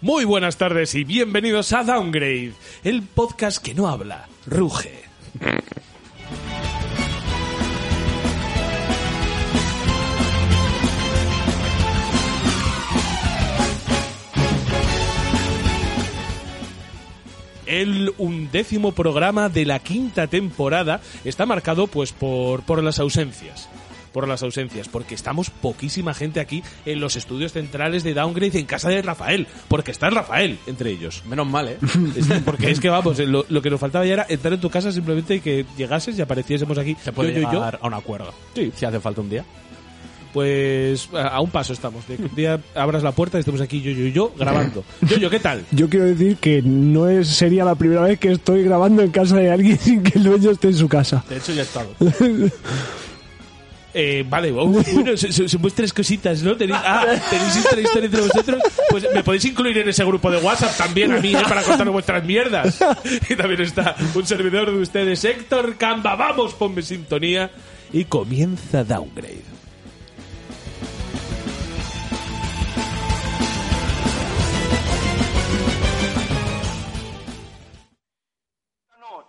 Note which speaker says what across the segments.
Speaker 1: Muy buenas tardes y bienvenidos a Downgrade, el podcast que no habla, ruge. El undécimo programa de la quinta temporada está marcado pues por, por las ausencias. Por las ausencias, porque estamos poquísima gente aquí en los estudios centrales de Downgrade en casa de Rafael, porque está Rafael entre ellos.
Speaker 2: Menos mal, ¿eh?
Speaker 1: Es que- Porque es que vamos, eh, lo, lo que nos faltaba ya era entrar en tu casa simplemente y que llegases y apareciésemos aquí.
Speaker 2: Se puede
Speaker 1: yo, yo, yo.
Speaker 2: llegar a un acuerdo.
Speaker 1: Sí.
Speaker 2: Si hace falta un día.
Speaker 1: Pues a, a un paso estamos. De que un día abras la puerta y estemos aquí yo, yo, y yo grabando. Yo, yo, ¿qué tal?
Speaker 3: Yo quiero decir que no es, sería la primera vez que estoy grabando en casa de alguien sin que el dueño esté en su casa.
Speaker 1: De hecho, ya he estado. Eh, vale, wow, bueno, son- son son vuestras cositas, ¿no? Tenéis, ah, tenéis esta historia entre vosotros. Pues me podéis incluir en ese grupo de WhatsApp también a mí, ¿eh? Para contar vuestras mierdas. Y también está un servidor de ustedes, Héctor Camba. Vamos, ponme sintonía. Y comienza Downgrade.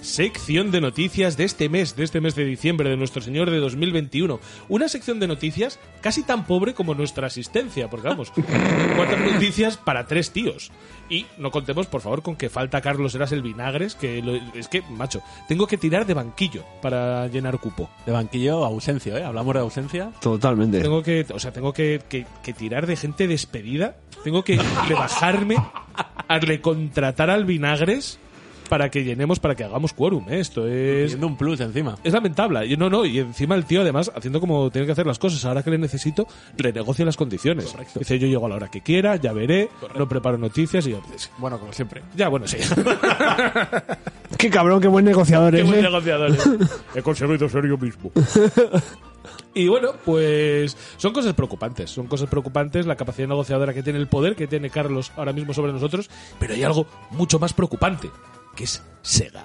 Speaker 1: Sección de noticias de este mes, de este mes de diciembre de nuestro señor de 2021. Una sección de noticias casi tan pobre como nuestra asistencia, porque vamos, cuatro noticias para tres tíos. Y no contemos, por favor, con que falta Carlos Eras el Vinagres, que lo- es que, macho, tengo que tirar de banquillo para llenar cupo.
Speaker 2: De banquillo, ausencio, ¿eh? Hablamos de ausencia.
Speaker 4: Totalmente.
Speaker 1: Tengo que, o sea, tengo que, que- que tirar de gente despedida. Tengo que rebajarme a recontratar al Vinagres para que llenemos, para que hagamos quórum. ¿eh? Esto es...
Speaker 2: Siendo un plus encima.
Speaker 1: Es lamentable. Y- No, no, y encima el tío, además, haciendo como tiene que hacer las cosas, ahora que le necesito, renegocia las condiciones. Dice, yo llego a la hora que quiera, ya veré, no preparo noticias y yo, pues,
Speaker 2: Bueno, como siempre.
Speaker 1: ya, bueno, sí.
Speaker 3: Qué cabrón, qué buen negociador
Speaker 1: Qué
Speaker 3: es.
Speaker 1: buen
Speaker 3: ¿eh?
Speaker 1: negociador. He conseguido ser yo mismo. Y bueno, pues son cosas preocupantes, son cosas preocupantes la capacidad negociadora que tiene el poder que tiene Carlos ahora mismo sobre nosotros, pero hay algo mucho más preocupante, que es Sega.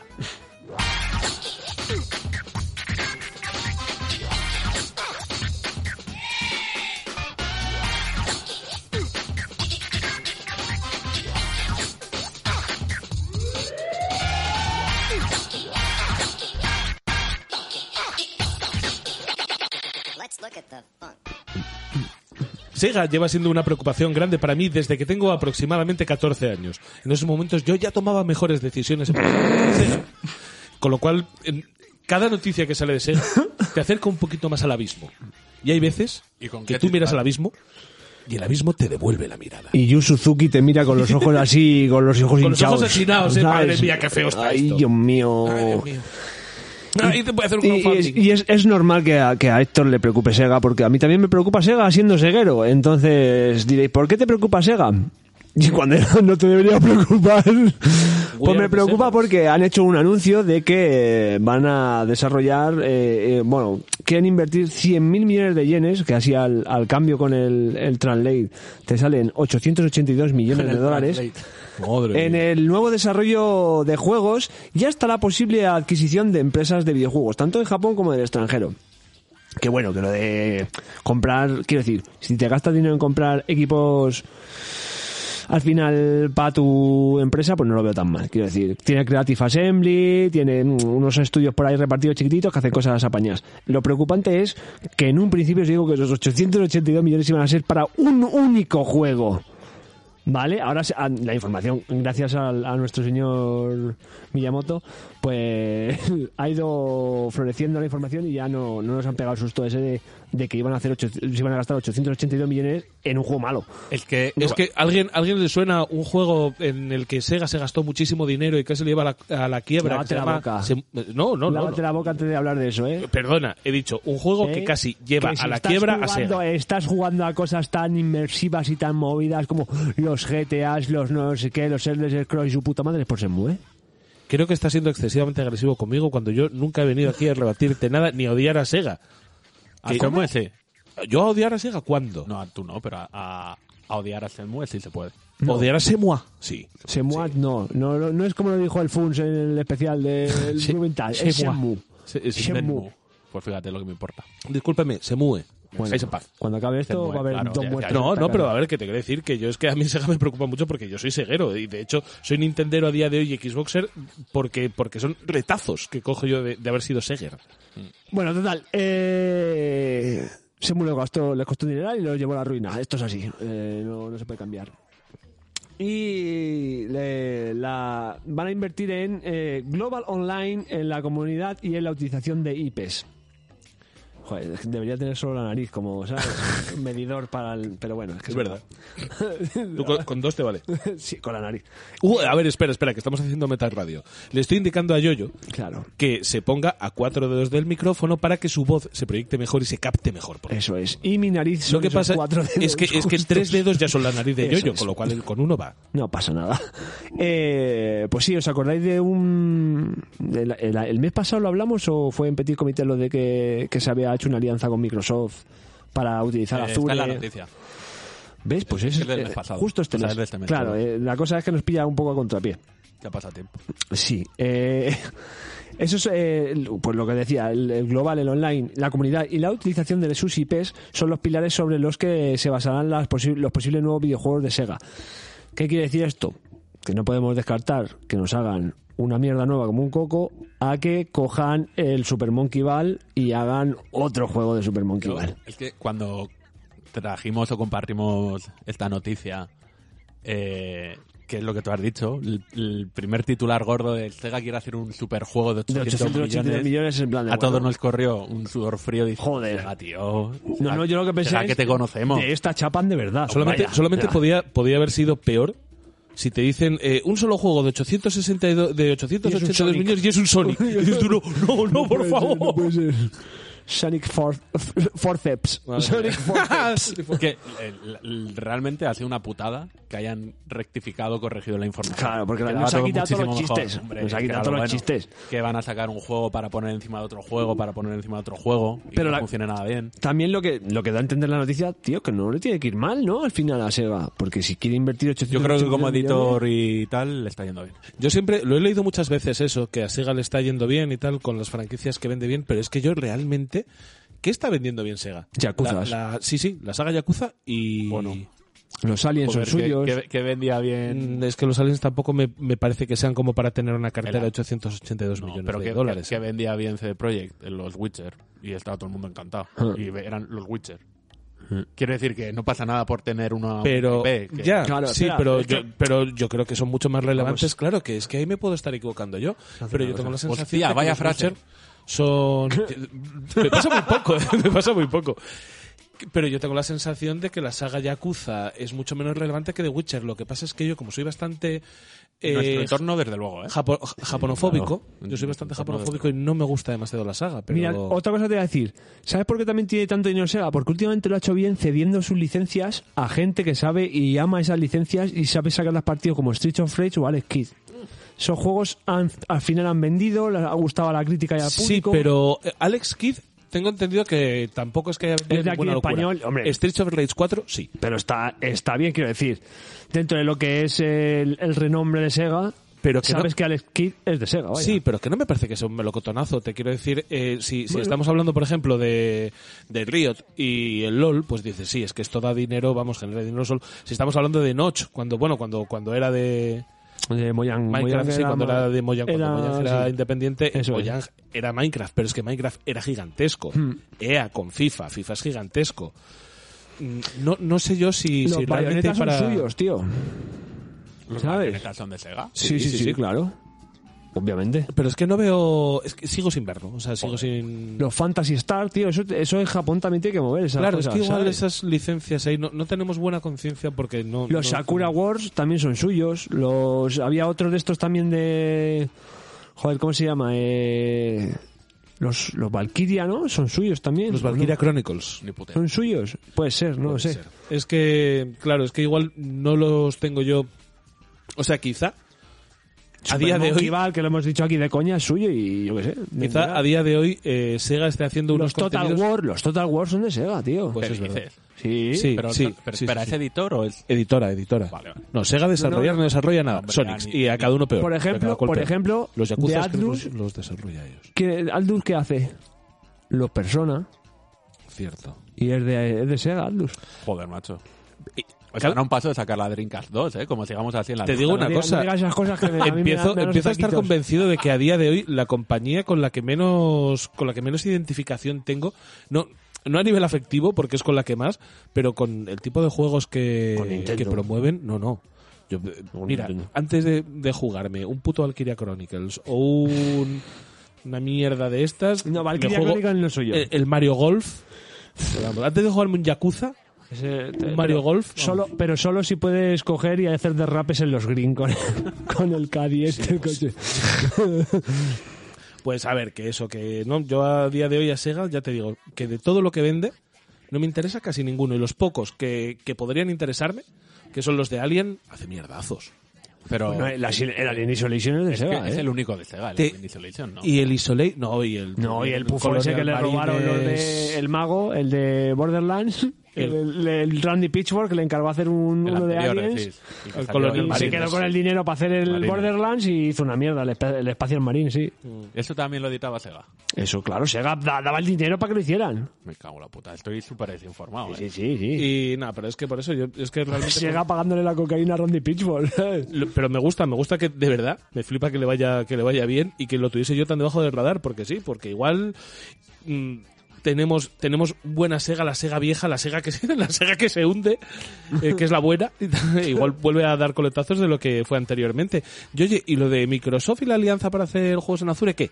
Speaker 5: Let's look at the fun.
Speaker 1: Sega lleva siendo una preocupación grande para mí desde que tengo aproximadamente 14 años. En esos momentos yo ya tomaba mejores decisiones. en Sega. Con lo cual, en- cada noticia que sale de Sega te acerca un poquito más al abismo. Y hay veces
Speaker 2: ¿Y con
Speaker 1: que
Speaker 2: qué
Speaker 1: tú
Speaker 2: te-
Speaker 1: miras al abismo y el abismo te devuelve la mirada.
Speaker 3: Y Yu Suzuki te mira con los ojos así, con los ojos
Speaker 1: Con los
Speaker 3: hinchados.
Speaker 1: ojos achinados, eh, madre
Speaker 3: ¿sabes?
Speaker 1: mía, qué feo está
Speaker 3: Ay,
Speaker 1: esto.
Speaker 3: Dios mío.
Speaker 1: Ay, Dios mío. Ahí Ah, te puede hacer un
Speaker 3: Y, y es,
Speaker 1: crowdfunding.
Speaker 3: y es- es normal que a, que a Héctor le preocupe Sega, porque a mí también me preocupa Sega siendo seguero. Entonces diréis, ¿por qué te preocupa Sega? Y cuando no te debería preocupar. Pues
Speaker 1: are
Speaker 3: me
Speaker 1: the
Speaker 3: preocupa
Speaker 1: Segas.
Speaker 3: porque han hecho un anuncio de que eh, van a desarrollar, eh, eh, bueno, quieren invertir 100.000 millones de yenes, que así al, al cambio con el, el Translate te salen 882 millones de dólares.
Speaker 2: Madre
Speaker 3: En
Speaker 2: mía.
Speaker 3: el nuevo desarrollo de juegos ya está la posible adquisición de empresas de videojuegos, tanto en Japón como en el extranjero. Que bueno, que lo de comprar, quiero decir, si te gastas dinero en comprar equipos al final para tu empresa, pues no lo veo tan mal. Quiero decir, tiene Creative Assembly, tiene mm, unos estudios por ahí repartidos chiquititos que hacen cosas apañadas. Lo preocupante es que en un principio os digo que los 882 millones iban a ser para un único juego. Vale, ahora se- ah, la información, gracias al- a, nuestro señor Miyamoto, pues ha ido floreciendo la información y ya no, no nos han pegado el susto ese de de que iban a hacer ocho- se iban a gastar 882 millones en un juego malo.
Speaker 1: Es que, es que alguien, alguien le suena un juego en el que Sega se gastó muchísimo dinero y casi le lleva a la, a la quiebra.
Speaker 3: Lávate
Speaker 1: que se
Speaker 3: la
Speaker 1: llama-
Speaker 3: boca.
Speaker 1: se- no, no, no, no.
Speaker 3: Lávate la boca antes de hablar de eso, ¿eh?
Speaker 1: Perdona, he dicho, un juego
Speaker 3: ¿Eh?
Speaker 1: que casi lleva
Speaker 3: Que si
Speaker 1: a la
Speaker 3: estás
Speaker 1: quiebra a
Speaker 3: jugando-
Speaker 1: Sega.
Speaker 3: Estás jugando a cosas tan inmersivas y tan movidas como los GTAs, los no sé qué, los Elder Scrolls y su puta madre es por Shenmue, ¿eh?
Speaker 1: Creo que está siendo excesivamente agresivo conmigo cuando yo nunca he venido aquí a rebatirte nada ni a odiar a Sega.
Speaker 2: ¿A
Speaker 1: ¿Qué?
Speaker 2: Shenmue sí?
Speaker 1: ¿Yo a odiar a Sega cuándo?
Speaker 2: No, a tú no, pero a, a- a odiar a Shenmue sí se puede.
Speaker 1: ¿Odiar a Semua? Sí.
Speaker 3: Shenmue no, no, no, no es como lo dijo el Funs en el especial de Rubental, es Shenmue.
Speaker 2: Sí, es
Speaker 3: Shenmue.
Speaker 2: Shenmue. Pues fíjate lo que me importa.
Speaker 1: Discúlpame, Semue.
Speaker 3: Bueno,
Speaker 1: Estáis en paz.
Speaker 3: Cuando acabe esto
Speaker 2: Shenmue,
Speaker 3: va a haber
Speaker 2: claro,
Speaker 3: dos
Speaker 2: ya, ya,
Speaker 3: muertos.
Speaker 1: No,
Speaker 3: Está
Speaker 1: no, pero
Speaker 3: claro.
Speaker 1: a ver, que te quiero decir que yo es que a mí Sega me preocupa mucho porque yo soy seguero y de hecho soy Nintendero a día de hoy y Xboxer porque, porque son retazos que cojo yo de, de haber sido Seger.
Speaker 3: Bueno, total, eh... Shenmue lo gastó, le costó dinero y lo llevó a la ruina. Esto es así, eh, no, no se puede cambiar. Y le- la, van a invertir en eh, Global Online, en la comunidad y en la utilización de IPs. Joder, es que debería tener solo la nariz como, ¿sabes? Un medidor para el... Pero bueno, es que
Speaker 1: Es
Speaker 3: se-
Speaker 1: verdad. Tú con, con dos te vale.
Speaker 3: sí, con la nariz.
Speaker 1: Uh, a ver, espera, espera, que estamos haciendo Metal Radio. Le estoy indicando a Yoyo
Speaker 3: Claro.
Speaker 1: que se ponga a cuatro dedos del micrófono para que su voz se proyecte mejor y se capte mejor. Porque
Speaker 3: Eso es. Y mi nariz
Speaker 1: lo
Speaker 3: son
Speaker 1: que
Speaker 3: Eh, esos
Speaker 1: pasa
Speaker 3: cuatro dedos
Speaker 1: es que, es que
Speaker 3: justos.
Speaker 1: tres dedos ya son la nariz de
Speaker 3: Eso
Speaker 1: Yoyo,
Speaker 3: es.
Speaker 1: con lo cual el- con uno va.
Speaker 3: No pasa nada. Eh, pues sí, ¿os acordáis de un... de la- el, el mes pasado lo hablamos o fue en Petit Comité lo de que, que se había hecho una alianza con Microsoft para utilizar
Speaker 2: Eh,
Speaker 3: Azure?
Speaker 2: Está en la noticia.
Speaker 3: ¿Ves? Pues
Speaker 2: Es
Speaker 3: es,
Speaker 2: el del
Speaker 3: eh,
Speaker 2: mes pasado.
Speaker 3: justo este
Speaker 2: O sea,
Speaker 3: mes.
Speaker 2: es de este mes,
Speaker 3: claro,
Speaker 2: claro.
Speaker 3: eh, la cosa es que nos pilla un poco a contrapié.
Speaker 2: Ya pasa tiempo.
Speaker 3: Sí. eh, eso es, eh, el- pues lo que decía, el, el global, el online, la comunidad y la utilización de sus IPs son los pilares sobre los que se basarán las posi- los posibles nuevos videojuegos de Sega. ¿Qué quiere decir esto? Que no podemos descartar que nos hagan una mierda nueva como un coco a que cojan el Super Monkey Ball y hagan otro juego de Super Monkey
Speaker 2: Yo-
Speaker 3: Ball.
Speaker 2: Es que cuando trajimos o compartimos esta noticia, eh, que es lo que tú has dicho, el, el primer titular gordo de Sega quiere hacer un superjuego de
Speaker 3: De
Speaker 2: 800,
Speaker 3: 882
Speaker 2: millones.
Speaker 3: millones en plan de
Speaker 2: A todos
Speaker 3: bueno,
Speaker 2: nos corrió un sudor frío diciendo,
Speaker 3: Joder.
Speaker 2: "Sega, tío.
Speaker 3: No, no, yo lo que pensé
Speaker 2: Sega,
Speaker 3: es
Speaker 2: que te conocemos.
Speaker 3: De esta chapan de verdad.
Speaker 1: Solamente,
Speaker 3: Vaya.
Speaker 1: solamente
Speaker 3: Ya.
Speaker 1: podía, podía haber sido peor si te dicen eh, un solo juego de 862, de 882
Speaker 3: Sonic.
Speaker 1: millones y es un Sonic. Y dices tú, no, no, no, por
Speaker 3: puede ser, no
Speaker 1: favor.
Speaker 3: puede ser. Sonic for, Forceps. Sonic Forceps.
Speaker 2: Porque eh, la- la- realmente ha sido una putada que hayan rectificado, corregido la información.
Speaker 3: Claro, porque
Speaker 2: Quedaba
Speaker 3: nos ha
Speaker 2: todo
Speaker 3: quitado todos los
Speaker 2: muchísimo mejor.
Speaker 3: chistes.
Speaker 2: Hombre,
Speaker 3: Nos ha quitado
Speaker 2: claro,
Speaker 3: todos los
Speaker 2: bueno,
Speaker 3: chistes.
Speaker 2: Que van a sacar un juego para poner encima de otro juego, para poner encima de otro juego. Y
Speaker 3: Pero
Speaker 2: no
Speaker 3: la-
Speaker 2: funciona nada bien.
Speaker 3: También lo que, lo que da a entender la noticia, tío, que no le tiene que ir mal, ¿no? Al final a Sega. Porque si quiere invertir 800
Speaker 2: Yo creo que como editor y tal le está yendo bien.
Speaker 1: Yo siempre lo he leído muchas veces eso, que a Sega le está yendo bien y tal, con las franquicias que vende bien, pero es que yo realmente. ¿Qué está vendiendo bien Sega?
Speaker 3: Yakuzas.
Speaker 1: La- la- sí, sí, la saga Yakuza y.
Speaker 2: Bueno. pues
Speaker 3: Los aliens
Speaker 2: Joder,
Speaker 3: son
Speaker 2: que-
Speaker 3: suyos.
Speaker 2: Que, que vendía bien.
Speaker 1: Mm, Es que los aliens tampoco me, me parece que sean como para tener una cartera
Speaker 2: Vela.
Speaker 1: de 882
Speaker 2: No,
Speaker 1: millones
Speaker 2: pero
Speaker 1: de
Speaker 2: que,
Speaker 1: dólares.
Speaker 2: que- que vendía bien CD Projekt, los Witcher, y estaba todo el mundo encantado. Y ve- eran los Witcher. Quiero decir que no pasa nada por tener una
Speaker 1: pero
Speaker 2: IP, que-
Speaker 1: ya
Speaker 3: Claro,
Speaker 1: sí
Speaker 3: espera,
Speaker 1: pero
Speaker 3: es que-
Speaker 1: yo, pero yo creo que son mucho más relevantes claro que es que ahí me puedo estar equivocando yo pero yo tengo la sensación
Speaker 2: Hostia,
Speaker 1: de que
Speaker 2: vaya
Speaker 1: los
Speaker 2: frase.
Speaker 1: Witcher son me pasa muy poco eh, me pasa muy poco pero yo tengo la sensación de que la saga Yakuza es mucho menos relevante que The Witcher. Lo que pasa es que yo, como soy bastante eh,
Speaker 2: Nuestro entorno, desde luego, ¿eh?
Speaker 1: japo- japonofóbico,
Speaker 2: claro.
Speaker 1: yo soy bastante japonofóbico y no me gusta demasiado la saga. Pero...
Speaker 3: Mira, otra cosa te voy a decir. ¿Sabes por qué también tiene tanto dinero Sega? Porque últimamente lo ha hecho bien cediendo sus licencias a gente que sabe y ama esas licencias y sabe sacar las partidas como Street of Rage o Alex Kidd. Esos juegos han- al final han vendido, les ha gustado a la crítica y al
Speaker 1: Sí,
Speaker 3: público.
Speaker 1: pero eh, Alex Kidd, tengo entendido que tampoco es que haya vendido
Speaker 3: Es de aquí,
Speaker 1: ninguna locura.
Speaker 3: español, hombre.
Speaker 1: Streets of Rage 4, sí.
Speaker 3: Pero está, está bien, quiero decir. Dentro de lo que es el, el renombre de Sega,
Speaker 1: Pero que
Speaker 3: sabes
Speaker 1: no-
Speaker 3: que Alex Kidd es de Sega, vaya.
Speaker 1: Sí, pero que no me parece que sea un melocotonazo. Te quiero decir, eh, si, si estamos hablando, por ejemplo, de, de Riot y el LOL, pues dices, sí, es que esto da dinero, vamos, genera dinero solo. Si estamos hablando de Notch, cuando, bueno, cuando, cuando era de
Speaker 3: De Mojang-
Speaker 1: Minecraft,
Speaker 3: Mojang
Speaker 1: sí, cuando
Speaker 3: ma-
Speaker 1: era de Mojang, cuando
Speaker 3: era-
Speaker 1: Mojang era
Speaker 3: sí.
Speaker 1: independiente,
Speaker 3: Eso es. Hmm.
Speaker 1: Mojang era Minecraft, pero es que Minecraft era gigantesco. EA con FIFA, FIFA es gigantesco. Mm, No, no sé yo si,
Speaker 3: Los
Speaker 1: si realmente
Speaker 3: bayonetas
Speaker 1: para...
Speaker 3: son suyos, tío.
Speaker 2: Los
Speaker 3: ¿Sabes?
Speaker 2: marionetas son de Sega.
Speaker 1: Sí, sí, sí,
Speaker 3: claro. obviamente.
Speaker 1: Pero es que no veo. Es que sigo sin verlo. O sea, sigo sin.
Speaker 3: Los Fantasy Star, tío, eso, eso en Japón también tiene que mover. esas
Speaker 1: claro,
Speaker 3: cosas,
Speaker 1: es que igual
Speaker 3: ¿sabes?
Speaker 1: esas licencias ahí no, no tenemos buena conciencia porque no.
Speaker 3: Los
Speaker 1: no-
Speaker 3: Sakura Wars también son suyos. Los había otros de estos también de joder, ¿cómo se llama? Eh, los los Valkyria, ¿no? Son suyos también.
Speaker 1: Los
Speaker 3: ¿no?
Speaker 1: Valkyria Chronicles.
Speaker 2: Ni puta idea.
Speaker 3: Son suyos. Puede ser, no lo sé.
Speaker 1: Es que, claro, es que igual no los tengo yo. O sea, quizá. A día de hoy.
Speaker 3: Val, que lo hemos dicho aquí de coña, es suyo y yo qué sé.
Speaker 1: Quizá a día de hoy eh, Sega esté haciendo unos
Speaker 3: los Total
Speaker 1: contenidos-
Speaker 3: War, los Total War son de Sega, tío.
Speaker 1: Pues
Speaker 2: ¿Qué
Speaker 1: es verdad.
Speaker 2: dices?
Speaker 3: sí.
Speaker 1: Sí,
Speaker 2: Pero,
Speaker 1: sí,
Speaker 2: pero-
Speaker 1: sí,
Speaker 2: pero
Speaker 1: sí,
Speaker 2: ¿es
Speaker 1: sí.
Speaker 2: editor o es...?
Speaker 1: Editora, editora.
Speaker 2: Vale, vale.
Speaker 1: No, Sega desarrollar no, desarrolla nada.
Speaker 2: Hombre,
Speaker 1: Sonics.
Speaker 2: ya ni-
Speaker 1: y a cada uno peor.
Speaker 3: Por
Speaker 1: A
Speaker 3: ejemplo-
Speaker 1: cada cual
Speaker 3: por
Speaker 1: peor.
Speaker 3: ejemplo,
Speaker 1: los
Speaker 3: de
Speaker 1: Yakuza es que
Speaker 3: Atlus-
Speaker 1: los, los desarrolla ellos.
Speaker 3: ¿Qué- Aldus qué hace? Los Persona
Speaker 1: Cierto.
Speaker 3: y es de, es de Sega Aldus.
Speaker 2: Joder, macho. Están a un paso de sacar la Dreamcast 2, ¿eh? Como sigamos así en la
Speaker 1: Te
Speaker 2: lista.
Speaker 1: digo una
Speaker 3: No digas-
Speaker 1: cosa.
Speaker 3: no digas esas cosas que me- a mí me
Speaker 1: Empiezo,
Speaker 3: da- me dan los
Speaker 1: empiezo a estar
Speaker 3: ataquitos.
Speaker 1: convencido de que a día de hoy la compañía con la que menos con la que menos identificación tengo, no no a nivel afectivo porque es con la que más, pero con el tipo de juegos
Speaker 3: Con
Speaker 1: que,
Speaker 3: Nintendo.
Speaker 1: que promueven, no, no. Yo, eh, mira,
Speaker 3: Nintendo.
Speaker 1: antes de, de jugarme un puto Valkyria Chronicles o un- una mierda de estas,
Speaker 3: No,
Speaker 1: me
Speaker 3: Valkyria
Speaker 1: juego
Speaker 3: Chronicles no soy yo.
Speaker 1: El, el Mario Golf. Vamos, antes de jugarme un Yakuza,
Speaker 3: Ese-
Speaker 1: un Mario Golf,
Speaker 3: Eh, Solo, pero solo si puedes coger y hacer derrapes en los green con, con el caddy este el coche.
Speaker 1: Pues a ver, que eso, que no, yo a día de hoy a Sega ya te digo que de todo lo que vende no me interesa casi ninguno y los pocos que, que podrían interesarme, que son los de Alien, hace mierdazos.
Speaker 2: Pero
Speaker 3: No, el, Asi- el Alien Isolation es de
Speaker 2: que
Speaker 3: Sega,
Speaker 2: es
Speaker 3: ¿eh?
Speaker 2: el único de Sega, el
Speaker 1: Te-
Speaker 2: Alien Isolation, ¿no?
Speaker 1: Y el Isolate, no, y el
Speaker 3: No, y
Speaker 2: Eh,
Speaker 3: el pufo
Speaker 1: Colonial
Speaker 3: ese que le
Speaker 1: Marines,
Speaker 3: robaron los de El Mago, el de Borderlands, el,
Speaker 1: El-
Speaker 3: el Randy Pitchfork que le encargó hacer un,
Speaker 2: El
Speaker 3: uno de
Speaker 2: anterior,
Speaker 3: Aliens.
Speaker 2: decís. El que
Speaker 1: El
Speaker 2: salió
Speaker 1: Colonial
Speaker 3: Y
Speaker 2: en
Speaker 3: se
Speaker 1: Marines.
Speaker 3: quedó con el dinero para hacer el
Speaker 2: Marines.
Speaker 3: Borderlands y hizo una mierda, el, espa- el Espacial Marine, sí.
Speaker 2: Eso también lo editaba Sega.
Speaker 3: Eso, claro, Sega da- daba el dinero para que lo hicieran.
Speaker 2: Me cago en la puta. Estoy súper desinformado, ¿eh?
Speaker 3: Sí, sí, sí.
Speaker 1: Y nada, pero es que por eso yo es que realmente
Speaker 3: Sega pagándole la cocaína a Randy Pitchfork. ¿sabes?
Speaker 1: Lo- pero me gusta, me gusta que de verdad, me flipa que le vaya, que le vaya bien y que lo tuviese yo tan debajo del radar, porque sí, porque igual mm, tenemos, tenemos buena sega, la sega vieja, la sega que se, la sega que se hunde, eh, que es la buena, igual vuelve a dar coletazos de lo que fue anteriormente. Y oye, y lo de Microsoft y la alianza para hacer juegos en Azure, ¿qué?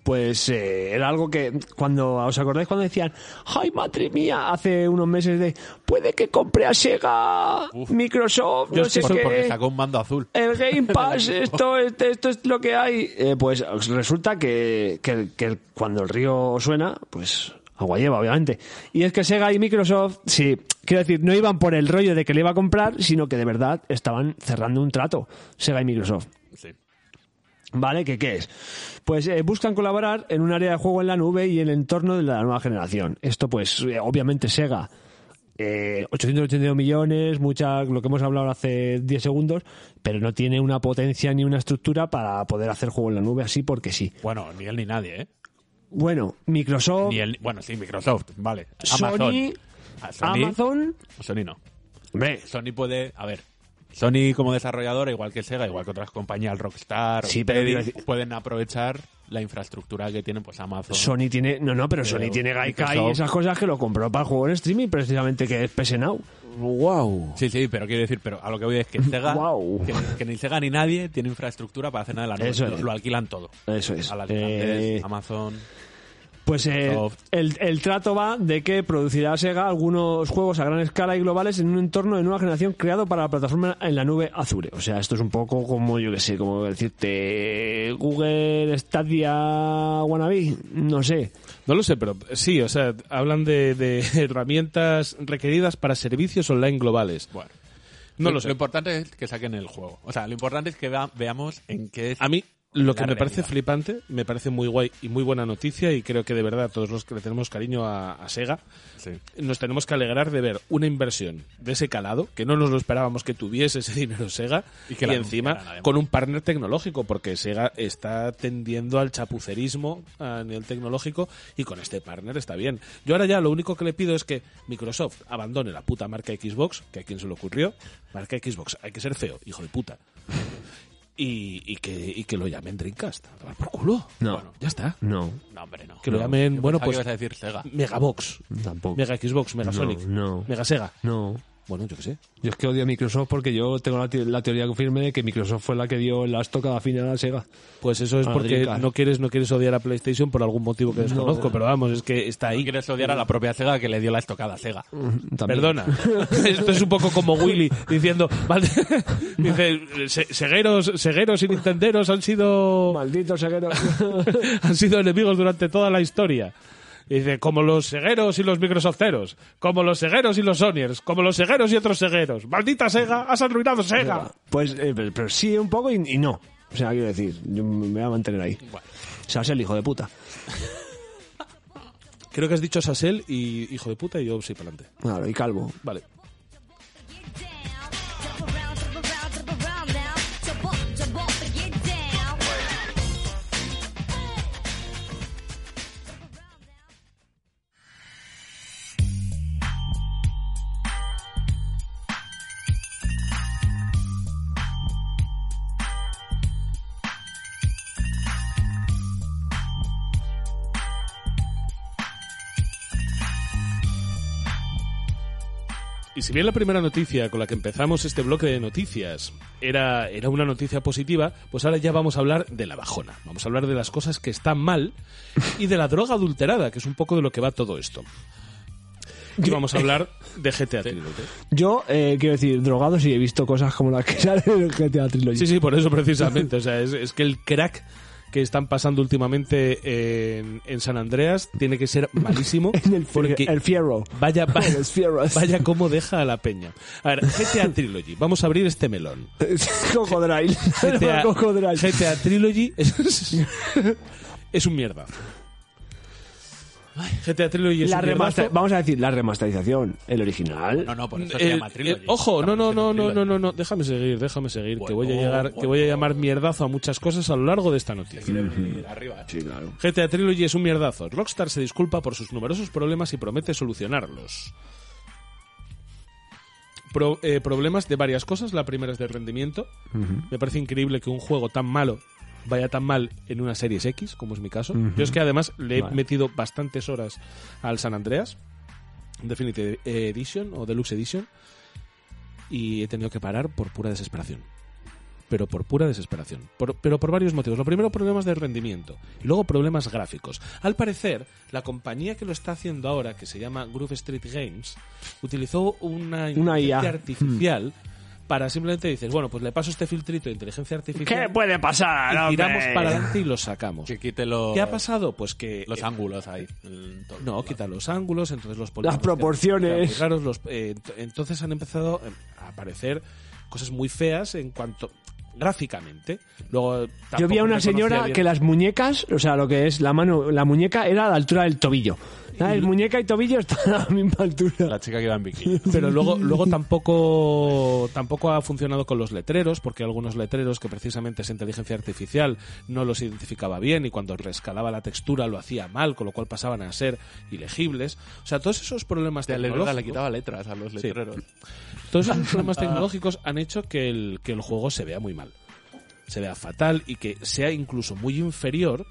Speaker 3: pues eh, era algo que cuando os acordáis cuando decían ay madre mía hace unos meses de puede que compre a Sega
Speaker 2: Uf.
Speaker 3: Microsoft
Speaker 1: Yo
Speaker 3: no
Speaker 1: es que
Speaker 3: sé
Speaker 1: soy
Speaker 2: Por- Porque
Speaker 3: qué
Speaker 2: sacó un mando azul.
Speaker 3: el Game Pass esto, este- esto es lo que hay Eh, pues resulta que, que- que cuando el río suena pues agua lleva obviamente y es que Sega y Microsoft sí quiero decir no iban por el rollo de que le iba a comprar sino que de verdad estaban cerrando un trato Sega y Microsoft
Speaker 2: Sí.
Speaker 3: ¿Vale? ¿Qué, qué es? Pues eh, buscan colaborar en un área de juego en la nube y el entorno de la nueva generación. Esto, pues, eh, obviamente Sega, eh, 882 millones, mucha, lo que hemos hablado hace 10 segundos, pero no tiene una potencia ni una estructura para poder hacer juego en la nube así porque sí.
Speaker 2: Bueno, ni él ni nadie, ¿eh?
Speaker 3: Bueno, Microsoft,
Speaker 2: Ni él, bueno, sí, Microsoft, vale.
Speaker 3: Sony,
Speaker 2: Amazon. Ah, Sony.
Speaker 3: Amazon...
Speaker 2: Sony no.
Speaker 3: Hombre,
Speaker 2: Sony puede, a ver, Sony como desarrolladora, igual que Sega, igual que otras compañías, Rockstar,
Speaker 3: Sí, pero
Speaker 2: Teddy,
Speaker 3: quiero decir-
Speaker 2: pueden aprovechar la infraestructura que tienen pues Amazon.
Speaker 3: Sony tiene... No, no, pero Sony
Speaker 2: Pero
Speaker 3: tiene Gaikai y
Speaker 2: Microsoft-
Speaker 3: esas cosas que lo compró para el juego en streaming precisamente, que es PS Now.
Speaker 1: Wow.
Speaker 2: Sí, sí, pero quiero decir, pero a lo que voy es que Sega,
Speaker 3: Guau.
Speaker 2: que, que ni Sega ni nadie tiene infraestructura para hacer nada de la nube.
Speaker 3: Eso
Speaker 2: lo,
Speaker 3: es.
Speaker 2: lo alquilan todo.
Speaker 3: Eso es.
Speaker 2: A la alquilantes,
Speaker 3: Eh,
Speaker 2: Amazon.
Speaker 3: Pues eh,
Speaker 2: Soft.
Speaker 3: el, el trato va de que producirá Sega algunos juegos a gran escala y globales en un entorno de nueva generación creado para la plataforma en la nube Azure. O sea, esto es un poco como, yo que sé, como decirte Google Stadia Wannabe, no sé.
Speaker 1: No lo sé, pero sí, o sea, hablan de, de herramientas requeridas para servicios online globales.
Speaker 2: Bueno.
Speaker 1: No lo sé.
Speaker 2: Lo importante es que saquen el juego. O sea, lo importante es que vea- veamos en qué es.
Speaker 1: A mí lo que
Speaker 2: La
Speaker 1: me parece
Speaker 2: realidad.
Speaker 1: flipante, me parece muy guay y muy buena noticia y creo que de verdad todos los que le tenemos cariño a, a Sega
Speaker 2: Sí.
Speaker 1: nos tenemos que alegrar de ver una inversión de ese calado que no nos lo esperábamos que tuviese ese dinero Sega
Speaker 2: Y
Speaker 1: y,
Speaker 2: que la
Speaker 1: encima
Speaker 2: anunciaran, además.
Speaker 1: con un partner tecnológico porque Sega está tendiendo al chapucerismo a nivel tecnológico y con este partner está bien. Yo ahora ya lo único que le pido es que Microsoft abandone la puta marca Xbox, que a quien se le ocurrió, marca Xbox, hay que ser feo, hijo de puta. Y, y que, y que lo llamen Dreamcast. A tomar por culo.
Speaker 3: No.
Speaker 1: Bueno, ya está.
Speaker 3: No,
Speaker 2: No, hombre, no.
Speaker 1: Que lo
Speaker 2: No.
Speaker 1: llamen,
Speaker 2: Yo
Speaker 1: bueno,
Speaker 2: pensaba
Speaker 1: pues-
Speaker 2: que ibas a decir Sega.
Speaker 1: Megabox.
Speaker 3: tampoco.
Speaker 1: Mega Xbox, Mega
Speaker 3: No,
Speaker 1: Sonic,
Speaker 3: no.
Speaker 1: Mega Sega.
Speaker 3: No. Bueno, yo qué sé.
Speaker 6: Yo es que odio a Microsoft porque yo tengo la, te- la teoría firme de que Microsoft fue la que dio el asco cada final a Sega.
Speaker 1: Pues eso es
Speaker 6: Ah,
Speaker 1: porque
Speaker 6: Dreamcast.
Speaker 1: no quieres, no quieres odiar a PlayStation por algún motivo que desconozco, pero vamos, es que está ahí.
Speaker 2: Quieres odiar a la propia Sega que le dio la estocada a Sega.
Speaker 6: También.
Speaker 1: Perdona. Esto es un poco como Willy diciendo, "Mal- dice, "Se- cegueros, cegueros y nintenderos han sido,
Speaker 3: Maldito seguero.
Speaker 1: han sido enemigos durante toda la historia. Y Dice, como los cegueros y los microsofteros, como los cegueros y los Sonyers, como los cegueros y otros cegueros. Maldita Sega, has arruinado Sega.
Speaker 3: pues eh, pero, pero sí un poco y, y no. O sea, quiero decir, yo me voy a mantener ahí. O sea, es el hijo de puta.
Speaker 1: Creo que has dicho Sasel y hijo de puta y yo sí para adelante.
Speaker 3: Claro, y calvo.
Speaker 1: Vale. Y si bien la primera noticia con la que empezamos este bloque de noticias era, era una noticia positiva, pues ahora ya vamos a hablar de la bajona. Vamos a hablar de las cosas que están mal y de la droga adulterada, que es un poco de lo que va todo esto. Y vamos a hablar de GTA Trilogy.
Speaker 3: Yo, eh, quiero decir, drogado sí he visto cosas como las que salen en el GTA Trilogy.
Speaker 1: Sí, sí, por eso precisamente. O sea, es, es que el crack que están pasando últimamente en, en San Andreas tiene que ser malísimo.
Speaker 3: En el, fie-
Speaker 1: porque
Speaker 3: el fierro.
Speaker 1: Vaya, vaya,
Speaker 3: Los fierros.
Speaker 1: vaya cómo deja a la peña. A ver, GTA Trilogy. Vamos a abrir este melón.
Speaker 3: Cocodrilo.
Speaker 1: GTA,
Speaker 3: Cocodrilo.
Speaker 1: GTA Trilogy es, es un mierda. GTA Trilogy es
Speaker 3: La
Speaker 1: un mierdazo.
Speaker 3: remaster- vamos a decir, la remasterización. El original.
Speaker 2: No, no, por eso se
Speaker 1: Eh,
Speaker 2: llama Trilogy.
Speaker 1: eh, ojo, no, no,
Speaker 2: Estamos
Speaker 1: no, no,
Speaker 2: diciendo
Speaker 1: no,
Speaker 2: Trilogy.
Speaker 1: no, no, déjame seguir, déjame seguir, que
Speaker 2: Bueno,
Speaker 1: voy a llegar, que voy a llamar mierdazo a muchas cosas a lo largo de esta noticia.
Speaker 3: Sí, claro.
Speaker 1: GTA Trilogy es un mierdazo. Rockstar se disculpa por sus numerosos problemas y promete solucionarlos. Pro- eh, problemas de varias cosas. La primera es de rendimiento. Me parece increíble que un juego tan malo vaya tan mal en una Series X, como es mi caso. Yo es que además le he metido bastantes horas al San Andreas, Definitive Edition o Deluxe Edition, y he tenido que parar por pura desesperación pero por pura desesperación. Por- pero por varios motivos. Lo primero, problemas de rendimiento. Y luego, problemas gráficos. Al parecer, la compañía que lo está haciendo ahora, que se llama Groove Street Games, utilizó una inteligencia
Speaker 3: IA.
Speaker 1: artificial para simplemente decir, bueno, pues le paso este filtrito de inteligencia artificial.
Speaker 3: ¿Qué puede pasar,
Speaker 1: y
Speaker 3: hombre?
Speaker 1: tiramos para adelante y lo sacamos.
Speaker 2: Que quite los,
Speaker 1: ¿Qué ha pasado? Pues que...
Speaker 2: los
Speaker 1: eh,
Speaker 2: ángulos ahí. El- todo.
Speaker 1: no, quita los ángulos, entonces los polígonos
Speaker 3: Las proporciones.
Speaker 1: quedan muy raros, los, eh, ent- entonces han empezado eh, a aparecer cosas muy feas en cuanto gráficamente. Luego, eh,
Speaker 3: Yo vi
Speaker 1: tampoco
Speaker 3: a una
Speaker 1: me conocía
Speaker 3: señora
Speaker 1: bien.
Speaker 3: que las muñecas, o sea, lo que es la mano, la muñeca era a la altura del tobillo. ¿Sabes? Muñeca y tobillo están a la misma altura.
Speaker 2: La chica que iba en bikini.
Speaker 1: pero luego luego tampoco tampoco ha funcionado con los letreros porque algunos letreros que precisamente esa inteligencia artificial no los identificaba bien y cuando rescalaba la textura lo hacía mal con lo cual pasaban a ser ilegibles o sea todos esos problemas
Speaker 2: De la
Speaker 1: tecnológicos
Speaker 2: le quitaba letras a los letreros.
Speaker 1: Todos esos problemas tecnológicos han hecho que el, que el juego se vea muy mal. Se vea fatal y que sea incluso muy inferior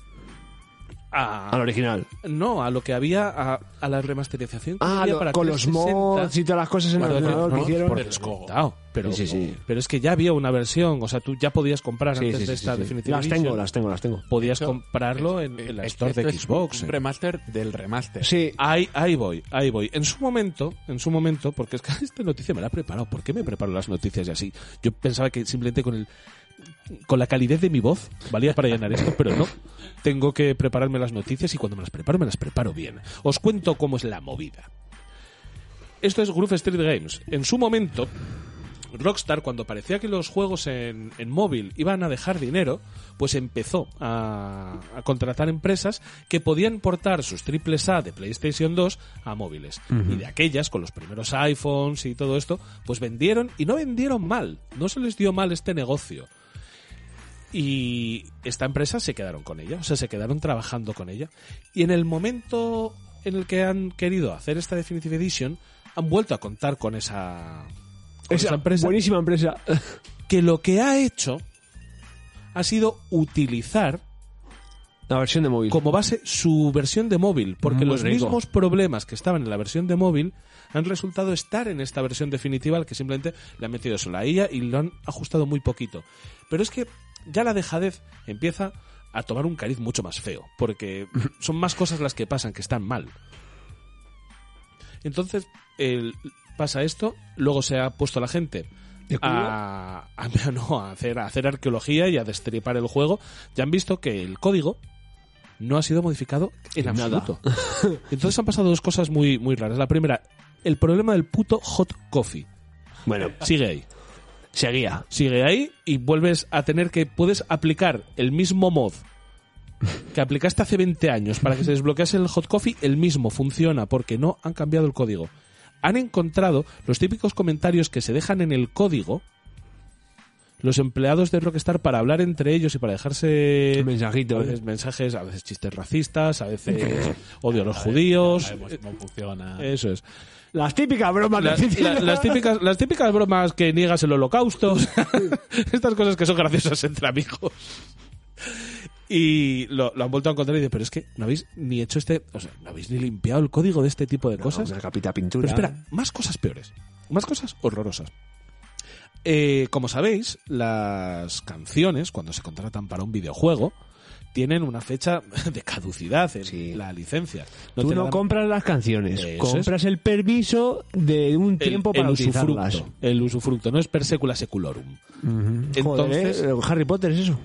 Speaker 3: Al
Speaker 1: a.
Speaker 3: original.
Speaker 1: No, a lo que había. A, a la remasterización que
Speaker 3: Ah,
Speaker 1: había
Speaker 3: lo-
Speaker 1: para
Speaker 3: con los
Speaker 1: 360.
Speaker 3: mods y todas las cosas en el
Speaker 1: Bueno,
Speaker 3: ordenador que
Speaker 1: no,
Speaker 3: hicieron.
Speaker 1: por descontado. Pero,
Speaker 3: Sí, sí, sí.
Speaker 1: pero es que ya había una versión. O sea, tú ya podías comprar
Speaker 3: Sí,
Speaker 1: antes
Speaker 3: sí, sí,
Speaker 1: de esta
Speaker 3: sí.
Speaker 1: definitiva.
Speaker 3: Las
Speaker 1: Edition,
Speaker 3: tengo, las tengo, las tengo.
Speaker 1: Podías comprarlo en, en la
Speaker 2: Eh,
Speaker 1: store de
Speaker 2: esto es
Speaker 1: Xbox.
Speaker 2: Un
Speaker 1: en-
Speaker 2: remaster del remaster.
Speaker 3: Sí.
Speaker 1: Ahí, ahí voy, ahí voy. En su momento, en su momento, porque es que esta noticia me la he preparado. ¿Por qué me preparo las noticias y así? Yo pensaba que simplemente con el con la calidez de mi voz valía para llenar esto, pero no. Tengo que prepararme las noticias y cuando me las preparo, me las preparo bien. Os cuento cómo es la movida. Esto es Groove Street Games. En su momento, Rockstar, cuando parecía que los juegos en, en móvil iban a dejar dinero, pues empezó a, a contratar empresas que podían portar sus triples A de PlayStation 2 a móviles. Y de aquellas, con los primeros iPhones y todo esto, pues vendieron y no vendieron mal. No se les dio mal este negocio. Y esta empresa se quedaron con ella, o sea, se quedaron trabajando con ella. Y en el momento en el que han querido hacer esta Definitive Edition, han vuelto a contar con esa, con esa empresa
Speaker 3: Buenísima empresa.
Speaker 1: que lo que ha hecho ha sido utilizar
Speaker 3: La versión de móvil.
Speaker 1: como base su versión de móvil, porque
Speaker 2: Muy
Speaker 1: los
Speaker 2: rico.
Speaker 1: mismos problemas que estaban en la versión de móvil han resultado estar en esta versión definitiva, al que simplemente le han metido eso la IA y lo han ajustado muy poquito. Pero es que ya la dejadez empieza a tomar un cariz mucho más feo, porque son más cosas las que pasan, que están mal. Entonces, el- pasa esto, luego se ha puesto la gente a, a- no, a hacer, a hacer arqueología y a destripar el juego. Ya han visto que el código no ha sido modificado en absoluto. Entonces han pasado dos cosas muy, muy raras. La primera, el problema del puto hot coffee.
Speaker 3: Bueno,
Speaker 1: Sigue ahí.
Speaker 3: seguía.
Speaker 1: Sigue ahí y vuelves a tener que... Puedes aplicar el mismo mod que aplicaste hace 20 años para que se desbloquease el hot coffee, el mismo funciona porque no han cambiado el código. Han encontrado los típicos comentarios que se dejan en el código los empleados de Rockstar para hablar entre ellos y para dejarse
Speaker 6: Mensajito,
Speaker 1: a
Speaker 6: ¿eh?
Speaker 1: veces mensajes, a veces chistes racistas, a veces odio a los judíos.
Speaker 2: Sabemos cómo funciona.
Speaker 1: Eso es.
Speaker 3: Las típicas bromas
Speaker 1: La-
Speaker 3: de
Speaker 1: la- las, típicas, las típicas bromas que niegas el holocausto. o sea, Estas cosas que son graciosas entre amigos. Y lo, lo han vuelto a encontrar y dicen, pero es que no habéis ni hecho este... O sea, no habéis ni limpiado el código de este tipo de cosas.
Speaker 3: capita pintura.
Speaker 1: Pero espera, más cosas peores. Más cosas horrorosas. Eh, como sabéis, las canciones, cuando se contratan para un videojuego, tienen una fecha de caducidad en
Speaker 3: Sí.
Speaker 1: la licencia. No
Speaker 6: Tú
Speaker 1: te la
Speaker 6: no
Speaker 1: dan
Speaker 6: compras las canciones,
Speaker 1: Eso es.
Speaker 6: compras
Speaker 3: Compras el permiso de un
Speaker 1: el-
Speaker 3: tiempo
Speaker 1: el
Speaker 3: para utilizarlas.
Speaker 1: usufructo. El usufructo, no es per secula seculorum.
Speaker 3: Joder,
Speaker 1: Entonces,
Speaker 3: ¿eh? Harry Potter es eso.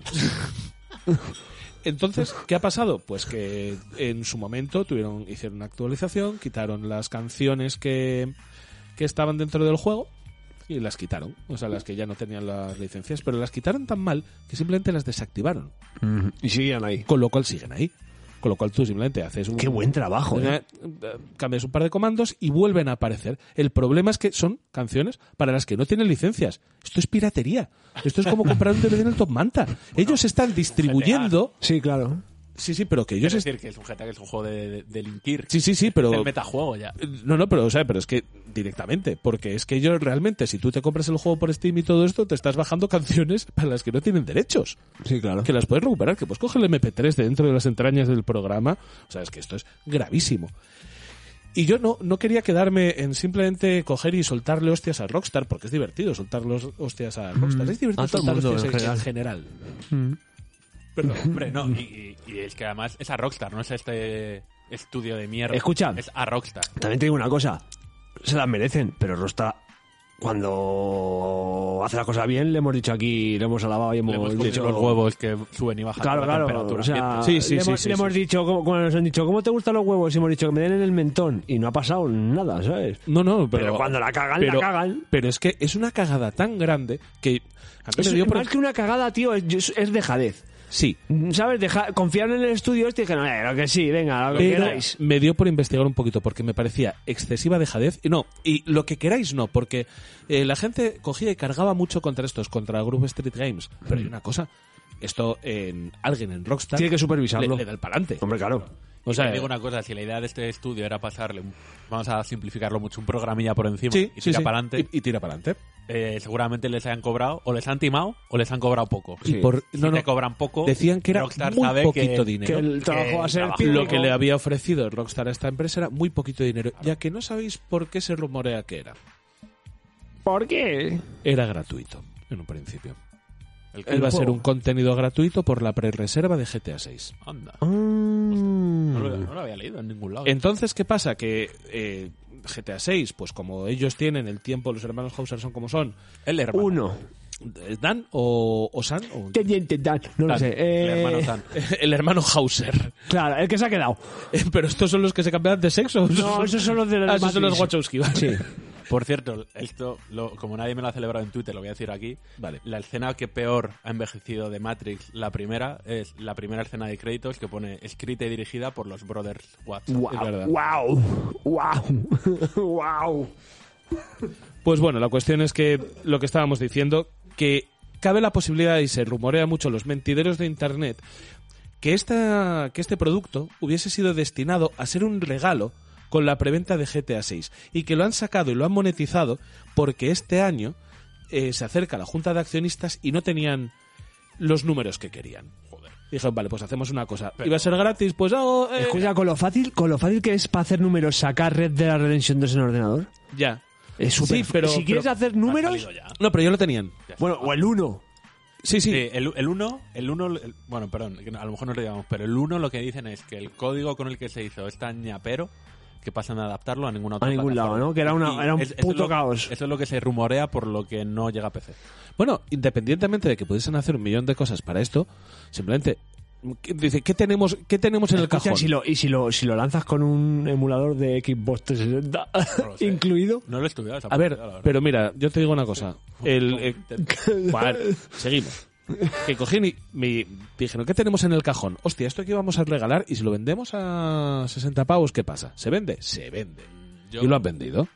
Speaker 1: entonces, ¿qué ha pasado? Pues que en su momento tuvieron, hicieron una actualización, quitaron las canciones que, que estaban dentro del juego y las quitaron. O sea, las que ya no tenían las licencias, pero las quitaron tan mal que simplemente las desactivaron.
Speaker 3: Y siguen ahí.
Speaker 1: Con lo cual siguen ahí. Con lo cual tú simplemente haces un...
Speaker 3: Qué buen trabajo, ¿eh?
Speaker 1: Eh, cambias un par de comandos y vuelven a aparecer. El problema es que son canciones para las que no tienen licencias. Esto es piratería. Esto es como comprar un DVD en el Top Manta. Ellos están distribuyendo.
Speaker 3: Sí, claro.
Speaker 1: Sí, sí, pero que
Speaker 2: Es
Speaker 1: ellos. est-
Speaker 2: decir, que es un GTA que es un juego de, de, de linquir.
Speaker 1: Sí, sí, sí, pero.
Speaker 2: Es el metajuego ya.
Speaker 1: No, no, pero, o sea, pero es que directamente, porque es que ellos realmente, si tú te compras el juego por Steam y todo esto, te estás bajando canciones para las que no tienen derechos.
Speaker 6: sí, claro.
Speaker 1: que las puedes recuperar, que puedes coger el MP3 de dentro de las entrañas del programa. O sea, es que esto es gravísimo. Y yo no, no quería quedarme en simplemente coger y soltarle hostias a Rockstar, porque es divertido soltar los hostias
Speaker 6: Mm.
Speaker 1: a Rockstar. es divertido
Speaker 6: a todo el
Speaker 1: soltar
Speaker 6: mundo
Speaker 1: hostias
Speaker 6: en
Speaker 1: en general.
Speaker 2: Pero, hombre, no. Y, y- y es que además es a Rockstar, no es a este estudio de mierda.
Speaker 3: Escucha.
Speaker 2: Es a Rockstar.
Speaker 3: También te digo una cosa, se las merecen, pero Rosta cuando hace la cosa bien, le hemos dicho aquí, le hemos alabado y hemos,
Speaker 2: Le hemos comido
Speaker 3: dicho
Speaker 2: los huevos que suben y bajan
Speaker 3: Claro,
Speaker 2: la
Speaker 3: claro.
Speaker 2: temperatura.
Speaker 3: o sea,
Speaker 1: Sí, sí,
Speaker 3: le
Speaker 1: sí,
Speaker 3: hemos,
Speaker 1: sí,
Speaker 3: le
Speaker 1: sí.
Speaker 3: hemos dicho, como, cuando nos han dicho, ¿cómo te gustan los huevos? Y hemos dicho que me den en el mentón y no ha pasado nada, ¿sabes?
Speaker 1: No, no, pero,
Speaker 3: Pero, cuando la cagan,
Speaker 1: pero-
Speaker 3: la cagan.
Speaker 1: pero es que es una cagada tan grande que a mí me
Speaker 3: Es,
Speaker 1: dio por-
Speaker 3: más que una cagada, tío, es, es dejadez.
Speaker 1: Sí,
Speaker 3: ¿Sabes? Deja- confiar en el estudio este y dijeron, eh, lo que sí, venga, lo que
Speaker 1: Pero
Speaker 3: queráis.
Speaker 1: me dio por investigar un poquito porque me parecía excesiva dejadez. Y no, y lo que queráis no, porque eh, la gente cogía y cargaba mucho contra estos, contra Group Street Games. Pero hay una cosa, esto en alguien en Rockstar
Speaker 3: Tiene que Eh,
Speaker 1: le,
Speaker 3: supervisarlo.
Speaker 1: le da el palante.
Speaker 3: Hombre, claro.
Speaker 1: O sea,
Speaker 2: Te digo una cosa, si la idea de este estudio era pasarle, un- vamos a simplificarlo mucho, un programilla por encima
Speaker 1: sí,
Speaker 2: y
Speaker 1: sí,
Speaker 2: tira
Speaker 1: sí.
Speaker 2: para adelante,
Speaker 1: Y, y tira para adelante.
Speaker 2: seguramente les hayan cobrado, o les han timado, o les han cobrado poco.
Speaker 1: Y por-
Speaker 2: Si
Speaker 1: no,
Speaker 2: te
Speaker 1: no.
Speaker 2: cobran poco,
Speaker 1: Decían que era
Speaker 2: Rockstar
Speaker 1: muy
Speaker 2: sabe
Speaker 1: poquito
Speaker 2: que-
Speaker 1: dinero.
Speaker 3: Que el trabajo va a ser
Speaker 2: trabajo.
Speaker 1: Lo
Speaker 3: pírrico.
Speaker 1: que le había ofrecido Rockstar a esta empresa era muy poquito dinero, ya que no sabéis por qué se rumorea que era.
Speaker 3: ¿Por qué?
Speaker 1: Era gratuito, en un principio.
Speaker 2: El que-
Speaker 1: Él va a ser un contenido gratuito por la pre-reserva de GTA 6.
Speaker 2: Anda,
Speaker 3: Mm.
Speaker 2: no, lo, no lo había leído en ningún lado.
Speaker 1: Entonces, ¿qué pasa? Que eh, GTA 6, pues como ellos tienen el tiempo, los hermanos Hauser son como son, eh,
Speaker 2: el hermano.
Speaker 3: Uno.
Speaker 1: Dan o, o San, o-
Speaker 3: Teniente Dan. No lo
Speaker 2: Tan,
Speaker 3: sé.
Speaker 2: el
Speaker 3: eh,
Speaker 2: hermano Tan.
Speaker 1: el hermano Hauser.
Speaker 3: Claro, el que se ha quedado.
Speaker 1: Eh, Pero estos son los que se cambian de sexo.
Speaker 3: No, esos son los de la
Speaker 1: Ah, esos son los
Speaker 3: Matrix.
Speaker 1: Wachowski. vale.
Speaker 2: Por cierto, esto, lo- como nadie me lo ha celebrado en Twitter, lo voy a decir aquí.
Speaker 1: Vale.
Speaker 2: La escena que peor ha envejecido de Matrix, la primera, es la primera escena de créditos que pone escrita y dirigida por los Brothers Watts.
Speaker 1: Es verdad.
Speaker 3: Wow, wow, wow, wow.
Speaker 1: Pues bueno, la cuestión es que lo que estábamos diciendo, que cabe la posibilidad y se rumorea mucho los mentideros de Internet, que, esta, que este producto hubiese sido destinado a ser un regalo con la preventa de GTA VI y que lo han sacado y lo han monetizado porque este año eh, se acerca la Junta de Accionistas y no tenían los números que querían. Y dijeron, vale, pues hacemos una cosa. Iba a ser gratis, pues hago... eh,
Speaker 3: Escucha, con lo fácil, con lo fácil que es para hacer números sacar Red de la Redemption 2 en el ordenador.
Speaker 1: Ya.
Speaker 3: Es súper.
Speaker 1: Sí, pero-
Speaker 3: si quieres
Speaker 1: pero-
Speaker 3: hacer números,
Speaker 2: salido ya.
Speaker 1: No, pero ya lo tenían.
Speaker 3: bueno, o el 1.
Speaker 1: Sí, sí.
Speaker 3: Eh,
Speaker 2: Sí, Eh, el, el 1, el 1, el- bueno, perdón, que a lo mejor no lo llevamos, pero el 1 lo que dicen es que el código con el que se hizo es tan ñapero que pasan a adaptarlo a ninguna otra
Speaker 3: A ningún lado,
Speaker 2: plataforma.
Speaker 3: ¿no? Que era una-
Speaker 2: Y
Speaker 3: era un
Speaker 2: es- eso
Speaker 3: puto
Speaker 2: es lo-
Speaker 3: caos.
Speaker 2: Eso es lo que se rumorea por lo que no llega a PC.
Speaker 1: Bueno, independientemente de que pudiesen hacer un millón de cosas para esto, simplemente ¿qué- dice, ¿qué tenemos, qué tenemos en el
Speaker 3: Escucha,
Speaker 1: cajón?
Speaker 3: si lo, y si lo, si lo lanzas con un emulador de Xbox 360
Speaker 2: lo sé.
Speaker 3: incluido.
Speaker 2: No lo he estudiado. esa
Speaker 1: A ver,
Speaker 2: posibilidad, la verdad.
Speaker 1: pero mira, yo te digo una cosa. El, eh, vale, seguimos. Que cogí y me dijeron, ¿qué tenemos en el cajón? Hostia, esto que vamos a regalar y si lo vendemos a 60 pavos, ¿qué pasa? ¿Se vende? Se vende.
Speaker 2: Yo-
Speaker 1: Y lo han vendido.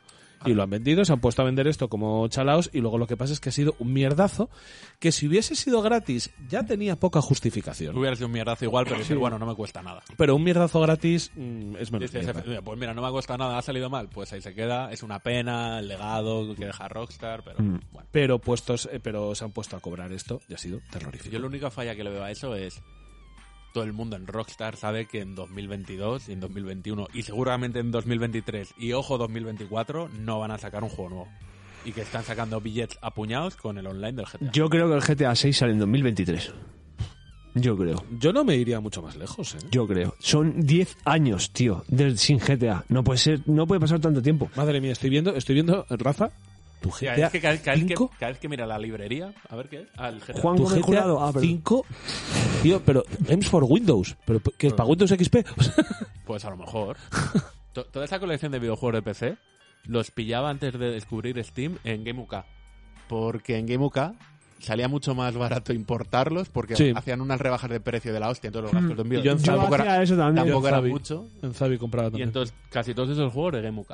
Speaker 1: Y lo han vendido, se han puesto a vender esto como chalaos y luego lo que pasa es que ha sido un mierdazo que si hubiese sido gratis ya tenía poca justificación.
Speaker 2: Hubiera sido un mierdazo igual, pero dices, bueno, no me cuesta nada.
Speaker 1: Pero un mierdazo gratis mm, es menos
Speaker 2: Dices,
Speaker 1: mierda.
Speaker 2: "Mira, pues mira, no me ha costado nada, ha salido mal. Pues ahí se queda, es una pena, el legado que deja Rockstar, pero
Speaker 3: Mm.
Speaker 2: bueno.
Speaker 1: Pero puestos, eh, pero se han puesto a cobrar esto y ha sido terrorífico.
Speaker 2: Yo la única falla que le veo a eso es todo el mundo en Rockstar sabe que en 2022 y en 2021 y seguramente en 2023 y ojo 2024 no van a sacar un juego nuevo y que están sacando billetes apuñados con el online del GTA.
Speaker 3: Yo creo que el GTA 6 sale en 2023. Yo creo.
Speaker 1: Yo no me iría mucho más lejos, ¿eh?
Speaker 3: Yo creo. Son 10 años, tío, del- sin GTA. No puede ser, no puede pasar tanto tiempo.
Speaker 1: Madre mía, estoy viendo, estoy viendo, Rafa, tu
Speaker 2: O sea,
Speaker 1: GTA
Speaker 2: es que cada, cada vez que
Speaker 1: cinco,
Speaker 2: cada vez que mira la librería, a ver qué es, al GTA.
Speaker 3: Juan
Speaker 1: tu
Speaker 3: Gómez
Speaker 1: GTA
Speaker 3: Jurado. Ah, perdón.
Speaker 1: 5, tío, pero Games for Windows, pero que es para Windows XP. O sea,
Speaker 2: Pues a lo mejor. To- Toda esa colección de videojuegos de PC los pillaba antes de descubrir Steam en GameUK. Porque en GameUK salía mucho más barato importarlos porque
Speaker 1: Sí.
Speaker 2: hacían unas rebajas de precio de la hostia. Entonces los gastos de envío
Speaker 1: Yo en
Speaker 3: Zabi-
Speaker 2: tampoco era,
Speaker 3: hacía eso también.
Speaker 2: tampoco
Speaker 1: Yo en
Speaker 2: era
Speaker 1: Zabi.
Speaker 2: mucho.
Speaker 1: en Zabi compraba
Speaker 2: Y
Speaker 1: también.
Speaker 2: entonces casi todos esos juegos de GameUK.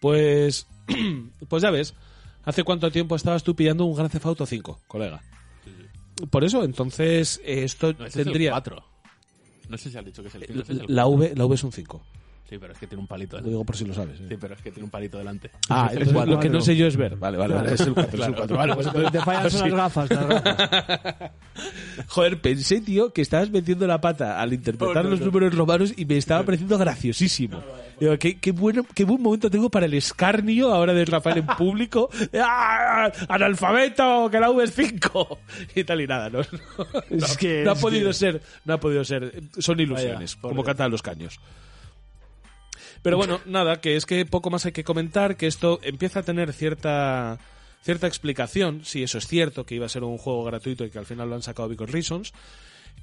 Speaker 1: Pues, pues ya ves, ¿hace cuánto tiempo estabas tú pillando un Grand Theft Auto 5, colega? Por eso, entonces, eh, esto
Speaker 2: No, ese es el
Speaker 1: tendría... Eh,
Speaker 2: 4. No sé si has dicho que es el 5. ese es el
Speaker 1: la,
Speaker 2: cuatro.
Speaker 1: v, la V es un 5,
Speaker 2: Sí, pero es que tiene un
Speaker 1: lo
Speaker 2: palito delante.
Speaker 1: digo por si lo sabes. ¿eh?
Speaker 2: Sí, pero es que tiene un palito delante.
Speaker 1: Ah,
Speaker 3: Ese es
Speaker 1: entonces
Speaker 3: el
Speaker 1: lo que
Speaker 3: cuatro.
Speaker 1: no sé yo es ver. Vale, vale, vale, es el 4, es el 4. Vale, pues entonces
Speaker 3: Te fallan son las gafas, las gafas.
Speaker 1: Joder, pensé, tío, que estabas metiendo la pata al interpretar los números romanos y me estaba pareciendo graciosísimo. Digo, qué, qué bueno, qué buen momento tengo para el escarnio ahora de Rafael en público. ¡Ah! ¡Analfabeto! ¡Que la V5! Y tal y nada, ¿no? No,
Speaker 3: Es que-
Speaker 1: no ha
Speaker 3: es
Speaker 1: podido
Speaker 3: que-
Speaker 1: ser, no ha podido ser. Son ilusiones,
Speaker 2: Vaya,
Speaker 1: como
Speaker 2: pobre.
Speaker 1: cantan los caños. Pero bueno, nada, que es que poco más hay que comentar, que esto empieza a tener cierta cierta explicación, si eso es cierto, que iba a ser un juego gratuito y que al final lo han sacado because reasons,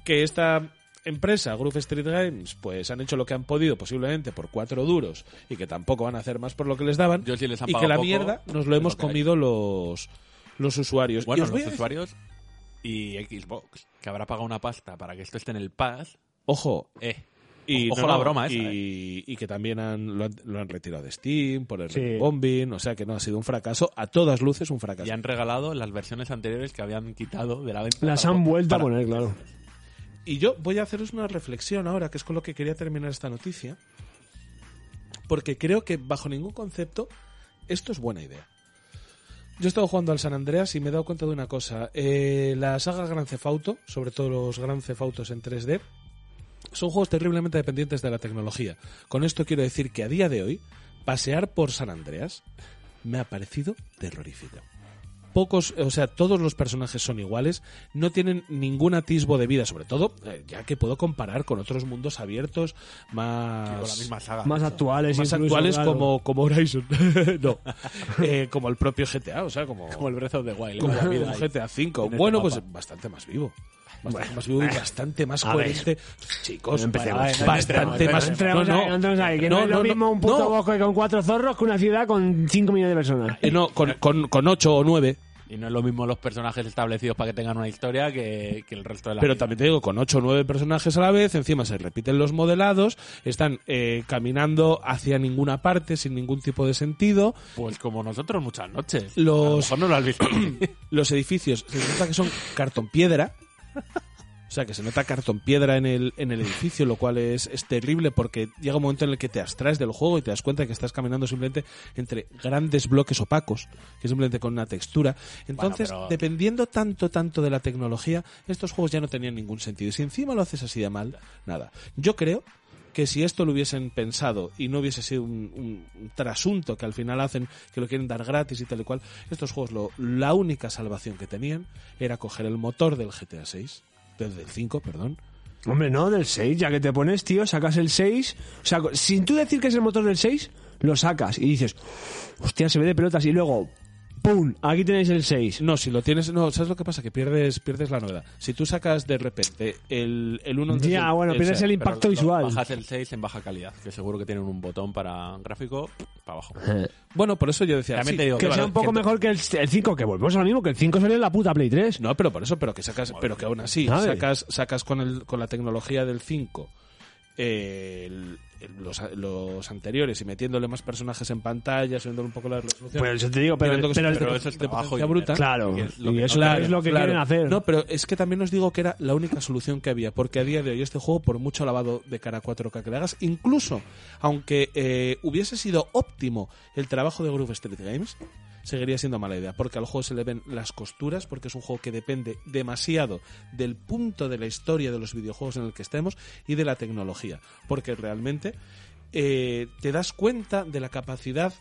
Speaker 1: que esta empresa, Groove Street Games, pues han hecho lo que han podido posiblemente por cuatro duros y que tampoco van a hacer más por lo que les daban
Speaker 2: Yo sí les han
Speaker 1: y que
Speaker 2: pagado
Speaker 1: la
Speaker 2: poco,
Speaker 1: mierda nos
Speaker 2: es
Speaker 1: lo
Speaker 2: lo
Speaker 1: hemos
Speaker 2: que hay.
Speaker 1: comido los los usuarios. Y
Speaker 2: Bueno,
Speaker 1: os voy
Speaker 2: los
Speaker 1: a decir-
Speaker 2: usuarios y Xbox, que habrá pagado una pasta para que esto esté en el Pass.
Speaker 1: Ojo,
Speaker 2: Eh,
Speaker 1: Y
Speaker 2: Ojo
Speaker 1: no,
Speaker 2: la
Speaker 1: no,
Speaker 2: broma
Speaker 1: y,
Speaker 2: esa, ¿eh?
Speaker 1: y que también han- lo, han, lo han retirado de Steam por el
Speaker 3: Sí.
Speaker 1: red bombing, o sea que no ha sido un fracaso, a todas luces un fracaso.
Speaker 2: Y han regalado las versiones anteriores que habían quitado de la venta.
Speaker 3: Las
Speaker 2: Para-
Speaker 3: han vuelto a
Speaker 2: para-
Speaker 3: poner, claro.
Speaker 1: Y yo voy a haceros una reflexión ahora, que es con lo que quería terminar esta noticia, porque creo que bajo ningún concepto esto es buena idea. Yo he estado jugando al San Andreas y me he dado cuenta de una cosa. Eh, la saga Gran Cefauto, sobre todo los Gran Cefautos en 3D, son juegos terriblemente dependientes de la tecnología. Con esto quiero decir que a día de hoy, pasear por San Andreas me ha parecido terrorífico pocos, o sea, todos los personajes son iguales, no tienen ningún atisbo de vida, sobre todo eh, ya que puedo comparar con otros mundos abiertos más
Speaker 2: Con la misma saga.
Speaker 3: Más
Speaker 2: de hecho.
Speaker 3: actuales,
Speaker 1: más
Speaker 3: incluso,
Speaker 1: actuales
Speaker 3: claro.
Speaker 1: como, como Horizon, no, Eh, como el propio GTA, o sea, como,
Speaker 2: Como el Breath of the Wild. ¿eh?
Speaker 1: como
Speaker 2: la vida
Speaker 1: un
Speaker 2: ahí.
Speaker 1: GTA V.
Speaker 2: este
Speaker 1: Bueno, pues
Speaker 2: mapa.
Speaker 1: bastante más vivo. Bastante más vivo y bastante más coherente. Chicos,
Speaker 3: empecemos.
Speaker 1: bastante bastante
Speaker 3: Más
Speaker 1: más.
Speaker 3: entremos
Speaker 1: no,
Speaker 3: ahí,
Speaker 1: no.
Speaker 3: entremos ahí, que no,
Speaker 1: No,
Speaker 3: es lo
Speaker 1: no, no,
Speaker 3: mismo un puto
Speaker 1: no.
Speaker 3: bosque con cuatro zorros que una ciudad con 5 millones de personas.
Speaker 1: Eh, no, con, con, con 8 o 9.
Speaker 2: Y no es lo mismo los personajes establecidos para que tengan una historia que, que el resto de la
Speaker 1: Pero
Speaker 2: vida.
Speaker 1: también te digo, con 8 o 9 personajes a la vez, encima se repiten los modelados, están eh, caminando hacia ninguna parte sin ningún tipo de sentido.
Speaker 2: Pues como nosotros muchas noches.
Speaker 1: Los-
Speaker 2: A lo mejor no lo has visto.
Speaker 1: Los edificios se nota que son cartón piedra. O sea, que se nota cartón piedra en el, en el edificio, lo cual es, es terrible porque llega un momento en el que te abstraes del juego y te das cuenta que estás caminando simplemente entre grandes bloques opacos, que simplemente con una textura. Entonces,
Speaker 2: pero-
Speaker 1: dependiendo tanto, tanto de la tecnología, estos juegos ya no tenían ningún sentido. Y si encima lo haces así de mal, nada. Yo creo que si esto lo hubiesen pensado y no hubiese sido un, un- un trasunto que al final hacen, que lo quieren dar gratis y tal y cual, estos juegos lo, la única salvación que tenían era coger el motor del GTA 6, desde el 5, perdón,
Speaker 3: Hombre, no, del 6, ya que te pones, tío, sacas el 6. O sea, sin tú decir que es el motor del 6, lo sacas y dices, hostia, se ve de pelotas. Y luego, ¡pum! Aquí tenéis el 6.
Speaker 1: No, si lo tienes, no, ¿sabes lo que pasa? Que pierdes, pierdes la novedad. Si tú sacas de repente el, el 1 antes
Speaker 3: Ya,
Speaker 1: del-
Speaker 3: bueno, pierdes
Speaker 1: o sea,
Speaker 3: el
Speaker 2: Pero
Speaker 3: impacto
Speaker 2: lo-
Speaker 3: visual.
Speaker 2: Bajas el 6 en baja calidad, que seguro que tienen un botón para gráfico para abajo.
Speaker 3: Eh,
Speaker 1: Bueno, por eso yo decía.
Speaker 2: También
Speaker 1: sí,
Speaker 2: te digo
Speaker 3: Que
Speaker 2: Claro,
Speaker 3: sea un poco
Speaker 2: que-
Speaker 3: mejor que el, el 5, que volvemos a lo mismo, que el 5 salió en la puta Play 3.
Speaker 1: Pues, No, pero por eso, pero que sacas, pero que aún así,
Speaker 3: ¿Sabes?
Speaker 1: sacas, sacas con, el, con la tecnología del 5 eh, el- el- los, los anteriores y metiéndole más personajes en pantalla, subiendo un poco la resolución.
Speaker 3: Pues yo te digo, pero,
Speaker 1: Yo creo que
Speaker 3: pero-
Speaker 1: es-
Speaker 2: Pero
Speaker 1: de-
Speaker 2: eso es
Speaker 1: de
Speaker 2: trabajo y
Speaker 1: potencia bruta.
Speaker 3: Claro,
Speaker 2: que es lo
Speaker 3: y
Speaker 2: que-
Speaker 3: eso
Speaker 1: Claro,
Speaker 3: es lo que
Speaker 1: claro.
Speaker 3: quieren hacer.
Speaker 1: No, pero es que también os digo que era la única solución que había, porque a día de hoy este juego, por mucho lavado de cara a 4K que le hagas, incluso aunque eh, hubiese sido óptimo el trabajo de Groove Street Games, seguiría siendo mala idea, porque al juego se le ven las costuras, porque es un juego que depende demasiado del punto de la historia de los videojuegos en el que estemos y de la tecnología, porque realmente eh, te das cuenta de la capacidad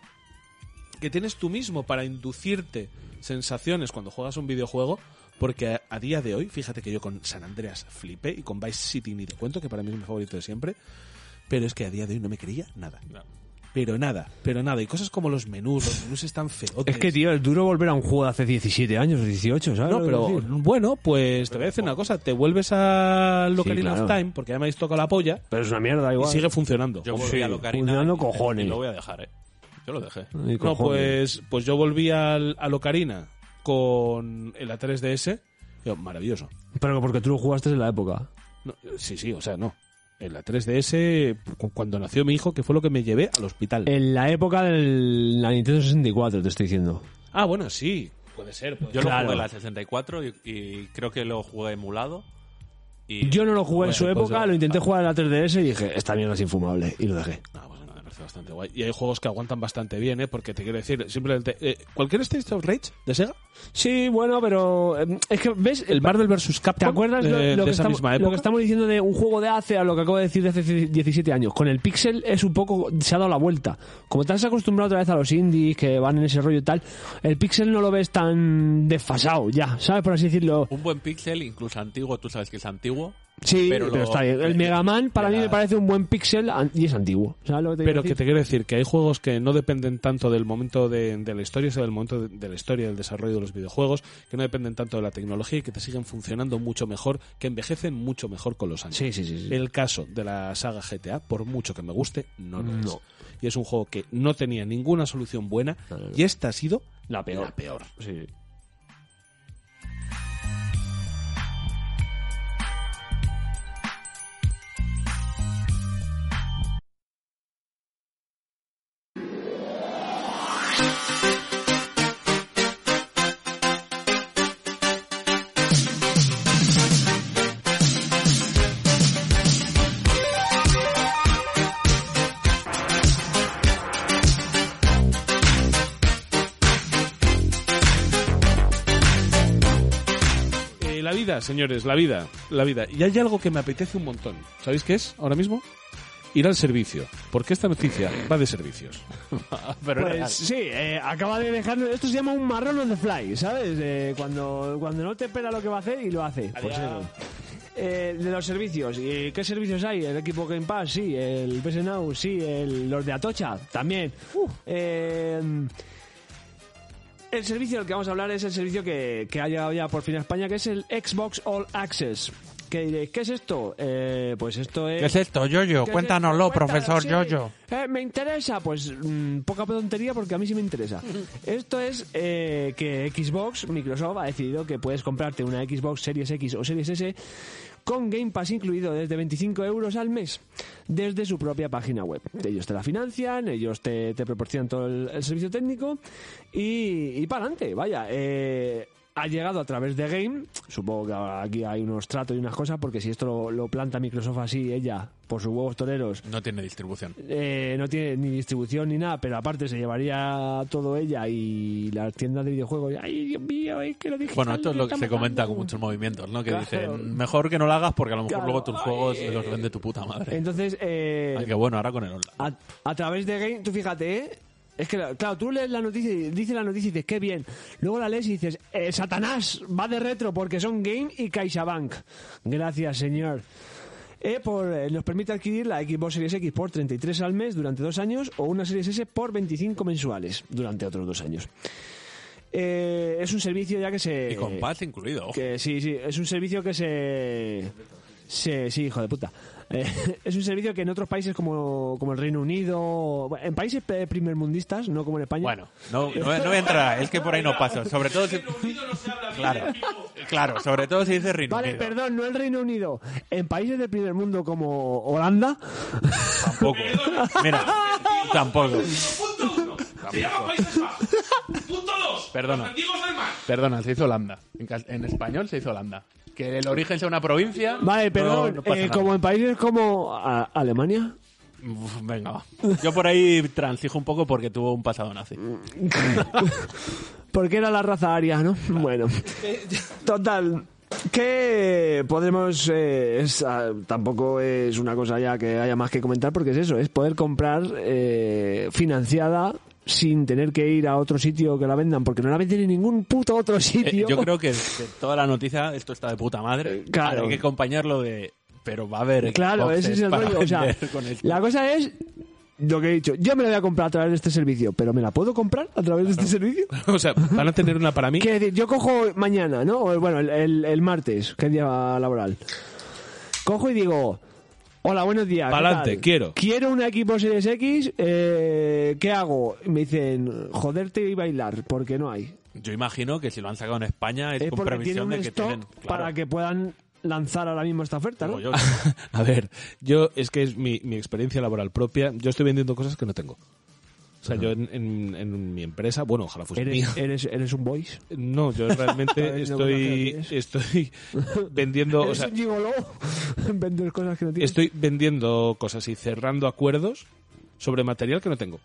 Speaker 1: que tienes tú mismo para inducirte sensaciones cuando juegas un videojuego, porque a, a día de hoy, fíjate que yo con San Andreas flipé y con Vice City ni te cuento, que para mí es mi favorito de siempre, pero es que a día de hoy no me creía nada. Pero nada, pero nada. Y cosas como los menús, los menús están feotes.
Speaker 3: Es que, tío, es duro volver a un juego de hace 17 años o 18, ¿sabes?
Speaker 1: No,
Speaker 3: lo que quiero
Speaker 1: pero
Speaker 3: decir?
Speaker 1: bueno, pues te voy a decir una cosa, te vuelves al Ocarina
Speaker 3: claro.
Speaker 1: of Time, porque ya me habéis tocado la polla,
Speaker 3: Pero es una mierda, igual.
Speaker 1: y sigue funcionando.
Speaker 2: Yo volví
Speaker 3: pues Sí,
Speaker 2: a Locarina
Speaker 3: funcionando
Speaker 2: y-
Speaker 3: cojones.
Speaker 2: y lo voy a dejar, eh. Yo lo dejé.
Speaker 3: Ay,
Speaker 1: No,
Speaker 3: cojones.
Speaker 1: pues, pues yo volví al, al Ocarina con el A3DS. Yo, maravilloso.
Speaker 3: Pero porque tú lo jugaste en la época.
Speaker 1: No, eh, sí, sí, o sea, no. En la 3DS, cu- cuando nació mi hijo, que fue lo que me llevé al hospital.
Speaker 3: En la época de la Nintendo 64, te estoy diciendo.
Speaker 1: Ah, bueno, sí. Puede ser. puede
Speaker 2: Yo
Speaker 1: ser.
Speaker 2: lo jugué en la 64 y, y creo que lo jugué emulado. Y
Speaker 3: Yo no lo jugué en
Speaker 1: Bueno,
Speaker 3: su
Speaker 1: pues
Speaker 3: época,
Speaker 1: ya.
Speaker 3: lo intenté jugar en la 3DS y dije, esta mierda es infumable, y lo dejé.
Speaker 1: Ah, bueno, me parece bastante guay. Y hay juegos que aguantan bastante bien, ¿eh? Porque te quiero decir, simplemente... eh, ¿Cualquier State of Rage de Sega?
Speaker 3: Sí, bueno, pero eh, es que, ¿ves?
Speaker 1: El Marvel vs. Capcom
Speaker 3: ¿Te acuerdas
Speaker 1: de,
Speaker 3: lo, lo
Speaker 1: de
Speaker 3: que
Speaker 1: esa
Speaker 3: estamos,
Speaker 1: misma época?
Speaker 3: lo que estamos diciendo de un juego de hace a lo que acabo de decir de hace 17 años? Con el Pixel es un poco, se ha dado la vuelta. Como te has acostumbrado otra vez a los indies que van en ese rollo y tal, el Pixel no lo ves tan desfasado ya, ¿sabes? Por así decirlo.
Speaker 2: un buen pixel, incluso antiguo, tú sabes que es antiguo.
Speaker 3: Sí, pero,
Speaker 2: pero eh, lo-
Speaker 3: está bien.
Speaker 1: eh,
Speaker 3: El
Speaker 2: de-
Speaker 3: Mega Man para
Speaker 2: de
Speaker 3: mí me
Speaker 2: las-
Speaker 3: parece un buen Pixel an- y es antiguo. ¿Sabes lo que te quiero
Speaker 1: Pero que
Speaker 3: decir?
Speaker 1: te quiero decir que hay juegos que no dependen tanto del momento de, de la historia, sino del momento de, de la historia, del desarrollo de los videojuegos, que no dependen tanto de la tecnología y que te siguen funcionando mucho mejor, que envejecen mucho mejor con los años.
Speaker 3: Sí, sí, sí. sí.
Speaker 1: El caso de la saga GTA, por mucho que me guste, no lo es. Y es un juego que no tenía ninguna solución buena y esta ha sido
Speaker 3: La peor.
Speaker 1: la peor.
Speaker 3: Sí.
Speaker 1: Eh, la vida, señores, la vida, la vida. Y hay algo que me apetece un montón. ¿Sabéis qué es ahora mismo? Ir al servicio, porque esta noticia va de servicios.
Speaker 3: Pues sí, eh, acaba de dejarlo. Esto se llama un marrón on the fly, ¿sabes? Eh, cuando, cuando no te espera lo que va a hacer y lo hace. Pues eso. Eh, de los servicios. ¿Y ¿Qué servicios hay? El equipo Game Pass, sí. El PS Now, sí. El- los de Atocha, también. Eh, el servicio del que vamos a hablar es el servicio que, que ha llegado ya por fin a España, que es el Xbox All Access. ¿Qué diréis? ¿Qué es esto? Eh, pues esto es...
Speaker 2: esto, Yoyo?
Speaker 3: ¿Qué es esto? Cuéntalo, sí. Eh, me interesa, pues mm, poca tontería porque a mí sí me interesa. Esto es eh, que Xbox, Microsoft ha decidido que puedes comprarte una Xbox Series X o Series S con Game Pass incluido desde 25 euros al mes desde su propia página web. Ellos te la financian, ellos te, te proporcionan todo el, el servicio técnico y, para adelante, vaya. eh, ha llegado a través de Game. Supongo que aquí hay unos tratos y unas cosas, porque si esto lo, lo planta Microsoft así, ella, por sus huevos toreros,
Speaker 2: No tiene distribución.
Speaker 3: eh, no tiene ni distribución ni nada, pero aparte se llevaría todo ella y las tiendas de videojuegos. ¡Ay, Dios mío! Es que lo digital
Speaker 2: Bueno, esto es lo que
Speaker 3: está
Speaker 2: se comenta
Speaker 3: matando".
Speaker 2: con muchos movimientos, ¿no? Que
Speaker 3: Claro.
Speaker 2: dicen, mejor que no lo hagas porque a lo mejor
Speaker 3: Claro.
Speaker 2: luego tus juegos los vende tu puta madre.
Speaker 3: Entonces, eh,
Speaker 2: Aunque bueno, ahora con el online.
Speaker 3: a, a través de Game, tú fíjate, ¿eh? Es que, claro, tú lees la noticia y dices la noticia y dices, qué bien. Luego la lees y dices, eh, Satanás va de retro porque son Game y CaixaBank. Gracias, señor. Eh, por, eh, nos permite adquirir la Xbox Series X por 33 al mes durante dos años o una Series S por 25 mensuales durante otros dos años. Eh, es un servicio ya que se...
Speaker 2: y con Paz incluido. ojo.
Speaker 3: Eh, Que sí, sí, es un servicio que se... se- sí, hijo de puta. Eh, es un servicio que en otros países como, como el Reino Unido, bueno, en países pe- primermundistas, no como en España.
Speaker 2: Bueno, no, no, no entra, es que por ahí no paso. Sobre todo si... Claro, claro, sobre todo si dice Reino
Speaker 3: Vale,
Speaker 2: Unido.
Speaker 3: perdón, no el Reino Unido. En países del primer mundo como Holanda,
Speaker 2: Tampoco. Mira, tampoco.
Speaker 7: Se llama Países Bajos. Punto 2.
Speaker 2: Perdona.
Speaker 7: Antiguos del mar.
Speaker 2: Perdona, se hizo Holanda. En, cas- en español se hizo Holanda. Que el origen sea una provincia.
Speaker 3: vale, perdón,
Speaker 2: no- no pasa
Speaker 3: eh,
Speaker 2: nada.
Speaker 3: como en países como a- Alemania.
Speaker 2: Uf, venga, va. Yo por ahí transijo un poco porque tuvo un pasado nazi.
Speaker 3: Porque era la raza aria, ¿no? Bueno. Total. Que podremos. eh, es, ah, tampoco es una cosa ya que haya más que comentar, porque es eso: es poder comprar eh, financiada sin tener que ir a otro sitio que la vendan, porque no la venden en ningún puto otro
Speaker 2: Eh,
Speaker 3: sitio.
Speaker 2: yo creo que de toda la noticia esto está de puta madre.
Speaker 3: Eh, claro.
Speaker 2: Hay que acompañarlo de. Pero va a haber.
Speaker 3: Claro,
Speaker 2: boxes
Speaker 3: ese es el
Speaker 2: para
Speaker 3: rollo. O sea,
Speaker 2: vender con esto.
Speaker 3: la cosa es lo que he dicho: yo me la voy a comprar a través de este servicio, pero ¿me la puedo comprar a través de este servicio?
Speaker 1: o sea, van a tener una para mí.
Speaker 3: Quiero decir, yo cojo mañana, ¿no? O, Bueno, el, el- el martes, que es día laboral. Cojo y digo, hola, buenos días. ¿qué
Speaker 1: Pa'lante,
Speaker 3: tal?
Speaker 1: quiero.
Speaker 3: Quiero un equipo Series X, eh, ¿qué hago? Y Me dicen, joderte y bailar, porque no hay.
Speaker 2: Yo imagino que si lo han sacado en España es,
Speaker 3: Es
Speaker 2: con
Speaker 3: Eh, porque tienen
Speaker 2: previsión
Speaker 3: un
Speaker 2: de que
Speaker 3: stock
Speaker 2: tienen. claro,
Speaker 3: para que puedan lanzar ahora mismo esta oferta, ¿no?
Speaker 2: digo yo,
Speaker 1: a ver, yo es que es mi, mi experiencia laboral propia. Yo estoy vendiendo cosas que no tengo. O sea, yo en, en- en mi empresa, bueno, ojalá fuese mía.
Speaker 3: ¿Eres, eres, eres un voice.
Speaker 1: No, yo realmente
Speaker 3: No creo que
Speaker 1: estoy,
Speaker 3: lo tienes.
Speaker 1: estoy vendiendo, o
Speaker 3: ¿Eres
Speaker 1: sea,
Speaker 3: un gigoló? Vender cosas que no tienes.
Speaker 1: estoy vendiendo cosas y cerrando acuerdos sobre material que no tengo.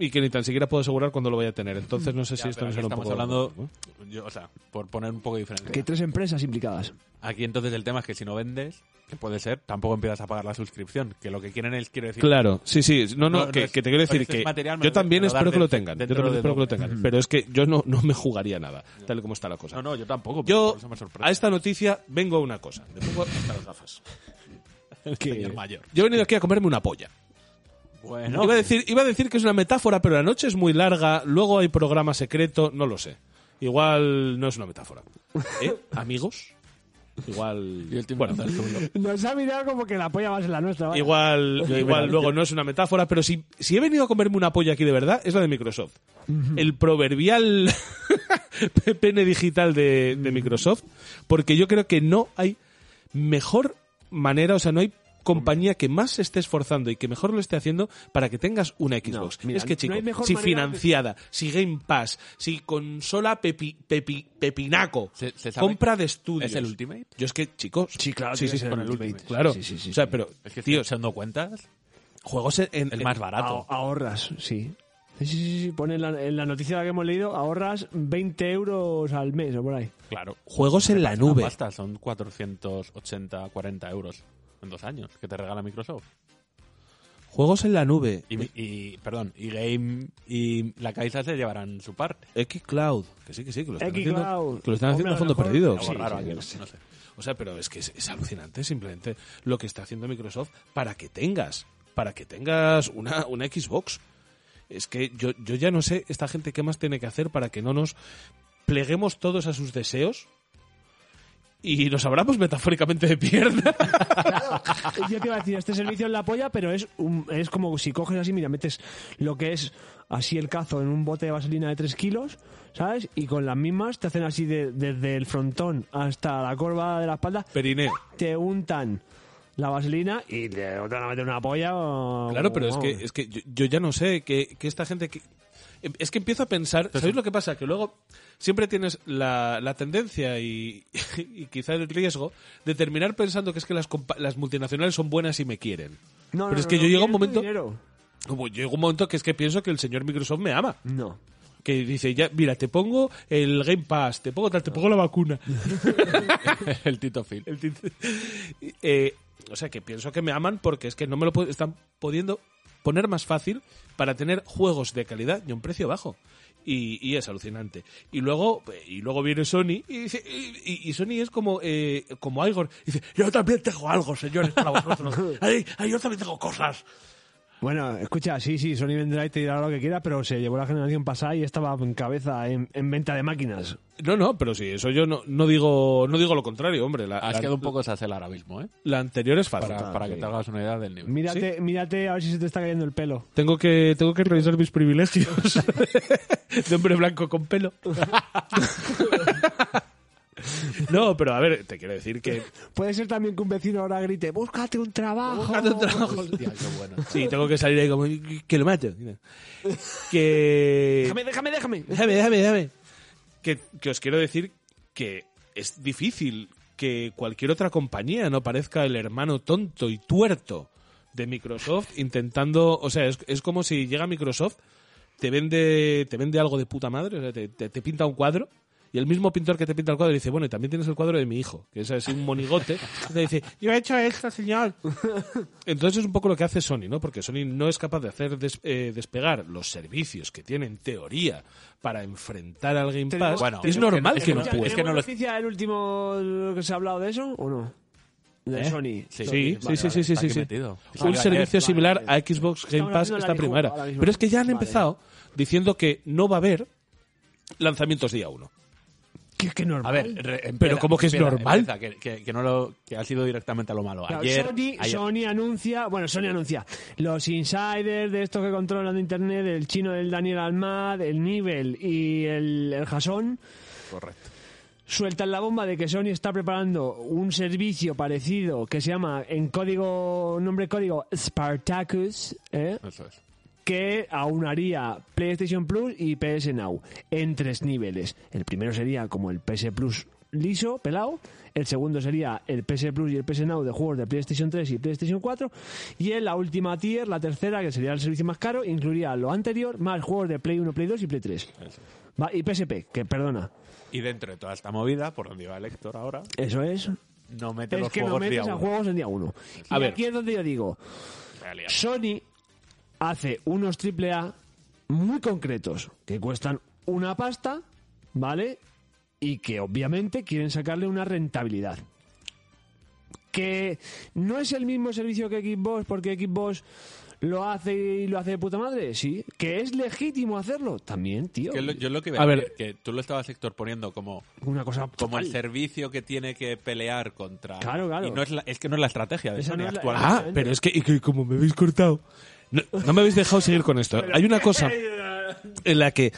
Speaker 1: Y que ni tan siquiera puedo asegurar cuándo lo voy a tener. Entonces no sé si
Speaker 2: Ya,
Speaker 1: esto
Speaker 2: pero
Speaker 1: me
Speaker 2: aquí
Speaker 1: suena un
Speaker 2: estamos
Speaker 1: poco...
Speaker 2: hablando.
Speaker 1: loco, ¿no?
Speaker 2: yo, o sea, por poner un poco de diferencia.
Speaker 3: Que tres empresas implicadas.
Speaker 2: Aquí entonces el tema es que si no vendes, que puede ser, tampoco empiezas a pagar la suscripción. Que lo que quieren es, quiero decir,
Speaker 1: Claro, sí, sí. No, no,
Speaker 2: No,
Speaker 1: que,
Speaker 2: no es-
Speaker 1: que te quiero decir
Speaker 2: oye,
Speaker 1: que
Speaker 2: es material, me
Speaker 1: yo
Speaker 2: lo-
Speaker 1: también
Speaker 2: me lo
Speaker 1: espero
Speaker 2: das
Speaker 1: que lo
Speaker 2: dentro-
Speaker 1: tengan. Yo
Speaker 2: dentro
Speaker 1: también
Speaker 2: de
Speaker 1: espero que lo
Speaker 2: dos
Speaker 1: tengan. Pero es que yo no, no me jugaría nada, tal y como está la cosa.
Speaker 2: No, no, yo tampoco. pero
Speaker 1: Yo
Speaker 2: por eso me sorprende.
Speaker 1: a esta noticia vengo a una cosa. Me pongo hasta las gafas.
Speaker 2: Señor mayor.
Speaker 1: Yo he venido aquí a comerme una polla.
Speaker 2: Bueno,
Speaker 1: Iba, a decir, iba a decir que es una metáfora, pero la noche es muy larga, luego hay programa secreto, no lo sé. Igual no es una metáfora. ¿Eh? ¿Amigos? Igual... bueno,
Speaker 3: Nos ha mirado como que la polla va a ser la nuestra. vaya.
Speaker 1: igual,
Speaker 3: Pues
Speaker 1: igual luego no es una metáfora, pero si, si he venido a comerme una polla aquí de verdad, es la de Microsoft. El proverbial pene digital de, de Microsoft, porque yo creo que no hay mejor manera, o sea, no hay compañía que más se esté esforzando y que mejor lo esté haciendo para que tengas una Xbox.
Speaker 3: mira,
Speaker 1: es que,
Speaker 3: no
Speaker 1: chico,
Speaker 3: hay mejor
Speaker 1: si
Speaker 3: manera de-
Speaker 1: financiada, si Game Pass, si consola pepi, pepi- pepinaco,
Speaker 2: Se- se sabe
Speaker 1: compra de
Speaker 2: que
Speaker 1: estudios.
Speaker 2: es el Ultimate.
Speaker 1: Yo es que, chicos...
Speaker 3: Sí, claro,
Speaker 1: Sí,
Speaker 3: tiene
Speaker 1: sí,
Speaker 3: que ser
Speaker 1: con
Speaker 3: el
Speaker 1: el
Speaker 3: Ultimate.
Speaker 1: Ultimate, Claro.
Speaker 3: Sí, sí, sí,
Speaker 1: o sea,
Speaker 3: sí.
Speaker 1: pero,
Speaker 2: es que
Speaker 1: tío, eh,
Speaker 2: estoy echando cuentas.
Speaker 1: juegos en, en-
Speaker 2: El más
Speaker 1: en-
Speaker 2: barato.
Speaker 3: Ah- ahorras, sí. Sí, sí, sí, sí, Pone en la, en la noticia que hemos leído, ahorras 20 euros al mes o por ahí.
Speaker 1: ah,
Speaker 2: Claro.
Speaker 1: Juegos en la nube.
Speaker 2: Basta, son 480, 40 euros en dos años que te regala Microsoft.
Speaker 1: Juegos en la nube.
Speaker 2: Y, y- perdón, y Game y la Caixa se llevarán su parte.
Speaker 1: Xcloud. Que sí, que sí, que lo están haciendo,
Speaker 3: Xcloud.
Speaker 1: que lo están haciendo
Speaker 3: Hombre,
Speaker 1: a fondo
Speaker 3: a lo mejor-
Speaker 1: perdido.
Speaker 2: Algo
Speaker 3: Sí,
Speaker 2: raro
Speaker 3: sí,
Speaker 2: aquí,
Speaker 3: yo
Speaker 2: no
Speaker 3: no
Speaker 2: sé.
Speaker 3: sé.
Speaker 2: no sé.
Speaker 1: O sea, pero es que es, es alucinante simplemente lo que está haciendo Microsoft para que tengas, para que tengas una, una Xbox. Es que yo, yo ya no sé esta gente qué más tiene que hacer para que no nos pleguemos todos a sus deseos y nos abramos metafóricamente de pierna.
Speaker 3: Yo te iba a decir, este servicio es la polla, pero es, un- es como si coges así, mira, metes lo que es así el cazo en un bote de vaselina de 3 kilos, ¿sabes? Y con las mismas te hacen así de- desde el frontón hasta la corva de la espalda,
Speaker 1: Perineo.
Speaker 3: te untan la vaselina y te te van a meter una polla. o-
Speaker 1: Claro, pero es que,
Speaker 3: vamos.
Speaker 1: es que yo, yo ya no sé que, que esta gente que, em- es que empiezo a pensar, ¿sabéis lo que pasa? Que luego siempre tienes la, la tendencia y, y quizá el riesgo de terminar pensando que es que las, compa- las multinacionales son buenas y me quieren.
Speaker 8: No,
Speaker 1: Pero
Speaker 8: no,
Speaker 1: es
Speaker 8: no,
Speaker 1: que
Speaker 8: no,
Speaker 1: yo llego a
Speaker 8: quieren tu
Speaker 1: un momento,
Speaker 8: dinero.
Speaker 1: como llega un momento que es que pienso que el señor Microsoft me ama.
Speaker 8: No.
Speaker 1: Que dice, ya, mira, te pongo el Game Pass, te pongo tal, te pongo la vacuna.
Speaker 2: el Tito Phil.
Speaker 1: El tin- Eh, o sea, que pienso que me aman porque es que no me lo pu- están pudiendo poner más fácil para tener juegos de calidad y a un precio bajo. Y, y es alucinante. Y luego, y luego viene Sony y, dice- y- y- y Sony es como, eh, como Algor. Y dice, yo también tengo algo, señores, para vosotros. Ay, ay, yo también tengo cosas.
Speaker 3: Bueno, escucha, sí, sí, Sony vendrá y te dirá lo que quiera, pero se llevó la generación pasada y estaba en cabeza en, en venta de máquinas.
Speaker 1: No, no, pero sí, eso yo no, no digo no digo lo contrario, hombre. La,
Speaker 2: Has
Speaker 1: la-
Speaker 2: quedado un poco sassel ahora mismo, ¿eh?
Speaker 1: la anterior es fácil.
Speaker 2: Para, para que te hagas una idea del nivel.
Speaker 3: Mírate, mírate a ver si se te está cayendo el pelo.
Speaker 1: Tengo que, tengo que revisar mis privilegios de hombre blanco con pelo. No, pero a ver, te quiero decir que
Speaker 8: Puede ser también que un vecino ahora grite, búscate un trabajo.
Speaker 2: Hostia, qué bueno.
Speaker 1: sí, tengo que salir ahí como que lo mato. Que
Speaker 8: Déjame, déjame, déjame.
Speaker 1: déjame, déjame, déjame. Que, que os quiero decir que es difícil que cualquier otra compañía no parezca el hermano tonto y tuerto de Microsoft intentando, o sea, es, es como si llega Microsoft, te vende, te vende algo de puta madre, o sea, te, te- te pinta un cuadro. Y el mismo pintor que te pinta el cuadro dice, bueno, y también tienes el cuadro de mi hijo, que es así un monigote. Y te dice, yo he hecho esto, señor. Entonces es un poco lo que hace Sony, ¿no? Porque Sony no es capaz de hacer des- eh, despegar los servicios que tiene en teoría para enfrentar al Game Pass.
Speaker 2: bueno,
Speaker 1: es
Speaker 2: es que-
Speaker 1: normal que,
Speaker 2: es
Speaker 1: no
Speaker 2: que-
Speaker 1: pueda.
Speaker 2: es que no lo-
Speaker 8: noticia el último lo que se ha hablado de eso o no? De
Speaker 1: ¿Eh?
Speaker 8: Sony.
Speaker 1: Sí, sí,
Speaker 2: vale,
Speaker 1: sí, sí,
Speaker 2: vale,
Speaker 1: sí,
Speaker 2: está
Speaker 1: sí,
Speaker 2: aquí
Speaker 1: sí.
Speaker 2: metido.
Speaker 1: Un
Speaker 2: Vale,
Speaker 1: servicio
Speaker 2: ayer.
Speaker 1: similar a
Speaker 8: Estamos
Speaker 1: Xbox Game Pass
Speaker 8: haciendo la
Speaker 1: está
Speaker 8: misma,
Speaker 1: primera.
Speaker 8: ahora mismo.
Speaker 1: Pero es que ya han
Speaker 8: Vale.
Speaker 1: empezado diciendo que no va a haber lanzamientos día uno.
Speaker 3: Que es que normal.
Speaker 2: A ver, re- espera,
Speaker 1: Pero ¿cómo que es
Speaker 2: espera,
Speaker 1: normal?
Speaker 2: empieza, que, que- que no lo, que ha sido directamente a lo malo.
Speaker 3: Claro,
Speaker 2: Ayer,
Speaker 3: Sony,
Speaker 2: ayer-
Speaker 3: Sony anuncia, bueno, Sony anuncia, los insiders de estos que controlan de internet, el chino del Daniel Almad, el Nivel y el, el Jason,
Speaker 2: Correcto.
Speaker 3: sueltan la bomba de que Sony está preparando un servicio parecido que se llama en código, nombre código Spartacus, ¿eh?
Speaker 2: Eso es.
Speaker 3: que aunaría PlayStation Plus y PS Now en tres niveles. El primero sería como el PS Plus liso, pelado. El segundo sería el PS Plus y el PS Now de juegos de PlayStation 3 y PlayStation 4. Y en la última tier, la tercera, que sería el servicio más caro, incluiría lo anterior más juegos de Play 1, Play 2 y Play 3. Va, y PSP, que perdona.
Speaker 2: Y dentro de toda esta movida, por donde iba el Héctor ahora,
Speaker 3: Eso es.
Speaker 2: no mete
Speaker 3: Es
Speaker 2: los
Speaker 3: que no
Speaker 2: juegos día
Speaker 3: metes a
Speaker 2: uno.
Speaker 3: juegos en día 1.
Speaker 1: A
Speaker 3: y
Speaker 1: ver.
Speaker 3: aquí es donde yo digo,
Speaker 2: Me ha liado.
Speaker 3: Sony hace unos triple A muy concretos que cuestan una pasta, ¿vale? Y que obviamente quieren sacarle una rentabilidad. Que no es el mismo servicio que Xbox porque Xbox lo hace y lo hace de puta madre, sí. Que es legítimo hacerlo también, tío.
Speaker 2: Que lo- yo lo que iba
Speaker 1: A
Speaker 2: a
Speaker 1: ver.
Speaker 2: ver, que tú lo estabas, Héctor, poniendo como,
Speaker 3: Una cosa
Speaker 2: como el
Speaker 3: total.
Speaker 2: servicio que tiene que pelear contra...
Speaker 3: Claro, claro.
Speaker 2: Y no es, la- es que no es la estrategia de
Speaker 3: Esa
Speaker 2: Sony
Speaker 3: no es la-
Speaker 2: actual.
Speaker 1: Ah,
Speaker 3: Exactamente.
Speaker 1: pero es que, y que como me habéis cortado, no, no me habéis dejado seguir con esto. Hay una cosa en la que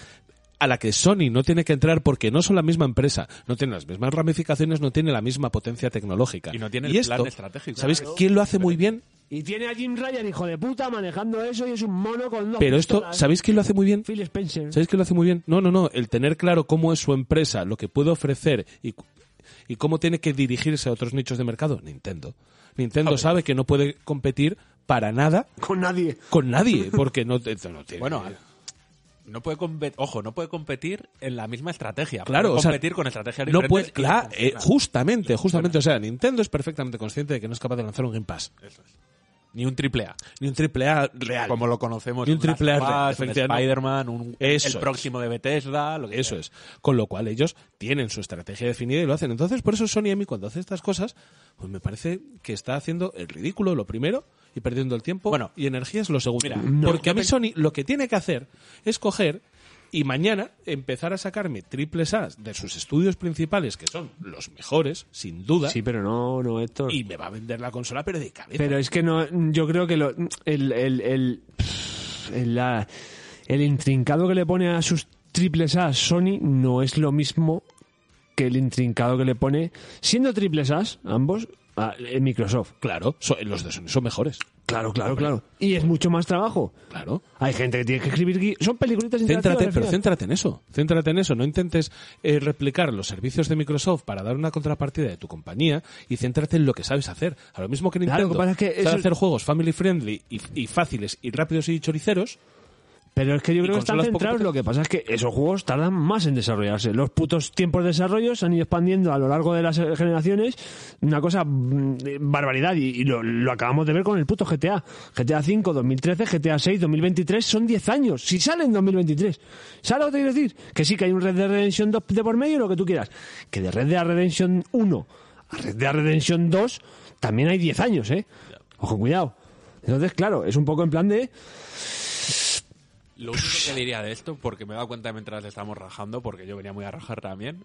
Speaker 1: a la que Sony no tiene que entrar porque no son la misma empresa, no tienen las mismas ramificaciones, no tiene la misma potencia tecnológica.
Speaker 2: Y no tiene el
Speaker 1: esto,
Speaker 2: plan estratégico.
Speaker 1: ¿Sabéis
Speaker 2: Claro.
Speaker 1: quién lo hace muy bien?
Speaker 3: Y tiene a Jim Ryan, hijo de puta, manejando eso y es un mono con dos
Speaker 1: Pero esto,
Speaker 3: pistolas.
Speaker 1: ¿sabéis quién lo hace muy bien?
Speaker 3: Phil Spencer.
Speaker 1: ¿Sabéis que lo hace muy bien? No, no, no. El tener claro cómo es su empresa, lo que puede ofrecer y, cu- y cómo tiene que dirigirse a otros nichos de mercado. Nintendo. Nintendo sabe que no puede competir para nada
Speaker 8: Con nadie.
Speaker 1: con nadie, porque no, te- no tiene.
Speaker 2: Bueno, al- no puede competir, ojo, no puede competir en la misma estrategia.
Speaker 1: Claro,
Speaker 2: puede
Speaker 1: o sea,
Speaker 2: competir con estrategias
Speaker 1: no
Speaker 2: diferentes.
Speaker 1: puede.
Speaker 2: y
Speaker 1: claro,
Speaker 2: no
Speaker 1: eh,
Speaker 2: funciona.
Speaker 1: justamente, justamente. O sea, Nintendo es perfectamente consciente de que no es capaz de lanzar un Game Pass.
Speaker 2: Ni un triple A.
Speaker 1: Ni un triple A real.
Speaker 2: Como lo conocemos.
Speaker 1: Ni un triple A
Speaker 2: Last of
Speaker 1: real,
Speaker 2: Us, un
Speaker 1: efectivamente.
Speaker 2: Spider-Man, un,
Speaker 1: Eso
Speaker 2: el
Speaker 1: es.
Speaker 2: próximo de Bethesda, lo que
Speaker 1: Eso es. Con lo cual ellos tienen su estrategia definida y lo hacen. Entonces, por eso Sony a mí cuando hace estas cosas, pues me parece que está haciendo el ridículo lo primero y perdiendo el tiempo
Speaker 2: Bueno.
Speaker 1: y energías lo segundo.
Speaker 2: Mira,
Speaker 1: Porque a mí Sony lo que tiene que hacer es coger y mañana empezar a sacarme triples A de sus estudios principales, que son los mejores, sin duda,
Speaker 3: Sí, pero no, no, Héctor.
Speaker 1: y me va a vender la consola, pero de cabeza.
Speaker 3: Pero es que no, yo creo que lo, el, el, el, el, la- el intrincado que le pone a sus triples A Sony no es lo mismo que el intrincado que le pone, siendo triples A ambos, Ah, en Microsoft.
Speaker 1: Claro, so- los de Sony son mejores.
Speaker 3: Claro, claro, claro. Y es mucho más trabajo.
Speaker 1: Claro.
Speaker 3: Hay gente que tiene que escribir gui- Son peliculitas
Speaker 1: Céntrate,
Speaker 3: interactivas,
Speaker 1: pero
Speaker 3: al final.
Speaker 1: céntrate en eso. Céntrate en eso. No intentes eh, replicar los servicios de Microsoft para dar una contrapartida de tu compañía y céntrate en lo que sabes hacer. A lo mismo que
Speaker 3: Claro,
Speaker 1: Nintendo
Speaker 3: lo que pasa es que
Speaker 1: sabe
Speaker 3: eso-
Speaker 1: hacer juegos family friendly y, y fáciles y rápidos y choriceros.
Speaker 3: Pero es que yo creo que están
Speaker 1: consolas poco
Speaker 3: centrados.
Speaker 1: potentes.
Speaker 3: Lo que pasa es que esos juegos tardan más en desarrollarse. Los putos tiempos de desarrollo se han ido expandiendo a lo largo de las eh, generaciones. Una cosa mm, eh, barbaridad. Y, y lo, lo acabamos de ver con el puto GTA. GTA 5, 2013, GTA 6, 2023. Son 10 años. Si sale en 2023. ¿Sabes lo que te quiero decir? Que sí, que hay un Red Dead Redemption 2 de por medio y lo que tú quieras. Que de Red Dead Redemption 1 a Red Dead Redemption 2 también hay 10 años, ¿eh? Ojo, cuidado. Entonces, claro, es un poco en plan de...
Speaker 2: Lo único que diría de esto, porque me he dado cuenta mientras le estamos rajando, porque yo venía muy a rajar también,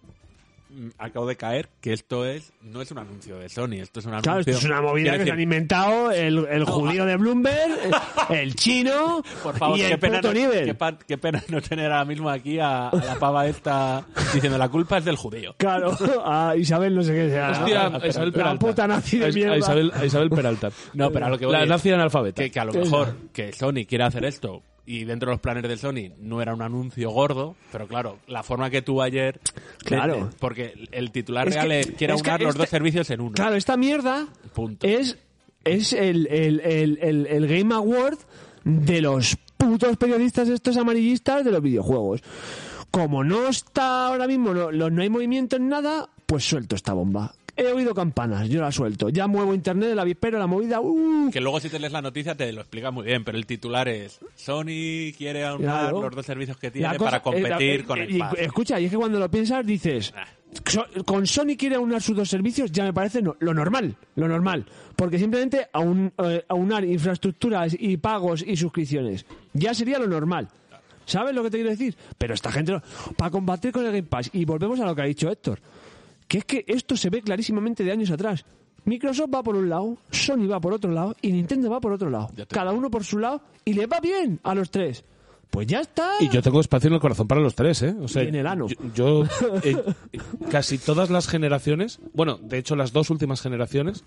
Speaker 2: mm, acabo de caer que esto es no es un anuncio de Sony, esto es un anuncio...
Speaker 3: Claro, esto es una movida que
Speaker 2: Quiero
Speaker 3: se han
Speaker 2: decir, ah.
Speaker 3: inventado el, el judío de Bloomberg, el chino
Speaker 2: Por favor,
Speaker 3: y
Speaker 2: qué
Speaker 3: el
Speaker 2: pena, no,
Speaker 3: puto nivel.
Speaker 2: qué pa- qué pena no tener ahora mismo aquí a, a la pava esta diciendo la culpa es del judío.
Speaker 3: Claro, a Isabel no sé qué sea.
Speaker 1: Hostia,
Speaker 3: la,
Speaker 1: a Isabel Peralta.
Speaker 3: puta nazi de
Speaker 1: A Is-
Speaker 3: mierda.
Speaker 1: a Isabel, a Isabel Peralta.
Speaker 2: No, pero a lo que voy
Speaker 1: La
Speaker 2: es-
Speaker 1: nazi analfabeta.
Speaker 2: Que, que a lo mejor que Sony quiera hacer esto y dentro de los planes de Sony no era un anuncio gordo, pero claro, la forma que tuvo ayer... eh,
Speaker 3: Claro.
Speaker 2: Porque el titular
Speaker 3: Es
Speaker 2: real
Speaker 3: que-
Speaker 2: es quiere
Speaker 3: es que
Speaker 2: aunar los
Speaker 3: este-
Speaker 2: dos servicios en uno.
Speaker 3: Claro, esta mierda
Speaker 2: Punto.
Speaker 3: es, es el, el- el- el- el Game Award de los putos periodistas estos amarillistas de los videojuegos. Como no está ahora mismo, no, lo- no hay movimiento en nada, pues suelto esta bomba. He oído campanas, yo la suelto. Ya muevo internet, el avispero, la movida. ¡uh!
Speaker 2: Que luego si te lees la noticia te lo explica muy bien, pero el titular es Sony quiere aunar
Speaker 3: Claro.
Speaker 2: los dos servicios que
Speaker 3: La
Speaker 2: tiene
Speaker 3: cosa-
Speaker 2: para competir
Speaker 3: eh, la-
Speaker 2: con el Ah.
Speaker 3: y-
Speaker 2: Pass.
Speaker 3: Escucha, y es que cuando lo piensas dices, so- con Sony quiere aunar sus dos servicios, ya me parece no- lo normal, lo normal. Porque simplemente aun- eh, aunar infraestructuras y pagos y suscripciones, ya sería lo normal. ¿Sabes lo que te quiero decir? Pero esta gente, no- para combatir con el Game Pass, y volvemos a lo que ha dicho Héctor, que es que esto se ve clarísimamente de años atrás. Microsoft va por un lado, Sony va por otro lado y Nintendo va por otro lado.
Speaker 2: Ya te
Speaker 3: Cada uno por su lado y le va bien a los tres. Pues ya está.
Speaker 1: Y yo tengo espacio en el corazón para los tres, ¿eh? O sea,
Speaker 3: Y en el ano.
Speaker 1: Yo, yo, eh, casi todas las generaciones, bueno, de hecho las dos últimas generaciones,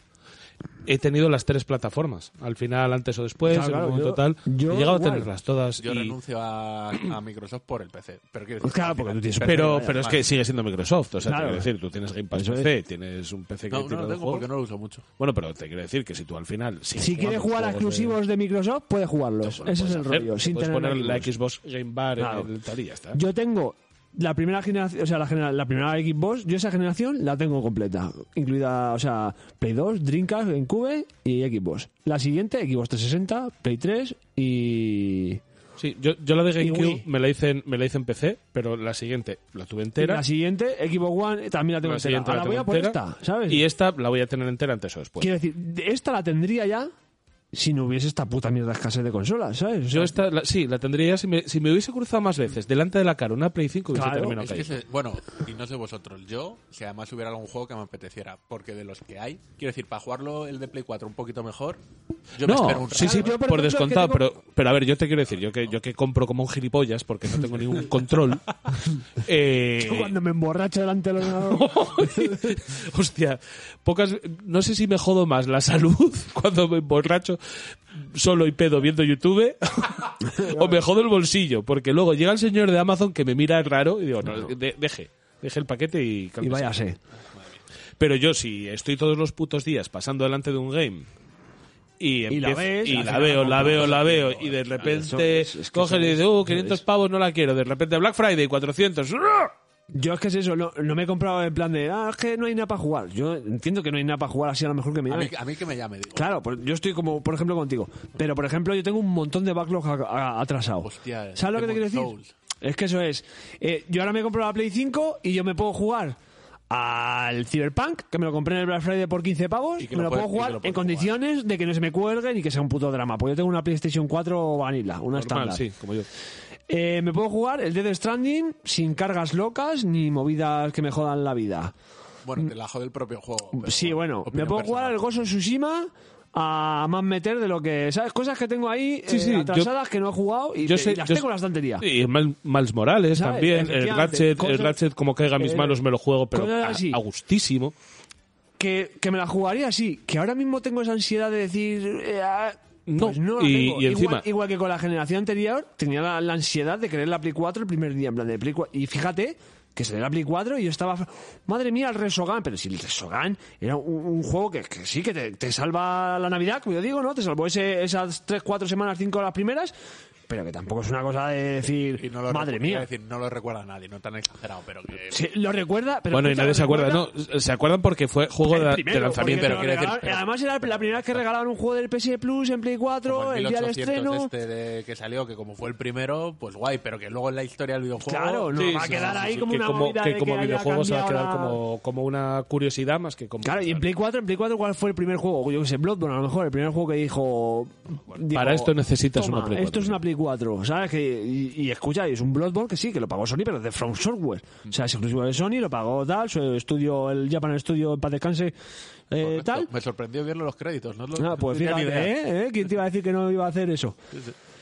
Speaker 1: he tenido las tres plataformas. Al final, antes o después,
Speaker 3: Claro,
Speaker 1: en
Speaker 3: claro,
Speaker 1: algún momento
Speaker 3: yo-
Speaker 1: tal,
Speaker 3: yo
Speaker 1: he llegado
Speaker 3: igual.
Speaker 1: a tenerlas todas.
Speaker 2: Yo
Speaker 1: y-
Speaker 2: renuncio a, a Microsoft por el PC. Pero quiero decir,
Speaker 3: Claro,
Speaker 2: al
Speaker 3: porque
Speaker 2: final-
Speaker 3: tú tienes un
Speaker 1: pero,
Speaker 2: vaya,
Speaker 1: pero es
Speaker 2: vale.
Speaker 1: que sigue siendo Microsoft, o sea,
Speaker 3: Claro.
Speaker 1: te quiero decir, tú tienes Game Pass
Speaker 3: Eso es.
Speaker 1: PC, tienes un PC que
Speaker 2: No,
Speaker 1: tiene
Speaker 2: no lo
Speaker 1: de
Speaker 2: tengo
Speaker 1: juegos.
Speaker 2: porque no lo uso mucho.
Speaker 1: Bueno, pero te quiero decir que si tú al final... sigues
Speaker 3: Si quieres
Speaker 1: jugando
Speaker 3: jugar a
Speaker 1: juegos de-
Speaker 3: exclusivos de Microsoft, puedes jugarlos. Ese es el
Speaker 1: hacer,
Speaker 3: rollo.
Speaker 1: te
Speaker 3: Sin
Speaker 1: eh, puedes
Speaker 3: tener
Speaker 1: poner la
Speaker 3: Xbox.
Speaker 1: Xbox Game Bar
Speaker 3: Claro.
Speaker 1: en el tal y ya está.
Speaker 3: Yo tengo la primera generación, o sea, la, genera- la primera Xbox, yo esa generación la tengo completa. Incluida, o sea, Play 2, Dreamcast, GameCube y Xbox. La siguiente, Xbox 360, Play 3 y...
Speaker 1: Sí, yo, yo la de GameCube
Speaker 3: Wii.
Speaker 1: me la, hice en, me la hice en PC, pero la siguiente la tuve
Speaker 3: y
Speaker 1: entera.
Speaker 3: la siguiente, Xbox One, eh, también la tengo
Speaker 1: la
Speaker 3: entera.
Speaker 1: siguiente
Speaker 3: Ahora
Speaker 1: la
Speaker 3: voy
Speaker 1: tengo
Speaker 3: a por
Speaker 1: entera,
Speaker 3: esta, ¿sabes?
Speaker 1: Y esta la voy a tener entera antes o después.
Speaker 3: Quiero decir, de- esta la tendría ya si no hubiese esta puta mierda escasez de consolas, ¿sabes? O sea,
Speaker 1: Yo esta, la- sí, la tendría si me, si me hubiese cruzado más veces delante de la cara una Play 5 hubiese
Speaker 3: Claro,
Speaker 1: terminado
Speaker 2: Es que
Speaker 1: cayendo.
Speaker 2: se- bueno, y no sé vosotros, yo, si además hubiera algún juego que me apeteciera, porque de los que hay, quiero decir, para jugarlo el de Play 4 un poquito mejor, yo me espero
Speaker 1: No,
Speaker 2: un
Speaker 1: sí,
Speaker 2: rato.
Speaker 1: sí,
Speaker 3: Yo, por
Speaker 1: por
Speaker 3: ejemplo,
Speaker 1: descontado,
Speaker 3: es que tengo-
Speaker 1: pero, pero a ver, yo te quiero decir, yo que, yo que compro como un gilipollas porque no tengo ningún control. eh,
Speaker 3: cuando me emborracho delante del ordenador...
Speaker 1: Hostia, pocas. No sé si me jodo más la salud cuando me emborracho solo y pedo viendo YouTube o me jodo el bolsillo, porque luego llega el señor de Amazon que me mira raro y digo, no, de- deje, deje el paquete y
Speaker 3: y
Speaker 1: cálmese.
Speaker 3: váyase.
Speaker 1: Pero yo, si estoy todos los putos días pasando delante de un game. Y,
Speaker 3: la
Speaker 1: empiezo-
Speaker 3: ves,
Speaker 1: y
Speaker 3: al
Speaker 1: la
Speaker 3: final
Speaker 1: veo,
Speaker 3: la
Speaker 1: la veo,
Speaker 3: compras,
Speaker 1: la
Speaker 3: tío,
Speaker 1: veo.
Speaker 3: joder,
Speaker 1: Y de
Speaker 3: eh. claro, eso
Speaker 1: repente
Speaker 3: es- es que
Speaker 1: coges y
Speaker 3: eso
Speaker 1: dices,
Speaker 3: es-
Speaker 1: uh,
Speaker 3: eso
Speaker 1: 500
Speaker 3: es.
Speaker 1: pavos no la quiero. De repente Black Friday, 400. ¡ah!
Speaker 3: Yo es que es eso, no, no me he comprado en plan de, ah, es que no hay nada para jugar. Yo entiendo que no hay nada para jugar así a lo mejor que me
Speaker 2: A mí,
Speaker 3: llame.
Speaker 2: a mí que me llame, digo.
Speaker 3: Claro, pues yo estoy como, por ejemplo, contigo. Pero, por ejemplo, yo tengo un montón de backlog a- a- atrasado.
Speaker 2: Hostia, eh,
Speaker 3: ¿Sabes lo que te quiero
Speaker 2: Demon's
Speaker 3: decir?
Speaker 2: Souls.
Speaker 3: Es que eso es. Eh, yo ahora me he comprado la Play 5 y yo me puedo jugar al Cyberpunk, que me lo compré en el Black Friday por 15 pavos,
Speaker 2: Y que
Speaker 3: me lo
Speaker 2: lo puedes-
Speaker 3: puedo
Speaker 2: y que
Speaker 3: jugar
Speaker 2: lo
Speaker 3: en
Speaker 2: puedes
Speaker 3: condiciones de que no se me cuelguen y que sea un puto drama. Porque yo tengo una PlayStation 4 vanilla,
Speaker 1: Normal,
Speaker 3: una estándar.
Speaker 1: sí, como yo.
Speaker 3: Eh, me puedo jugar el Dead Stranding sin cargas locas ni movidas que me jodan la vida.
Speaker 2: Bueno, te la jode el propio juego. pero
Speaker 3: sí, bueno, me
Speaker 2: opinión
Speaker 3: puedo
Speaker 2: personal.
Speaker 3: jugar al Gozo Tsushima a más meter de lo que, ¿sabes? Cosas que tengo ahí
Speaker 1: Sí,
Speaker 3: eh,
Speaker 1: sí, yo-
Speaker 3: atrasadas que no he jugado y,
Speaker 1: yo
Speaker 3: y
Speaker 1: sé-
Speaker 3: las
Speaker 1: yo
Speaker 3: tengo
Speaker 1: sé-
Speaker 3: en la estantería.
Speaker 1: Y Mal- Miles Morales
Speaker 3: ¿Sabes?
Speaker 1: también, el
Speaker 3: Efectivamente,
Speaker 1: Ratchet, el
Speaker 3: cosas-
Speaker 1: Ratchet como caiga a mis
Speaker 3: eh,
Speaker 1: manos me lo juego, pero
Speaker 3: cosas
Speaker 1: a,
Speaker 3: así.
Speaker 1: a gustísimo.
Speaker 3: que, que me la jugaría así, que ahora mismo tengo esa ansiedad de decir... eh, ah,
Speaker 1: No,
Speaker 3: pues no la
Speaker 1: y-
Speaker 3: tengo.
Speaker 1: y encima-
Speaker 3: igual, igual que con la generación anterior, tenía la, la ansiedad de querer la Play 4 el primer día, en plan de Play 4. Y fíjate que se la Play 4 y yo estaba... Madre mía, el Resogan, pero si el Resogan era un, un juego que, que sí, que te, te salva la Navidad, como yo digo, ¿no? Te salvó ese, esas 3, 4 semanas, 5 las primeras, pero que tampoco es una cosa de decir,
Speaker 2: Y no lo
Speaker 3: madre
Speaker 2: recu-
Speaker 3: mía.
Speaker 2: quiero decir, no lo recuerda nadie, no tan exagerado, pero que.
Speaker 3: Sí, lo recuerda, pero...
Speaker 1: bueno, y
Speaker 3: escucha,
Speaker 1: nadie
Speaker 3: lo
Speaker 1: se acuerda,
Speaker 3: recuerda
Speaker 1: no, se acuerdan porque fue juego
Speaker 3: el
Speaker 1: de,
Speaker 3: primero,
Speaker 1: de lanzamiento.
Speaker 3: porque te lo
Speaker 1: quiero decir,
Speaker 3: regalaron- además era la primera vez que regalaban un juego del PS Plus en Play 4,
Speaker 2: como
Speaker 3: el,
Speaker 2: el
Speaker 3: día del
Speaker 2: 1800
Speaker 3: estreno.
Speaker 2: este de- que salió, que como fue el primero, pues guay, pero que luego en la historia del videojuego.
Speaker 3: Claro, no
Speaker 1: Sí,
Speaker 3: va a
Speaker 1: sí,
Speaker 3: quedar
Speaker 1: sí,
Speaker 3: ahí
Speaker 1: sí,
Speaker 3: como
Speaker 1: que
Speaker 3: una
Speaker 1: como,
Speaker 3: movida
Speaker 1: que
Speaker 3: de
Speaker 1: como
Speaker 3: que haya
Speaker 1: videojuego se va a quedar
Speaker 3: cambiado la-
Speaker 1: como, como una curiosidad más que como
Speaker 3: Claro, y en Play 4, en Play 4 ¿cuál fue el primer juego? Yo que sé, Bloodborne, a lo mejor, el primer juego que dijo... dijo,
Speaker 1: para esto necesitas
Speaker 3: "Toma,
Speaker 1: una Play
Speaker 3: Esto
Speaker 1: 4",
Speaker 3: es
Speaker 1: sí.
Speaker 3: una Play 4, ¿sabes? Que, y, y escucha, es un Bloodborne que sí, que lo pagó Sony, pero es de From Software.
Speaker 1: Mm.
Speaker 3: O sea, es exclusivo de Sony, lo pagó tal, su estudio, el Japan Studio, en paz descanse, eh,
Speaker 2: Correcto.
Speaker 3: tal.
Speaker 2: Pues Me sorprendió verlo los créditos, ¿no? lo-
Speaker 3: Ah, pues
Speaker 2: no tenía ni
Speaker 3: fíjate,
Speaker 2: idea.
Speaker 3: ¿eh? ¿Eh? ¿Quién te iba a decir que no iba a hacer eso?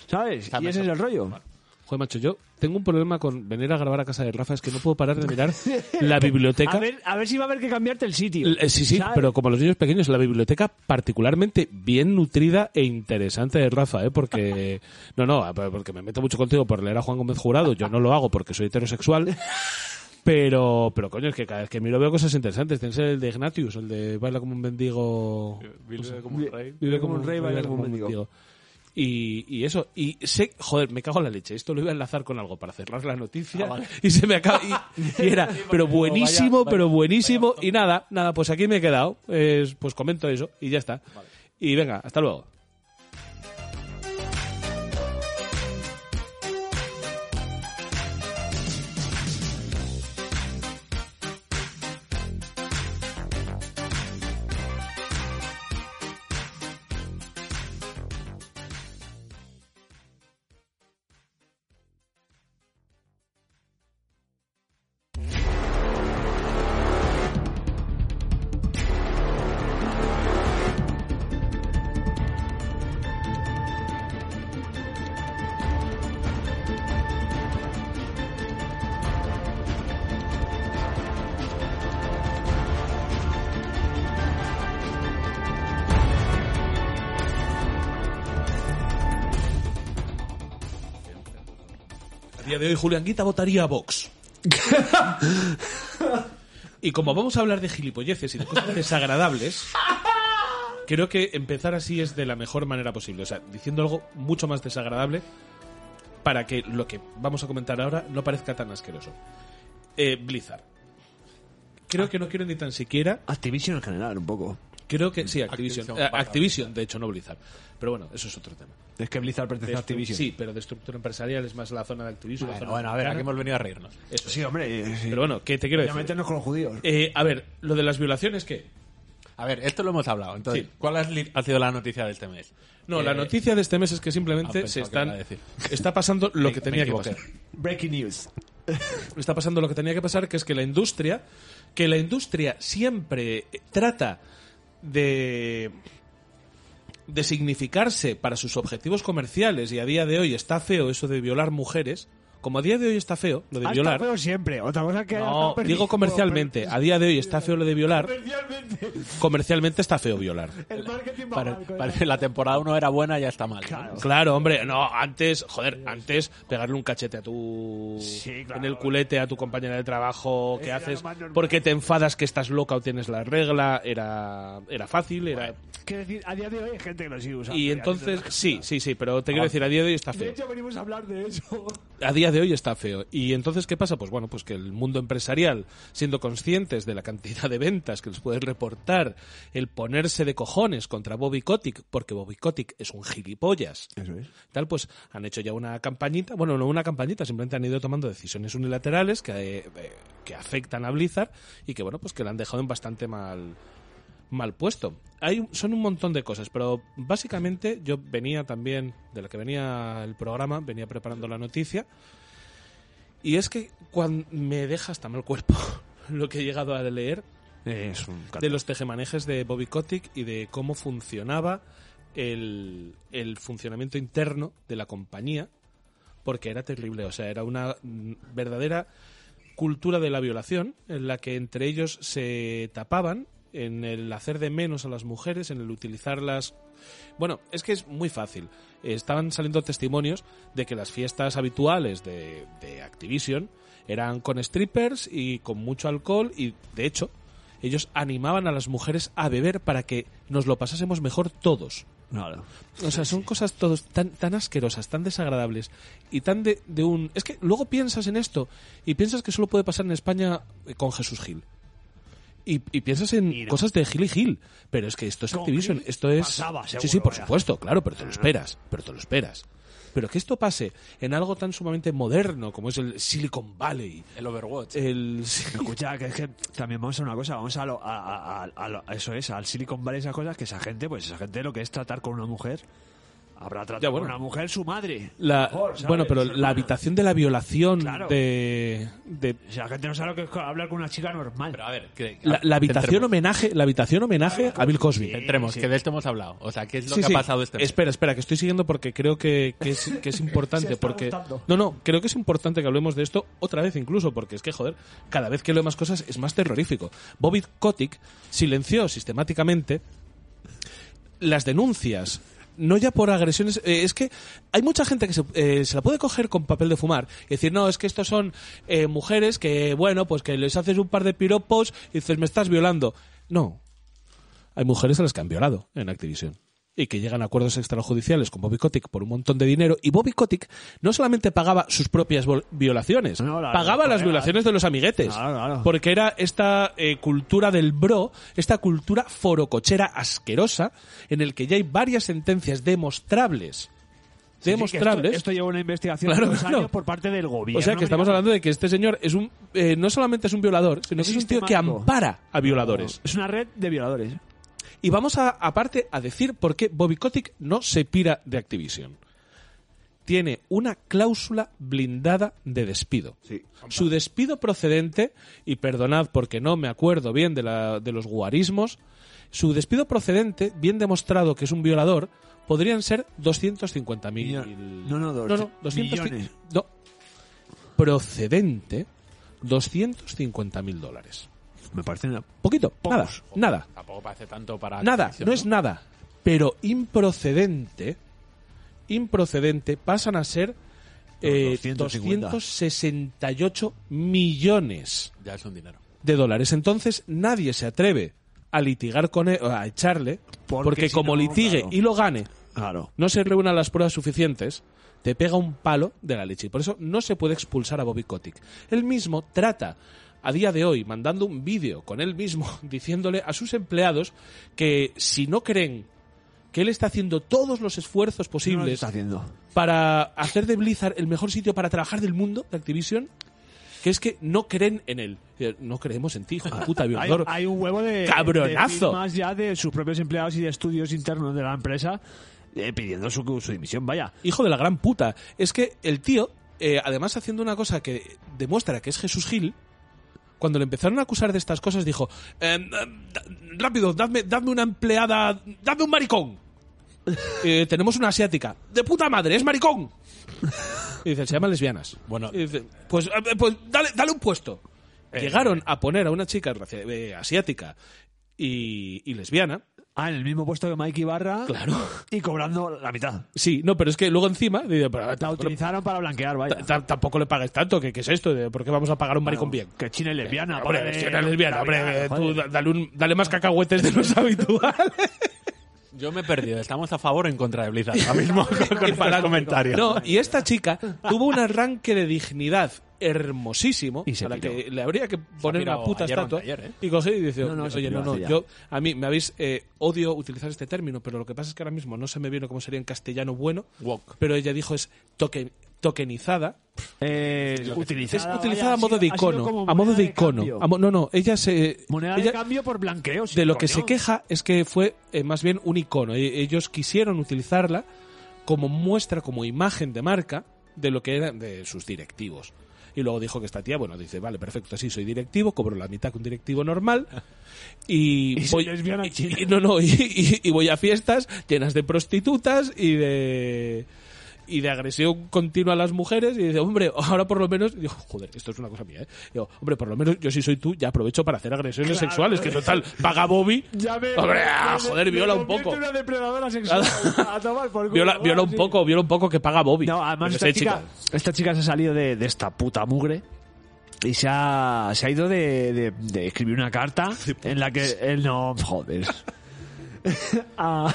Speaker 3: ¿Sabes?
Speaker 2: Está
Speaker 3: Y ese es
Speaker 2: mejor.
Speaker 3: el rollo.
Speaker 1: Joder, macho, yo tengo un problema con venir a grabar a casa de Rafa, es que no puedo parar de mirar la biblioteca.
Speaker 3: A ver, a ver si va a haber que cambiarte el sitio.
Speaker 1: L- eh, Sí, sí,
Speaker 3: ¿Sabes?
Speaker 1: pero como los niños pequeños, la biblioteca particularmente bien nutrida e interesante de Rafa, ¿eh? Porque, no, no, a- porque me meto mucho contigo por leer a Juan Gómez Jurado, yo no lo hago porque soy heterosexual, pero, pero coño, es que cada vez que miro veo cosas interesantes, tienes el de Ignatius, el de Baila como un mendigo...
Speaker 2: Vive como un rey.
Speaker 1: Vive
Speaker 3: como un rey, baila como un mendigo.
Speaker 1: Y, y eso, y sé, joder, me cago en la leche. Esto lo iba a enlazar con algo para cerrar la noticia.
Speaker 3: Ah,
Speaker 1: Y se me acaba. Y, y era, pero buenísimo, pero buenísimo. Y nada, nada, pues aquí me he quedado. Es- pues comento eso y ya está. Y venga, hasta luego. A día de hoy, Julián Guita votaría a Vox. y como vamos a hablar de gilipolleces y de cosas desagradables, creo que empezar así es de la mejor manera posible. O sea, diciendo algo mucho más desagradable para que lo que vamos a comentar ahora no parezca tan asqueroso. Eh, Blizzard. Creo que no quiero ni tan siquiera
Speaker 3: Activision en general, un poco.
Speaker 1: Creo que sí, Activision.
Speaker 2: Activision,
Speaker 1: Eh,
Speaker 2: barra
Speaker 1: Activision, de hecho, no Blizzard. Pero bueno, eso es otro tema.
Speaker 3: Es que Blizzard pertenece
Speaker 1: De
Speaker 3: a Activision.
Speaker 1: Sí, pero de estructura empresarial es más la zona de Activision. la
Speaker 2: Bueno,
Speaker 1: zona
Speaker 2: bueno, a ver, aquí
Speaker 1: americana.
Speaker 2: hemos venido a reírnos.
Speaker 1: Eso es.
Speaker 3: Sí, hombre. Sí.
Speaker 1: Pero bueno, ¿qué te quiero
Speaker 3: Voy a
Speaker 1: decir?
Speaker 3: meternos con los judíos.
Speaker 1: Eh, a ver, lo de las violaciones, ¿qué?
Speaker 2: A ver, esto lo hemos hablado. Entonces,
Speaker 1: Sí.
Speaker 2: ¿cuál has li- ha sido la noticia de este mes?
Speaker 1: No,
Speaker 2: Eh,
Speaker 1: la noticia de este mes es que
Speaker 2: ah,
Speaker 1: simplemente
Speaker 2: pensaba
Speaker 1: se
Speaker 2: que
Speaker 1: están,
Speaker 2: iba a decir.
Speaker 1: está pasando lo
Speaker 2: me-
Speaker 1: que
Speaker 2: me
Speaker 1: tenía que
Speaker 2: equivoqué.
Speaker 1: pasar.
Speaker 3: Breaking news.
Speaker 1: está pasando lo que tenía que pasar, que es que la industria, que la industria siempre eh, trata de de significarse para sus objetivos comerciales y a día de hoy está feo eso de violar mujeres, como a día de hoy está feo lo de
Speaker 3: Ha
Speaker 1: violar.
Speaker 3: estado Ah, feo siempre. Otra cosa que ha
Speaker 1: No,
Speaker 3: estado perdido.
Speaker 1: digo comercialmente, a día de hoy está feo lo de violar. Comercialmente está feo violar.
Speaker 3: El marketing va
Speaker 2: Pare-
Speaker 3: mal, coño.
Speaker 2: parece la temporada 1 era buena, ya está mal. ¿no?
Speaker 1: Claro, hombre, no, antes, joder, antes pegarle un cachete a tu.
Speaker 3: Sí, claro.
Speaker 1: en el culete a tu compañera de trabajo, que
Speaker 3: Era lo
Speaker 1: haces
Speaker 3: más normal.
Speaker 1: porque te enfadas que estás loca o tienes la regla, era, era fácil, era.
Speaker 3: Quiero decir, a día de hoy hay gente que lo sigue usando.
Speaker 1: Y
Speaker 3: Ya,
Speaker 1: entonces,
Speaker 3: entonces-
Speaker 1: sí, sí, sí, pero te quiero decir, a día de hoy está
Speaker 3: Ah. De
Speaker 1: feo.
Speaker 3: hecho, venimos a hablar de eso.
Speaker 1: A día de hoy está feo. ¿Y entonces qué pasa? Pues bueno, pues que el mundo empresarial, siendo conscientes de la cantidad de ventas que les pueden reportar, el ponerse de cojones contra Bobby Kotick, porque Bobby Kotick es un gilipollas. Tal, pues han hecho ya una campañita, bueno, no una campañita, simplemente han ido tomando decisiones unilaterales que, eh, eh, que afectan a Blizzard y que bueno, pues que la han dejado en bastante mal, mal puesto. Hay, un- son un montón de cosas, pero básicamente yo venía también, de la que venía el programa, venía preparando la noticia. Y es que cuando me deja hasta mal cuerpo lo que he llegado a leer Eh,
Speaker 3: Es un
Speaker 1: de los tejemanejes de Bobby Kotick y de cómo funcionaba el, el funcionamiento interno de la compañía, porque era terrible, o sea, era una mm, verdadera cultura de la violación en la que entre ellos se tapaban, en el hacer de menos a las mujeres, en el utilizarlas. Bueno, es que es muy fácil. Estaban saliendo testimonios de que las fiestas habituales de, de Activision eran con strippers y con mucho alcohol y, de hecho, ellos animaban a las mujeres a beber para que nos lo pasásemos mejor todos.
Speaker 3: Claro.
Speaker 1: O sea, son cosas todos tan, tan asquerosas, tan desagradables y tan de, de un... Es que luego piensas en esto y piensas que solo puede pasar en España eh, con Jesús Gil. Y, y piensas en cosas de Gil y Gil, pero es que esto es
Speaker 3: Con
Speaker 1: Activision,
Speaker 3: Gil
Speaker 1: esto es...
Speaker 3: pasaba,
Speaker 1: sí, sí,
Speaker 3: seguro,
Speaker 1: por
Speaker 3: ya. Ah.
Speaker 1: supuesto, claro, pero te lo esperas, pero te lo esperas. Pero que esto pase en algo tan sumamente moderno como es el Silicon Valley,
Speaker 2: El Overwatch.
Speaker 1: el...
Speaker 3: Escucha, que es que también vamos a una cosa, vamos a, lo- a- a- a- a lo- a eso es, al Silicon Valley, esas cosas, que esa gente, pues esa gente lo que es tratar con una mujer, habrá tratado
Speaker 1: Ya, bueno.
Speaker 3: con una mujer su madre.
Speaker 1: La,
Speaker 3: Mejor, ¿sabes?
Speaker 1: bueno, pero
Speaker 3: Su
Speaker 1: la
Speaker 3: hermana.
Speaker 1: habitación de la violación
Speaker 3: Claro.
Speaker 1: de, de-
Speaker 3: O sea, la gente no sabe lo que es hablar con una chica normal.
Speaker 2: Pero a ver, que-
Speaker 1: la, la habitación
Speaker 2: centremos,
Speaker 1: homenaje, la habitación homenaje a Bill Cosby.
Speaker 2: centremos, que de esto hemos hablado. O sea, ¿qué es lo que ha pasado este mes?
Speaker 1: Espera, espera, que estoy siguiendo porque creo que, que es, que es importante. porque No, no, creo que es importante que hablemos de esto otra vez incluso, porque es que, joder, cada vez que leo más cosas es más terrorífico. Bobby Kotick silenció sistemáticamente las denuncias. No ya por agresiones, eh, es que hay mucha gente que se, eh, se la puede coger con papel de fumar y decir, no, es que estos son eh, mujeres que, bueno, pues que les haces un par de piropos y dices, me estás violando. No, hay mujeres a las que han violado en Activision y que llegan a acuerdos extrajudiciales con Bobby Kotick por un montón de dinero y Bobby Kotick no solamente pagaba sus propias vol- violaciones,
Speaker 3: No, la-
Speaker 1: pagaba
Speaker 3: la-
Speaker 1: las violaciones de los amiguetes,
Speaker 3: Claro, claro.
Speaker 1: porque era esta eh, cultura del bro, esta cultura forocochera asquerosa en el que ya hay varias sentencias demostrables
Speaker 3: Sí, sí, que esto-
Speaker 1: demostrables
Speaker 3: Esto, lleva una investigación
Speaker 1: Claro,
Speaker 3: de dos
Speaker 1: claro.
Speaker 3: años por parte del gobierno.
Speaker 1: o sea que estamos
Speaker 3: americano.
Speaker 1: hablando de que este señor es un eh, no solamente es un violador, sino
Speaker 3: Es
Speaker 1: que es un tío que
Speaker 3: sistemático.
Speaker 1: ampara a violadores.
Speaker 3: Es una red de violadores.
Speaker 1: Y vamos a, aparte a decir por qué Bobby Kotick no se pira de Activision. Tiene una cláusula blindada de despido. Su despido procedente, y perdonad porque no me acuerdo bien de, la- de los guarismos, su despido procedente, bien demostrado que es un violador, podrían ser 250.000.
Speaker 3: No, no, dos-
Speaker 1: no, no 200
Speaker 3: millones.
Speaker 1: no. Procedente, 250.000 dólares.
Speaker 3: Me parece una...
Speaker 1: Poquito, nada, nada.
Speaker 2: Tampoco parece tanto para...
Speaker 1: Nada,
Speaker 2: televisión,
Speaker 1: no es nada. Pero improcedente, improcedente, pasan a ser eh,
Speaker 3: 250.
Speaker 1: 268 millones
Speaker 2: Ya es un dinero.
Speaker 1: de dólares. Entonces nadie se atreve a litigar con él, a echarle,
Speaker 3: Porque
Speaker 1: porque,
Speaker 3: si
Speaker 1: como
Speaker 3: no,
Speaker 1: litigue
Speaker 3: claro.
Speaker 1: y lo gane,
Speaker 3: Claro.
Speaker 1: no se reúnan las pruebas suficientes, te pega un palo de la leche. Y por eso no se puede expulsar a Bobby Kotick. Él mismo trata, a día de hoy, mandando un vídeo con él mismo, diciéndole a sus empleados que si no creen que él está haciendo todos los esfuerzos
Speaker 3: No lo
Speaker 1: posibles
Speaker 3: está haciendo.
Speaker 1: para hacer de Blizzard el mejor sitio para trabajar del mundo, de Activision, que es que no creen en él. Eh, No creemos en ti, hijo de puta
Speaker 3: Hay,
Speaker 1: violador.
Speaker 3: hay un huevo de...
Speaker 1: Cabronazo.
Speaker 3: Más ya de sus propios empleados y de estudios internos de la empresa eh, pidiendo su, su dimisión. Vaya.
Speaker 1: hijo de la gran puta. Es que el tío, eh, además haciendo una cosa que demuestra que es Jesús Gil, cuando le empezaron a acusar de estas cosas dijo, "Em, em, da- rápido, dadme, dadme una empleada, dadme un maricón. Eh, tenemos una asiática. De puta madre, es maricón. Y dice, se llaman lesbianas.
Speaker 2: Bueno.
Speaker 1: Y dice, pues, eh, pues dale, dale un puesto. Llegaron a poner a una chica raci- eh, asiática y- y lesbiana.
Speaker 3: Ah, en el mismo puesto que Mike Ibarra.
Speaker 1: Claro. Ah,
Speaker 3: Y cobrando la mitad.
Speaker 1: Sí, no, pero es que luego encima... dice, pero
Speaker 3: La utilizaron para blanquear, vaya.
Speaker 1: Ta- ta- tampoco le pagues tanto, que qué es esto? De, ¿Por qué vamos a pagar a un maricón bien? Eh,
Speaker 3: Que China es lesbiana.
Speaker 1: Hombre,
Speaker 3: pobre,
Speaker 1: si eres lesbiana,
Speaker 3: la
Speaker 1: hombre,
Speaker 3: vida,
Speaker 1: eh, tú
Speaker 3: joder.
Speaker 1: da- dale, un- dale más cacahuetes de los habituales.
Speaker 2: Yo me he perdido. Estamos a favor o en contra de Blizzard. Ahora mismo con estos comentarios.
Speaker 1: No, y esta chica tuvo un arranque de dignidad hermosísimo
Speaker 3: Y se
Speaker 1: a la
Speaker 3: piró.
Speaker 1: que le habría que poner una
Speaker 2: pirado
Speaker 1: puta
Speaker 2: ayer o
Speaker 1: estatua
Speaker 2: anteayer, ¿eh?
Speaker 1: y cogió y dice
Speaker 3: No, no, se
Speaker 1: oye
Speaker 3: piró
Speaker 1: no no
Speaker 3: hace ya".
Speaker 1: yo a mí me habéis eh, odio utilizar este término pero lo que pasa es que ahora mismo no se me vino cómo sería en castellano bueno
Speaker 2: Woke.
Speaker 1: pero ella dijo es toque- tokenizada
Speaker 3: Eh, utilizada,
Speaker 1: es utilizada
Speaker 3: vaya,
Speaker 1: a
Speaker 3: ha
Speaker 1: modo
Speaker 3: sido-
Speaker 1: de
Speaker 3: ha sido
Speaker 1: icono
Speaker 3: como
Speaker 1: a modo
Speaker 3: moneda
Speaker 1: de icono
Speaker 3: cambio.
Speaker 1: a mo- no no ella se
Speaker 3: Moneda de
Speaker 1: ella-
Speaker 3: cambio por blanqueo. sí,
Speaker 1: de lo que
Speaker 3: coño.
Speaker 1: se queja es que fue eh, más bien un icono. E- Ellos quisieron utilizarla como muestra, como imagen de marca de lo que eran de sus directivos. Y luego dijo que esta tía, bueno, dice, vale, perfecto, sí, soy directivo, cobro la mitad que un directivo normal. Y,
Speaker 3: Y soy
Speaker 1: voy,
Speaker 3: lesbiana
Speaker 1: y-
Speaker 3: china.
Speaker 1: y- no, no, y, y- y voy a fiestas llenas de prostitutas y de y de agresión continua a las mujeres y dice, hombre, ahora por lo menos, y digo, joder, esto es una cosa mía, ¿eh? Digo, hombre, por lo menos yo si soy tú, ya aprovecho para hacer agresiones sexuales, que total, paga Bobby.
Speaker 3: Ya me-
Speaker 1: hombre,
Speaker 3: me-
Speaker 1: ah,
Speaker 3: me-
Speaker 1: joder,
Speaker 3: me
Speaker 1: viola un
Speaker 3: convierto
Speaker 1: poco.
Speaker 3: en una depredadora sexual. A tomar por culo.
Speaker 1: Viola, viola un
Speaker 3: Sí.
Speaker 1: poco, viola un poco que paga Bobby.
Speaker 3: No, además
Speaker 1: Pero
Speaker 3: esta
Speaker 1: sé
Speaker 3: chica, esta chica se ha salido de, de esta puta mugre y se ha, se ha ido de, de- de escribir una carta
Speaker 1: pues.
Speaker 3: en la que él no... Joder. A,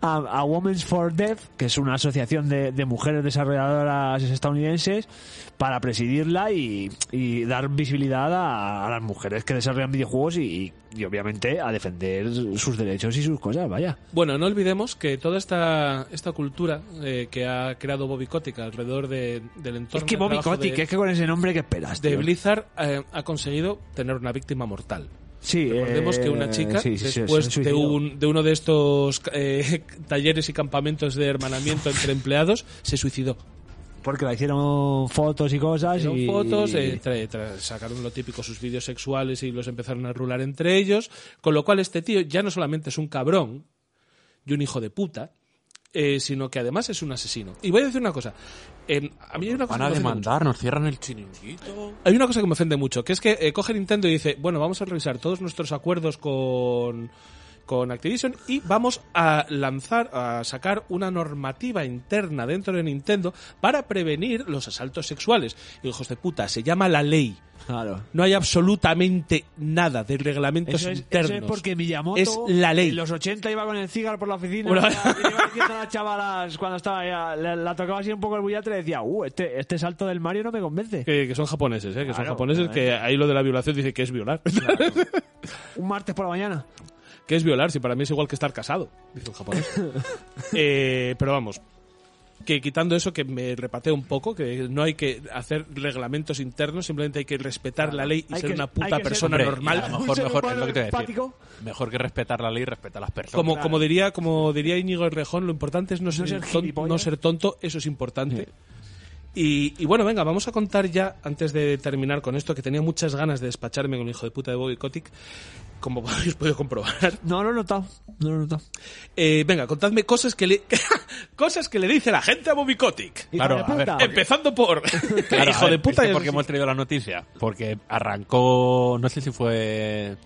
Speaker 3: a, a Women's for Deaf, que es una asociación de, de mujeres desarrolladoras estadounidenses, para presidirla y, y dar visibilidad a, a las mujeres que desarrollan videojuegos y, y obviamente a defender sus derechos y sus cosas, vaya.
Speaker 1: Bueno, no olvidemos que toda esta, esta cultura eh, que ha creado Bobby Kotick alrededor de- del entorno
Speaker 3: Es que
Speaker 1: de
Speaker 3: Bobby
Speaker 1: trabajo
Speaker 3: Kotick,
Speaker 1: de,
Speaker 3: es que con ese nombre que esperas.
Speaker 1: de
Speaker 3: tío?
Speaker 1: Blizzard eh, ha conseguido tener una víctima mortal.
Speaker 3: Sí,
Speaker 1: Recordemos
Speaker 3: eh,
Speaker 1: que una chica,
Speaker 3: sí, sí, sí,
Speaker 1: después
Speaker 3: se
Speaker 1: de,
Speaker 3: suicidó.
Speaker 1: un, de uno de estos eh, talleres y campamentos de hermanamiento entre empleados, se suicidó.
Speaker 3: Porque le hicieron fotos y cosas.
Speaker 1: Hicieron
Speaker 3: y...
Speaker 1: fotos, eh, tra- tra- sacaron lo típico, sus vídeos sexuales y los empezaron a rular entre ellos. Con lo cual, este tío ya no solamente es un cabrón y un hijo de puta, eh, sino que además es un asesino. Y voy a decir una cosa. em, a mí hay una cosa
Speaker 2: Van a
Speaker 1: que me ofende mucho.
Speaker 2: demandar, nos cierran el chiringuito.
Speaker 1: Hay una cosa que me ofende mucho, que es que eh, coge Nintendo y dice, bueno, vamos a revisar todos nuestros acuerdos con, con Activision y vamos a lanzar, a sacar una normativa interna dentro de Nintendo para prevenir los asaltos sexuales. Y, hijos de puta, se llama la ley.
Speaker 3: Claro.
Speaker 1: No hay absolutamente nada de reglamentos
Speaker 3: Eso es,
Speaker 1: internos.
Speaker 3: eso es porque Miyamoto
Speaker 1: Es la ley.
Speaker 3: en los 80 iba con el cigarro por la oficina
Speaker 1: Bueno.
Speaker 3: y le iba diciendo a las chavalas cuando estaba ya, la, la tocaba así un poco el bullatre y decía, uh, este, este salto del Mario no me convence.
Speaker 1: Que, que son japoneses, ¿eh? que son
Speaker 3: Claro,
Speaker 1: japoneses, que ahí lo de la violación dice que es violar.
Speaker 3: Un martes por la mañana.
Speaker 1: ¿Qué es violar? Si para mí es igual que estar casado, dice un japonés. Eh, pero vamos, que quitando eso que me repateo un poco, que no hay que hacer reglamentos internos, simplemente hay que respetar la ley y
Speaker 3: Hay
Speaker 1: ser
Speaker 3: que-
Speaker 1: una
Speaker 3: hay
Speaker 1: puta
Speaker 3: que ser-
Speaker 1: persona
Speaker 2: Hombre, y
Speaker 1: normal.
Speaker 2: a lo
Speaker 3: Un
Speaker 2: mejor,
Speaker 3: ser
Speaker 2: mejor,
Speaker 3: humano
Speaker 2: es lo que te voy a decir.
Speaker 3: empático.
Speaker 2: Mejor que respetar la ley, respeta a las personas.
Speaker 1: Como, como diría como diría Íñigo Errejón, lo importante es no ser,
Speaker 3: ser
Speaker 1: ton-
Speaker 3: gilipollas.
Speaker 1: no ser tonto, eso es importante. Y, y bueno, venga, vamos a contar ya, antes de terminar con esto, que tenía muchas ganas de despacharme con el hijo de puta de Bobby Kotick, como habéis podido comprobar.
Speaker 3: No lo he notado, no lo he notado.
Speaker 1: Eh, venga, contadme cosas que le cosas que le dice la gente a Bobby Kotick.
Speaker 2: Claro,
Speaker 3: Hijo de
Speaker 2: a ver,
Speaker 3: puta.
Speaker 1: Empezando por
Speaker 2: Claro,
Speaker 1: hijo
Speaker 2: a
Speaker 1: de
Speaker 2: ver,
Speaker 1: puta.
Speaker 2: ¿viste
Speaker 1: y
Speaker 2: ¿Por qué
Speaker 1: así.
Speaker 2: hemos traído la noticia? Porque arrancó, no sé si fue...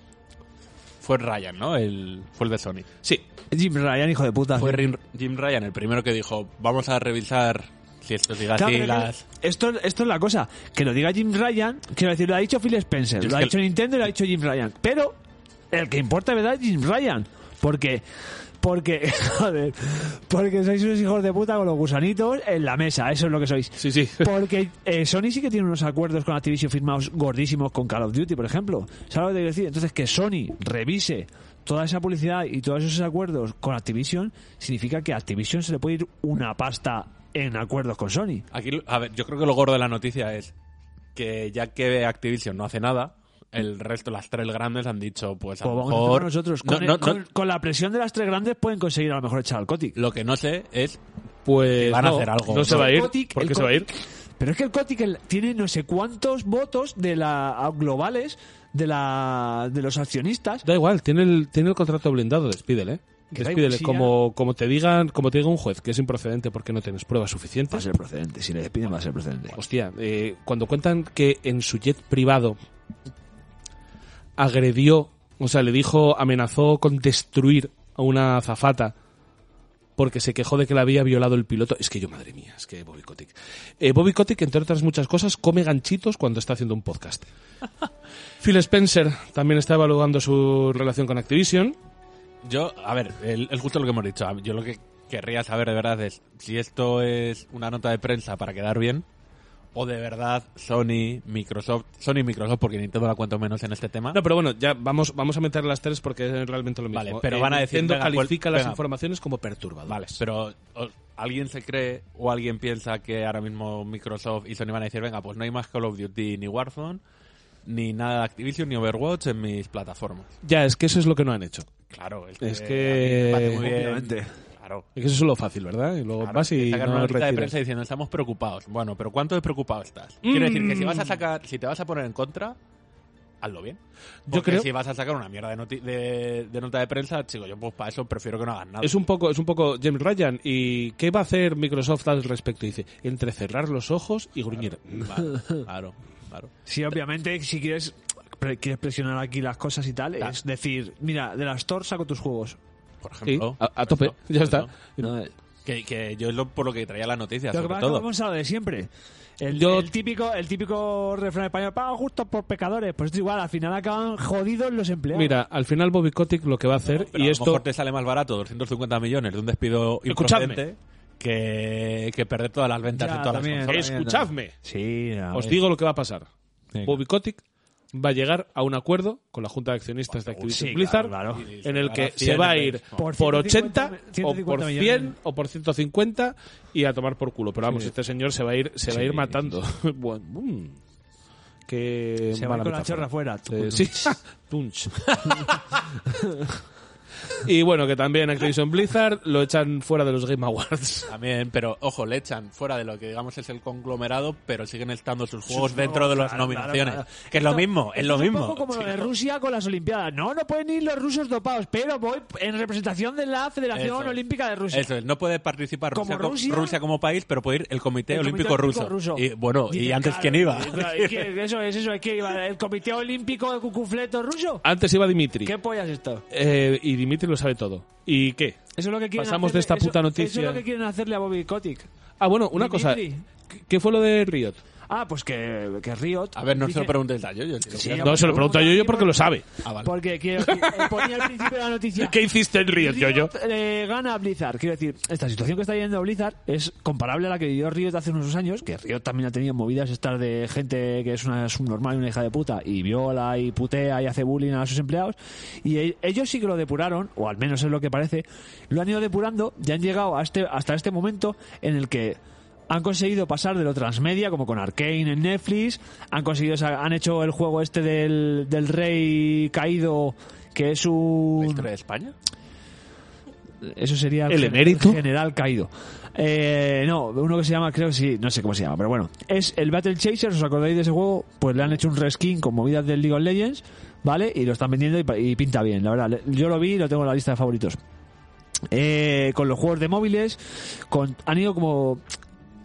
Speaker 2: Fue Ryan, ¿no? El, fue el de Sony.
Speaker 1: Sí,
Speaker 3: Jim Ryan, hijo de puta.
Speaker 1: Pues
Speaker 2: Fue Rin- Jim Ryan el primero que dijo, vamos a revisar si esto sigue
Speaker 3: Claro,
Speaker 2: así,
Speaker 3: pero
Speaker 2: las...
Speaker 3: que- esto, esto es la cosa. Que lo diga Jim Ryan, quiero decir, lo ha dicho Phil Spencer,
Speaker 2: Yo es
Speaker 3: lo ha
Speaker 2: que-
Speaker 3: dicho Nintendo y lo ha dicho Jim Ryan. Pero el que importa, de ¿verdad? es Jim Ryan. Porque, porque, joder, porque sois unos hijos de puta con los gusanitos en la mesa. Eso es lo que sois.
Speaker 1: sí, sí.
Speaker 3: Porque eh, Sony sí que tiene unos acuerdos con Activision firmados gordísimos con Call of Duty, por ejemplo. ¿Sabes lo que te quiero decir? Entonces, que Sony revise toda esa publicidad y todos esos acuerdos con Activision significa que a Activision se le puede ir una pasta en acuerdos con Sony.
Speaker 2: Aquí, lo- a ver, yo creo que lo gordo de la noticia es que ya que Activision no hace nada, el resto, las tres grandes han dicho, pues
Speaker 3: Pues
Speaker 2: a lo
Speaker 3: vamos a hacerlo
Speaker 2: mejor...
Speaker 3: nosotros.
Speaker 2: No,
Speaker 3: Con, el-
Speaker 2: no, no,
Speaker 3: con- con la presión de las tres grandes pueden conseguir a lo mejor echar al Cotic.
Speaker 2: Lo que no sé es...
Speaker 1: Pues
Speaker 2: Van a
Speaker 1: no,
Speaker 2: hacer algo.
Speaker 1: No se va a ir.
Speaker 3: Kotick,
Speaker 1: ¿Por
Speaker 3: el
Speaker 1: qué se va a ir?
Speaker 3: Kotick. Pero es que el Cotic el- tiene no sé cuántos votos de la globales de la de los accionistas.
Speaker 1: Da igual, tiene el, tiene el contrato blindado, despídele.
Speaker 3: Que da
Speaker 1: Despídele,
Speaker 3: igual, sí,
Speaker 1: como, como te digan, como te diga un juez que es improcedente porque no tienes pruebas
Speaker 3: Va a
Speaker 1: suficientes.
Speaker 3: ser procedente. Si le despiden va a ser procedente.
Speaker 1: Hostia, eh, cuando cuentan que en su jet privado agredió, o sea, le dijo, amenazó con destruir a una azafata porque se quejó de que la había violado el piloto. Es que yo, madre mía, es que Bobby Kotick. Eh, Bobby Kotick, entre otras muchas cosas, come ganchitos cuando está haciendo un podcast. Phil Spencer también está evaluando su relación con Activision.
Speaker 2: Yo, a ver, el- es justo lo que hemos dicho. Yo lo que querría saber de verdad es si esto es una nota de prensa para quedar bien o de verdad Sony, Microsoft, Sony y Microsoft, porque Nintendo la cuento menos en este tema.
Speaker 1: No, pero bueno, ya vamos, vamos a meter las tres porque es realmente lo mismo. Eh,
Speaker 2: Vale, pero van a decir,
Speaker 1: Nintendo
Speaker 2: venga, cual-
Speaker 1: califica las
Speaker 2: venga.
Speaker 1: informaciones como perturbadoras.
Speaker 2: Vale, pero o- ¿alguien se cree o alguien piensa que ahora mismo Microsoft y Sony van a decir, venga, pues no hay más Call of Duty ni Warzone, ni nada de Activision ni Overwatch en mis plataformas?
Speaker 1: Ya, es que eso es lo que no han hecho.
Speaker 2: Claro, es que...
Speaker 1: Es
Speaker 2: a mí me
Speaker 1: que-
Speaker 2: parece muy bien.
Speaker 3: Obviamente.
Speaker 2: Claro.
Speaker 1: Es que eso es lo fácil, ¿verdad? Y luego
Speaker 2: Claro,
Speaker 1: vas y
Speaker 2: sacan una
Speaker 1: no
Speaker 2: notita de
Speaker 1: retiras.
Speaker 2: prensa diciendo estamos Mm. preocupados. Bueno, pero ¿cuánto de preocupado estás? Quiero decir que si vas a sacar, si te vas a poner en contra, hazlo bien.
Speaker 1: Yo
Speaker 2: Porque
Speaker 1: creo-
Speaker 2: si vas a sacar una mierda de, noti- de- de nota de prensa, chico, yo pues para eso prefiero que no hagas nada.
Speaker 1: Es un poco, es un poco James Ryan. ¿Y qué va a hacer Microsoft al respecto? Dice, entre cerrar los ojos y gruñir.
Speaker 2: Claro, claro, claro.
Speaker 3: Sí, obviamente, si quieres, pre- quieres presionar aquí las cosas y tal, es decir, mira, de la Store saco tus juegos.
Speaker 2: Por
Speaker 1: Sí,
Speaker 2: ejemplo.
Speaker 1: a, a tope,
Speaker 2: Eso,
Speaker 1: ya
Speaker 2: eso.
Speaker 1: está.
Speaker 2: Que, que yo es lo, por lo que traía la noticia,
Speaker 3: Pero que
Speaker 2: sobre
Speaker 3: pasa es que
Speaker 2: todo.
Speaker 3: vamos a lo de siempre. El,
Speaker 1: Yo-
Speaker 3: el típico, el típico refrán español, paga justo por pecadores. Pues es igual, al final acaban jodidos los empleados.
Speaker 1: Mira, al final Bobby Kotick lo que va a hacer,
Speaker 2: Pero
Speaker 1: y
Speaker 2: a lo
Speaker 1: esto
Speaker 2: mejor te sale más barato 250 millones de un despido
Speaker 1: Escuchadme.
Speaker 2: improcedente que, que perder todas las ventas
Speaker 3: Ya,
Speaker 2: en todas
Speaker 3: también.
Speaker 2: las consolas.
Speaker 1: Escuchadme.
Speaker 3: Sí, no,
Speaker 1: Os
Speaker 3: eh.
Speaker 1: digo lo que va a pasar.
Speaker 2: Venga.
Speaker 1: Bobby Kotick va a llegar a un acuerdo con la Junta de Accionistas de Activision
Speaker 3: sí,
Speaker 1: Blizzard
Speaker 3: claro, claro.
Speaker 1: en el que
Speaker 2: Y se
Speaker 1: se va a
Speaker 2: gana
Speaker 1: ir
Speaker 2: 100,
Speaker 1: por,
Speaker 3: por
Speaker 1: 80 o
Speaker 3: 150
Speaker 1: por 100
Speaker 3: millones.
Speaker 1: o por 150 y a tomar por culo. Pero vamos, este señor se va a ir, se va a ir matando. Bueno, mm, qué
Speaker 3: Se va
Speaker 1: mala
Speaker 3: con la
Speaker 1: metáfora.
Speaker 3: chorra afuera.
Speaker 1: Eh, sí. Tunch. y bueno, que también Activision Blizzard lo echan fuera de los Game Awards.
Speaker 2: También, pero ojo, le echan fuera de lo que digamos es el conglomerado, pero siguen estando sus juegos Pues dentro de las nominaciones. Que es lo mismo, es lo
Speaker 3: Esto Pues Un
Speaker 2: mismo.
Speaker 3: poco como
Speaker 2: Sí.
Speaker 3: lo de Rusia con las Olimpiadas. No, no pueden ir los rusos dopados, pero voy en representación de la Federación
Speaker 2: Eso es.
Speaker 3: Olímpica de Rusia.
Speaker 2: Eso es, no puede participar
Speaker 3: Como
Speaker 2: Rusia, co-
Speaker 3: Rusia.
Speaker 2: Rusia como país, pero puede ir el Comité
Speaker 3: El Comité
Speaker 2: Olímpico Ruso. Y bueno, y
Speaker 3: Dice,
Speaker 2: antes
Speaker 3: claro,
Speaker 2: quién iba.
Speaker 3: claro, es que Eso es, eso es que iba el Comité Olímpico de Cucufleto Ruso.
Speaker 1: Antes iba Dimitri.
Speaker 3: ¿Qué pollas esto?
Speaker 1: Eh, y Dimitri lo sabe todo. ¿Y qué?
Speaker 3: Eso es lo que quieren
Speaker 1: Pasamos de esta
Speaker 3: hacerle- eso-
Speaker 1: puta noticia.
Speaker 3: Eso es lo que quieren hacerle a Bobby Kotick.
Speaker 1: Ah, bueno, una cosa.
Speaker 3: Dimitri.
Speaker 1: ¿Qué fue lo de Riot?
Speaker 3: Ah, pues que, que Riot.
Speaker 2: A ver, no se
Speaker 3: dice-
Speaker 2: lo preguntes a yo, yo quiero
Speaker 3: Sí,
Speaker 2: que-
Speaker 1: No, se lo pregunto a Yoyo porque lo sabe.
Speaker 2: Ah, vale.
Speaker 3: Porque quiero, que- ponía al principio de la noticia.
Speaker 1: ¿Qué hiciste en Riot, Yoyo?
Speaker 3: Riot, eh, gana a Blizzard. Quiero decir, esta situación que está viviendo Blizzard es comparable a la que vivió Riot hace unos años, que Riot también ha tenido movidas estas de gente que es una subnormal y una hija de puta, y viola y putea y hace bullying a sus empleados. Y e- ellos sí que lo depuraron, o al menos es lo que parece, lo han ido depurando y han llegado a este- hasta este momento en el que han conseguido pasar de lo transmedia, como con Arkane en Netflix, han conseguido, sa- han hecho el juego este del, del rey caído, que es
Speaker 2: ¿La
Speaker 3: un...
Speaker 2: historia de España?
Speaker 3: Eso sería
Speaker 1: ¿El
Speaker 3: gen-
Speaker 1: emérito?
Speaker 3: general caído. Eh, no, uno que se llama, creo que sí, no sé cómo se llama, pero bueno. Es el Battle Chaser, ¿os acordáis de ese juego? Pues le han hecho un reskin con movidas del League of Legends, ¿vale? Y lo están vendiendo y, pa- y pinta bien, la verdad. Le- Yo lo vi y lo tengo en la lista de favoritos. Eh, con los juegos de móviles, con, han ido como...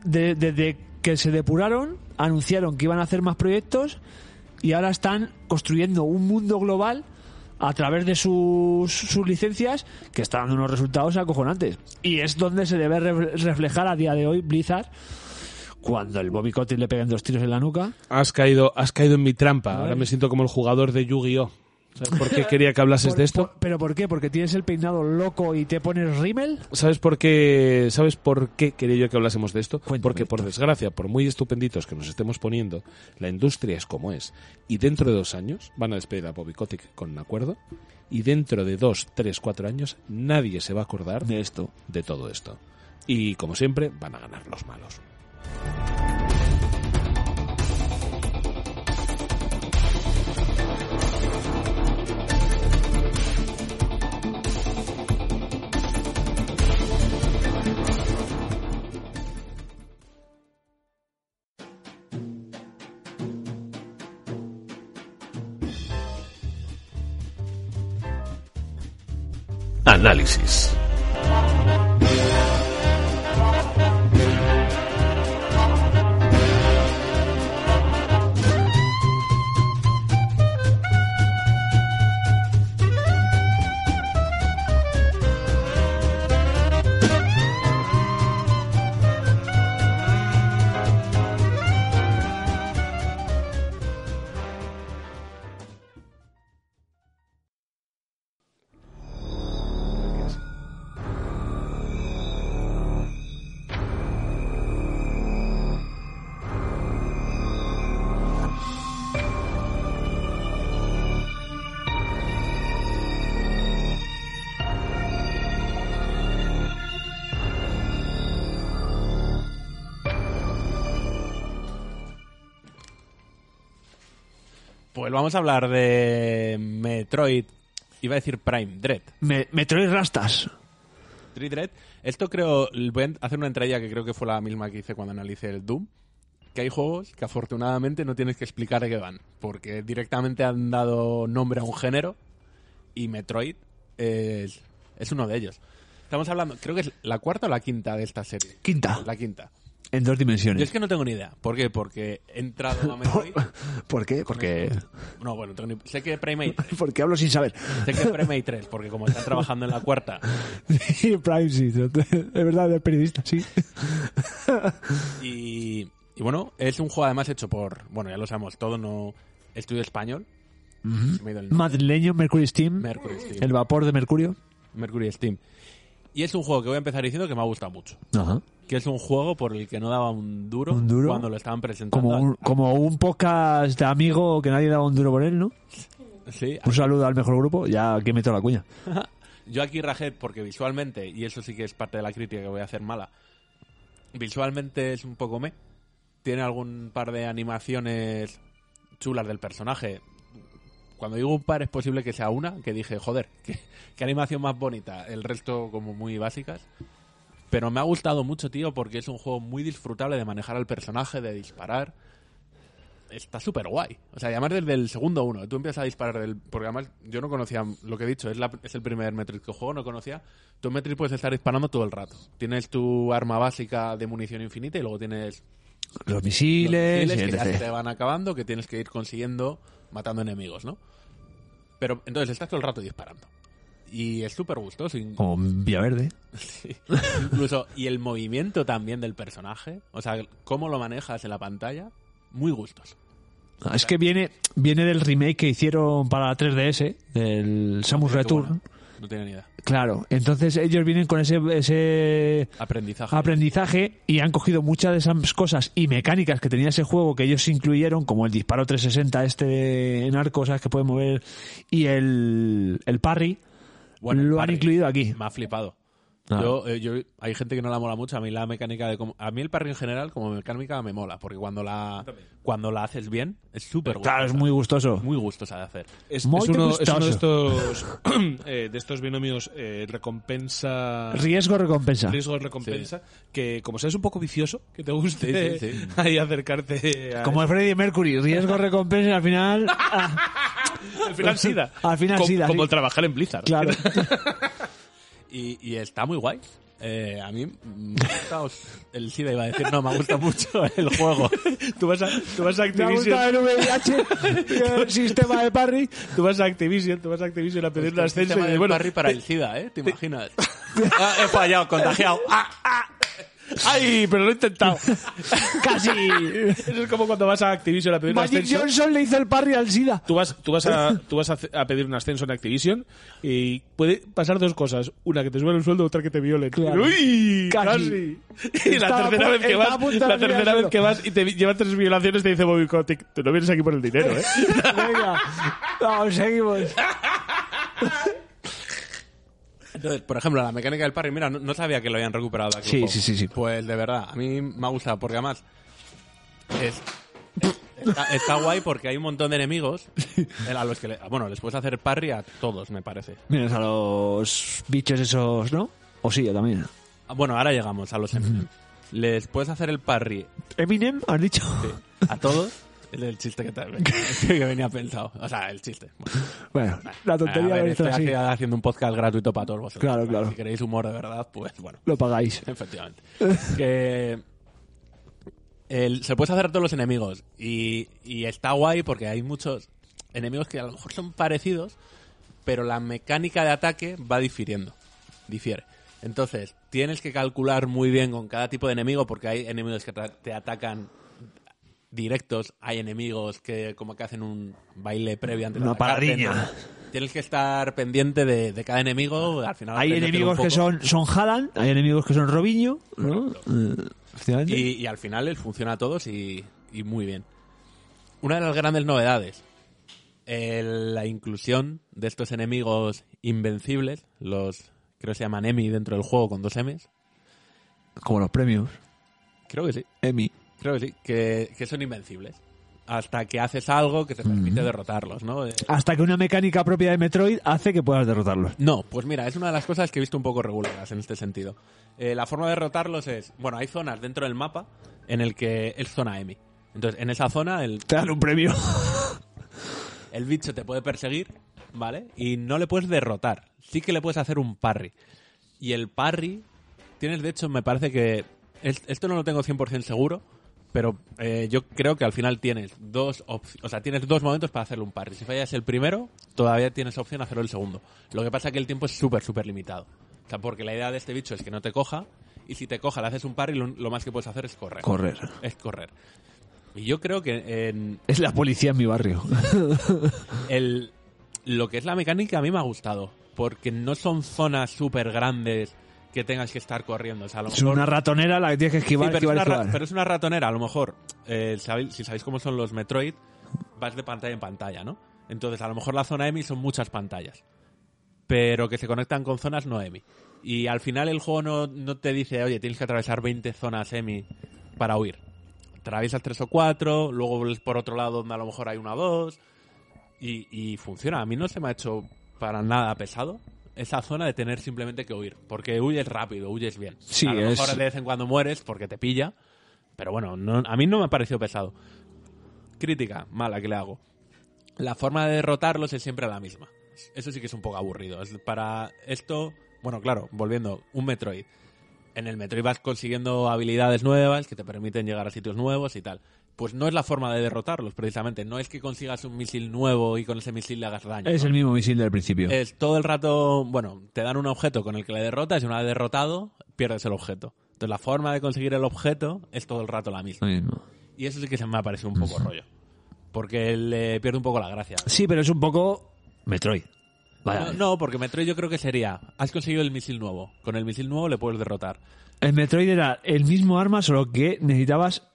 Speaker 3: de- Desde que se depuraron, anunciaron que iban a hacer más proyectos y ahora están construyendo un mundo global a través de sus, sus licencias que están dando unos resultados acojonantes. Y es donde se debe re- reflejar a día de hoy Blizzard cuando el Bobby Kotick le peguen dos tiros en la nuca.
Speaker 1: Has caído, has caído en mi trampa. Ahora me siento como el jugador de Yu-Gi-Oh! ¿Sabes por qué quería que hablases
Speaker 3: Por-
Speaker 1: de esto?
Speaker 3: por- ¿Pero por qué? ¿Porque tienes el peinado loco y te pones rímel?
Speaker 1: ¿Sabes por qué? ¿Sabes por qué quería yo que hablásemos de esto?
Speaker 3: Cuéntame,
Speaker 1: Porque por desgracia, por muy estupenditos que nos estemos poniendo, la industria es como es. Y dentro de dos años van a despedir a Bobby Kotick con un acuerdo. Y dentro de dos, tres, cuatro años, nadie se va a acordar de esto, de todo esto. Y como siempre, van a ganar los malos. Análisis.
Speaker 2: Pues vamos a hablar de Metroid, iba a decir Prime Dread.
Speaker 3: Me, Metroid Rastas.
Speaker 2: Metroid Dread, esto creo, voy a hacer una entradilla que creo que fue la misma que hice cuando analicé el Doom, que hay juegos que afortunadamente no tienes que explicar de qué van, porque directamente han dado nombre a un género y Metroid es, es uno de ellos. Estamos hablando, creo que es la cuarta o la quinta de esta serie.
Speaker 3: Quinta.
Speaker 2: La quinta.
Speaker 3: En dos
Speaker 2: Yo es
Speaker 3: dimensiones.
Speaker 2: que no tengo ni idea. ¿Por qué? Porque he entrado a Metroid.
Speaker 3: ¿Por qué? Porque,
Speaker 2: No, bueno, tengo ni- sé que Primate.
Speaker 3: porque hablo sin saber.
Speaker 2: Sé que Primate 3, porque como están trabajando en la cuarta
Speaker 3: Sí, Prime, sí. Es verdad, es periodista, sí.
Speaker 2: Y, y bueno, es un juego además hecho por, bueno, ya lo sabemos todo, no estudio español. Se me ha ido el nombre.
Speaker 3: Madrileño, Mercury Steam.
Speaker 2: Mercury Steam.
Speaker 3: El vapor de Mercurio.
Speaker 2: Mercury Steam. Y es un juego que voy a empezar diciendo que me ha gustado mucho.
Speaker 3: Ajá.
Speaker 2: Que es un juego por el que no daba un duro,
Speaker 3: ¿Un duro?
Speaker 2: cuando lo estaban presentando.
Speaker 3: Como un, como un podcast de amigo que nadie daba un duro por él, ¿no?
Speaker 2: Sí,
Speaker 3: Un saludo al mejor grupo. Ya aquí meto la cuña.
Speaker 2: Yo aquí rajé porque visualmente, y eso sí que es parte de la crítica que voy a hacer mala, visualmente es un poco me. Tiene algún par de animaciones chulas del personaje. Cuando digo un par es posible que sea una, que dije, joder, qué, qué animación más bonita. El resto como muy básicas. Pero me ha gustado mucho, tío, porque es un juego muy disfrutable de manejar al personaje, de disparar. Está súper guay. O sea, llamar desde el segundo uno. Tú empiezas a disparar del. Porque además, yo no conocía lo que he dicho. Es, la- es el primer Metroid que juego, no conocía. Tú en Metroid puedes estar disparando todo el rato. Tienes tu arma básica de munición infinita y luego tienes
Speaker 3: Los
Speaker 2: los
Speaker 3: misiles,
Speaker 2: misiles que ya se
Speaker 3: etc.
Speaker 2: te van acabando, que tienes que ir consiguiendo matando enemigos, ¿no? Pero entonces estás todo el rato disparando. Y es súper gustoso. in-
Speaker 3: Como Villaverde.
Speaker 2: Incluso, y el movimiento también del personaje, o sea, cómo lo manejas en la pantalla, muy gustos.
Speaker 3: Ah, Es que viene, viene del remake que hicieron para la 3DS, del Samus Return.
Speaker 2: No tiene ni idea.
Speaker 3: Claro, entonces ellos vienen con ese, ese
Speaker 2: Aprendizaje.
Speaker 3: aprendizaje y han cogido muchas de esas cosas y mecánicas que tenía ese juego que ellos incluyeron, como el disparo 360 este en arco, ¿sabes? Que puede mover, y el, el parry,
Speaker 2: Bueno, el
Speaker 3: lo
Speaker 2: parry.
Speaker 3: han incluido aquí.
Speaker 2: Me ha flipado.
Speaker 3: Ah.
Speaker 2: Yo, eh, yo- hay gente que no la mola mucho. A mí la mecánica de. cómo- A mí el parry en general, como mecánica, me mola. Porque cuando la, cuando la haces bien, es súper gustosa.
Speaker 3: Claro, es muy gustoso.
Speaker 2: muy gustosa de hacer.
Speaker 1: Es, es
Speaker 3: Muy
Speaker 1: uno, es uno de
Speaker 3: gustoso.
Speaker 1: estos eh, de estos binomios eh, recompensa
Speaker 3: Riesgo-recompensa.
Speaker 1: riesgo recompensa que como seas un poco vicioso que te guste
Speaker 2: Sí, sí, sí.
Speaker 1: ahí acercarte a
Speaker 3: Como el Freddy Mercury, riesgo-recompensa y al final...
Speaker 1: al final sida
Speaker 3: Al final
Speaker 1: como,
Speaker 3: sida,
Speaker 1: como
Speaker 3: sí.
Speaker 1: el trabajar en Blizzard
Speaker 3: Claro.
Speaker 2: Y, y está muy guay. Eh, a mí me ha gustado el SIDA, iba a decir, no, me gusta mucho el juego.
Speaker 1: tú vas a tú vas a
Speaker 3: Me ha
Speaker 1: Activision
Speaker 3: gustado el VIH y el sistema de parry.
Speaker 1: tú vas a Activision tú vas a Activision a pedir un
Speaker 2: El
Speaker 1: ascenso
Speaker 2: este
Speaker 1: y
Speaker 2: tema del
Speaker 1: dices, bueno
Speaker 2: parry para el SIDA, ¿eh? ¿Te imaginas? Ah, he fallado, contagiado. Ah, ah. ¡Ay, pero lo he intentado!
Speaker 3: Casi.
Speaker 1: eso es como cuando vas a Activision a pedir un
Speaker 3: Magic
Speaker 1: ascenso
Speaker 3: Johnson le hizo el parry al SIDA.
Speaker 1: Tú vas, tú vas, a, tú vas a, hace- a pedir un ascenso en Activision y puede pasar dos cosas. Una, que te suban el sueldo, otra, que te violen.
Speaker 3: Claro.
Speaker 1: ¡Uy!
Speaker 3: Casi.
Speaker 1: Casi. Y la
Speaker 3: Estaba a
Speaker 1: tercera,
Speaker 3: pu-
Speaker 1: vez que,
Speaker 3: estaba a
Speaker 1: vas,
Speaker 3: punto de
Speaker 1: la
Speaker 3: abrir el
Speaker 1: tercera vez
Speaker 3: sueldo.
Speaker 1: que vas y te vi- llevan tres violaciones, te dice Bobby Kotick, tú no vienes aquí por el dinero, ¿eh?
Speaker 3: Venga, vamos, seguimos.
Speaker 2: Entonces, por ejemplo, la mecánica del parry, mira, no, no sabía que lo habían recuperado aquí.
Speaker 3: Sí,
Speaker 2: un poco.
Speaker 3: sí, sí, sí.
Speaker 2: Pues de verdad, a mí me ha gustado, porque además es- es- está, está guay porque hay un montón de enemigos a los que, le- bueno, les puedes hacer parry a todos, me parece.
Speaker 3: Miren a los bichos esos, ¿no? O sí, yo también.
Speaker 2: Ah, Bueno, ahora llegamos a los Eminem. Les puedes hacer el parry
Speaker 3: Eminem, has dicho.
Speaker 2: a todos. El, el chiste que, tal- que venía pensado. O sea, el chiste. Bueno,
Speaker 3: Bueno, la
Speaker 2: a
Speaker 3: tontería
Speaker 2: ver,
Speaker 3: de esto
Speaker 2: estoy
Speaker 3: así.
Speaker 2: aquí haciendo un podcast gratuito para todos vosotros.
Speaker 3: Claro, claro.
Speaker 2: Si queréis humor de verdad, pues bueno.
Speaker 3: Lo pagáis.
Speaker 2: Efectivamente. que el- se puede hacer a todos los enemigos y, y está guay porque hay muchos enemigos que a lo mejor son parecidos, pero la mecánica de ataque va difiriendo. Difiere. Entonces, tienes que calcular muy bien con cada tipo de enemigo porque hay enemigos que tra- te atacan directos, hay enemigos que como que hacen un baile previo antes de
Speaker 3: Una
Speaker 2: atacarte,
Speaker 3: parrilla.
Speaker 2: ¿no? Tienes que estar pendiente de, de cada enemigo. Al final
Speaker 3: Hay
Speaker 2: aprendértelo un
Speaker 3: enemigos que son,
Speaker 2: poco.
Speaker 3: son Haaland, hay enemigos que son Robinho, ¿no? Eh, efectivamente.
Speaker 2: Y, y al final les funciona a todos y, y muy bien. Una de las grandes novedades, el- la inclusión de estos enemigos invencibles, los creo que se llaman Emi dentro del juego con dos M's.
Speaker 3: Como los premios.
Speaker 2: Creo que sí,
Speaker 3: Emmy.
Speaker 2: creo que sí, que, que son invencibles. hasta que haces algo que te permite derrotarlos, ¿no? Eh,
Speaker 6: Hasta que una mecánica propia de Metroid hace que puedas derrotarlos.
Speaker 2: No, pues mira, es una de las cosas que he visto un poco reguladas en este sentido. Eh, la forma de derrotarlos es, bueno, hay zonas dentro del mapa en el que es zona M. Entonces, en esa zona el,
Speaker 6: Te dan un premio.
Speaker 2: el bicho te puede perseguir, ¿vale? Y no le puedes derrotar. Sí que le puedes hacer un parry. Y el parry, tienes de hecho, me parece que... es- Esto no lo tengo 100% seguro, pero eh, yo creo que al final tienes dos opciones. O sea, tienes dos momentos para hacerle un parry. Si fallas el primero, todavía tienes opción de hacerlo el segundo. Lo que pasa es que el tiempo es súper, súper limitado. O sea, porque la idea de este bicho es que no te coja. Y si te coja, le haces un parry, lo, lo más que puedes hacer es correr.
Speaker 6: Correr.
Speaker 2: Es correr. Y yo creo que en,
Speaker 6: Es la policía en mi barrio.
Speaker 2: el, lo que es la mecánica a mí me ha gustado, porque no son zonas súper grandes que tengas que estar corriendo. O sea, a lo
Speaker 6: Es
Speaker 2: mejor-
Speaker 6: una ratonera la que tienes que
Speaker 2: Sí,
Speaker 6: esquivar,
Speaker 2: pero,
Speaker 6: esquivar,
Speaker 2: es una ra-
Speaker 6: esquivar.
Speaker 2: pero es una ratonera, a lo mejor. eh, sabe- si sabéis cómo son los Metroid, vas de pantalla en pantalla, ¿no? Entonces, a lo mejor la zona EMI son muchas pantallas, pero que se conectan con zonas no EMI. Y al final el juego no, no te dice, oye, tienes que atravesar 20 zonas EMI para huir. Atraviesas tres o cuatro, luego vuelves por otro lado donde a lo mejor hay una o dos, y, y funciona. A mí no se me ha hecho para nada pesado esa zona de tener simplemente que huir, porque huyes rápido, huyes bien.
Speaker 6: Sí,
Speaker 2: a lo
Speaker 6: es-
Speaker 2: mejor de vez en cuando mueres porque te pilla, pero bueno, no- a mí no me ha parecido pesado. Crítica mala que le hago. La forma de derrotarlos es siempre la misma. Eso sí que es un poco aburrido. Es para esto, bueno, claro, volviendo, un Metroid. En el Metroid vas consiguiendo habilidades nuevas que te permiten llegar a sitios nuevos y tal. Pues no es la forma de derrotarlos, precisamente. No es que consigas un misil nuevo y con ese misil le hagas daño.
Speaker 6: Es el mismo misil del principio.
Speaker 2: Es todo el rato, bueno, te dan un objeto con el que le derrotas y una vez derrotado, pierdes el objeto. Entonces la forma de conseguir el objeto es todo el rato la misma.
Speaker 6: Lo mismo.
Speaker 2: Y eso sí que se me ha parecido un poco rollo. Porque le pierde un poco la gracia.
Speaker 6: Sí, pero es un poco Metroid. Vaya.
Speaker 2: No, no, porque Metroid yo creo que sería, has conseguido el misil nuevo. Con el misil nuevo le puedes derrotar.
Speaker 6: El Metroid era el mismo arma, solo que necesitabas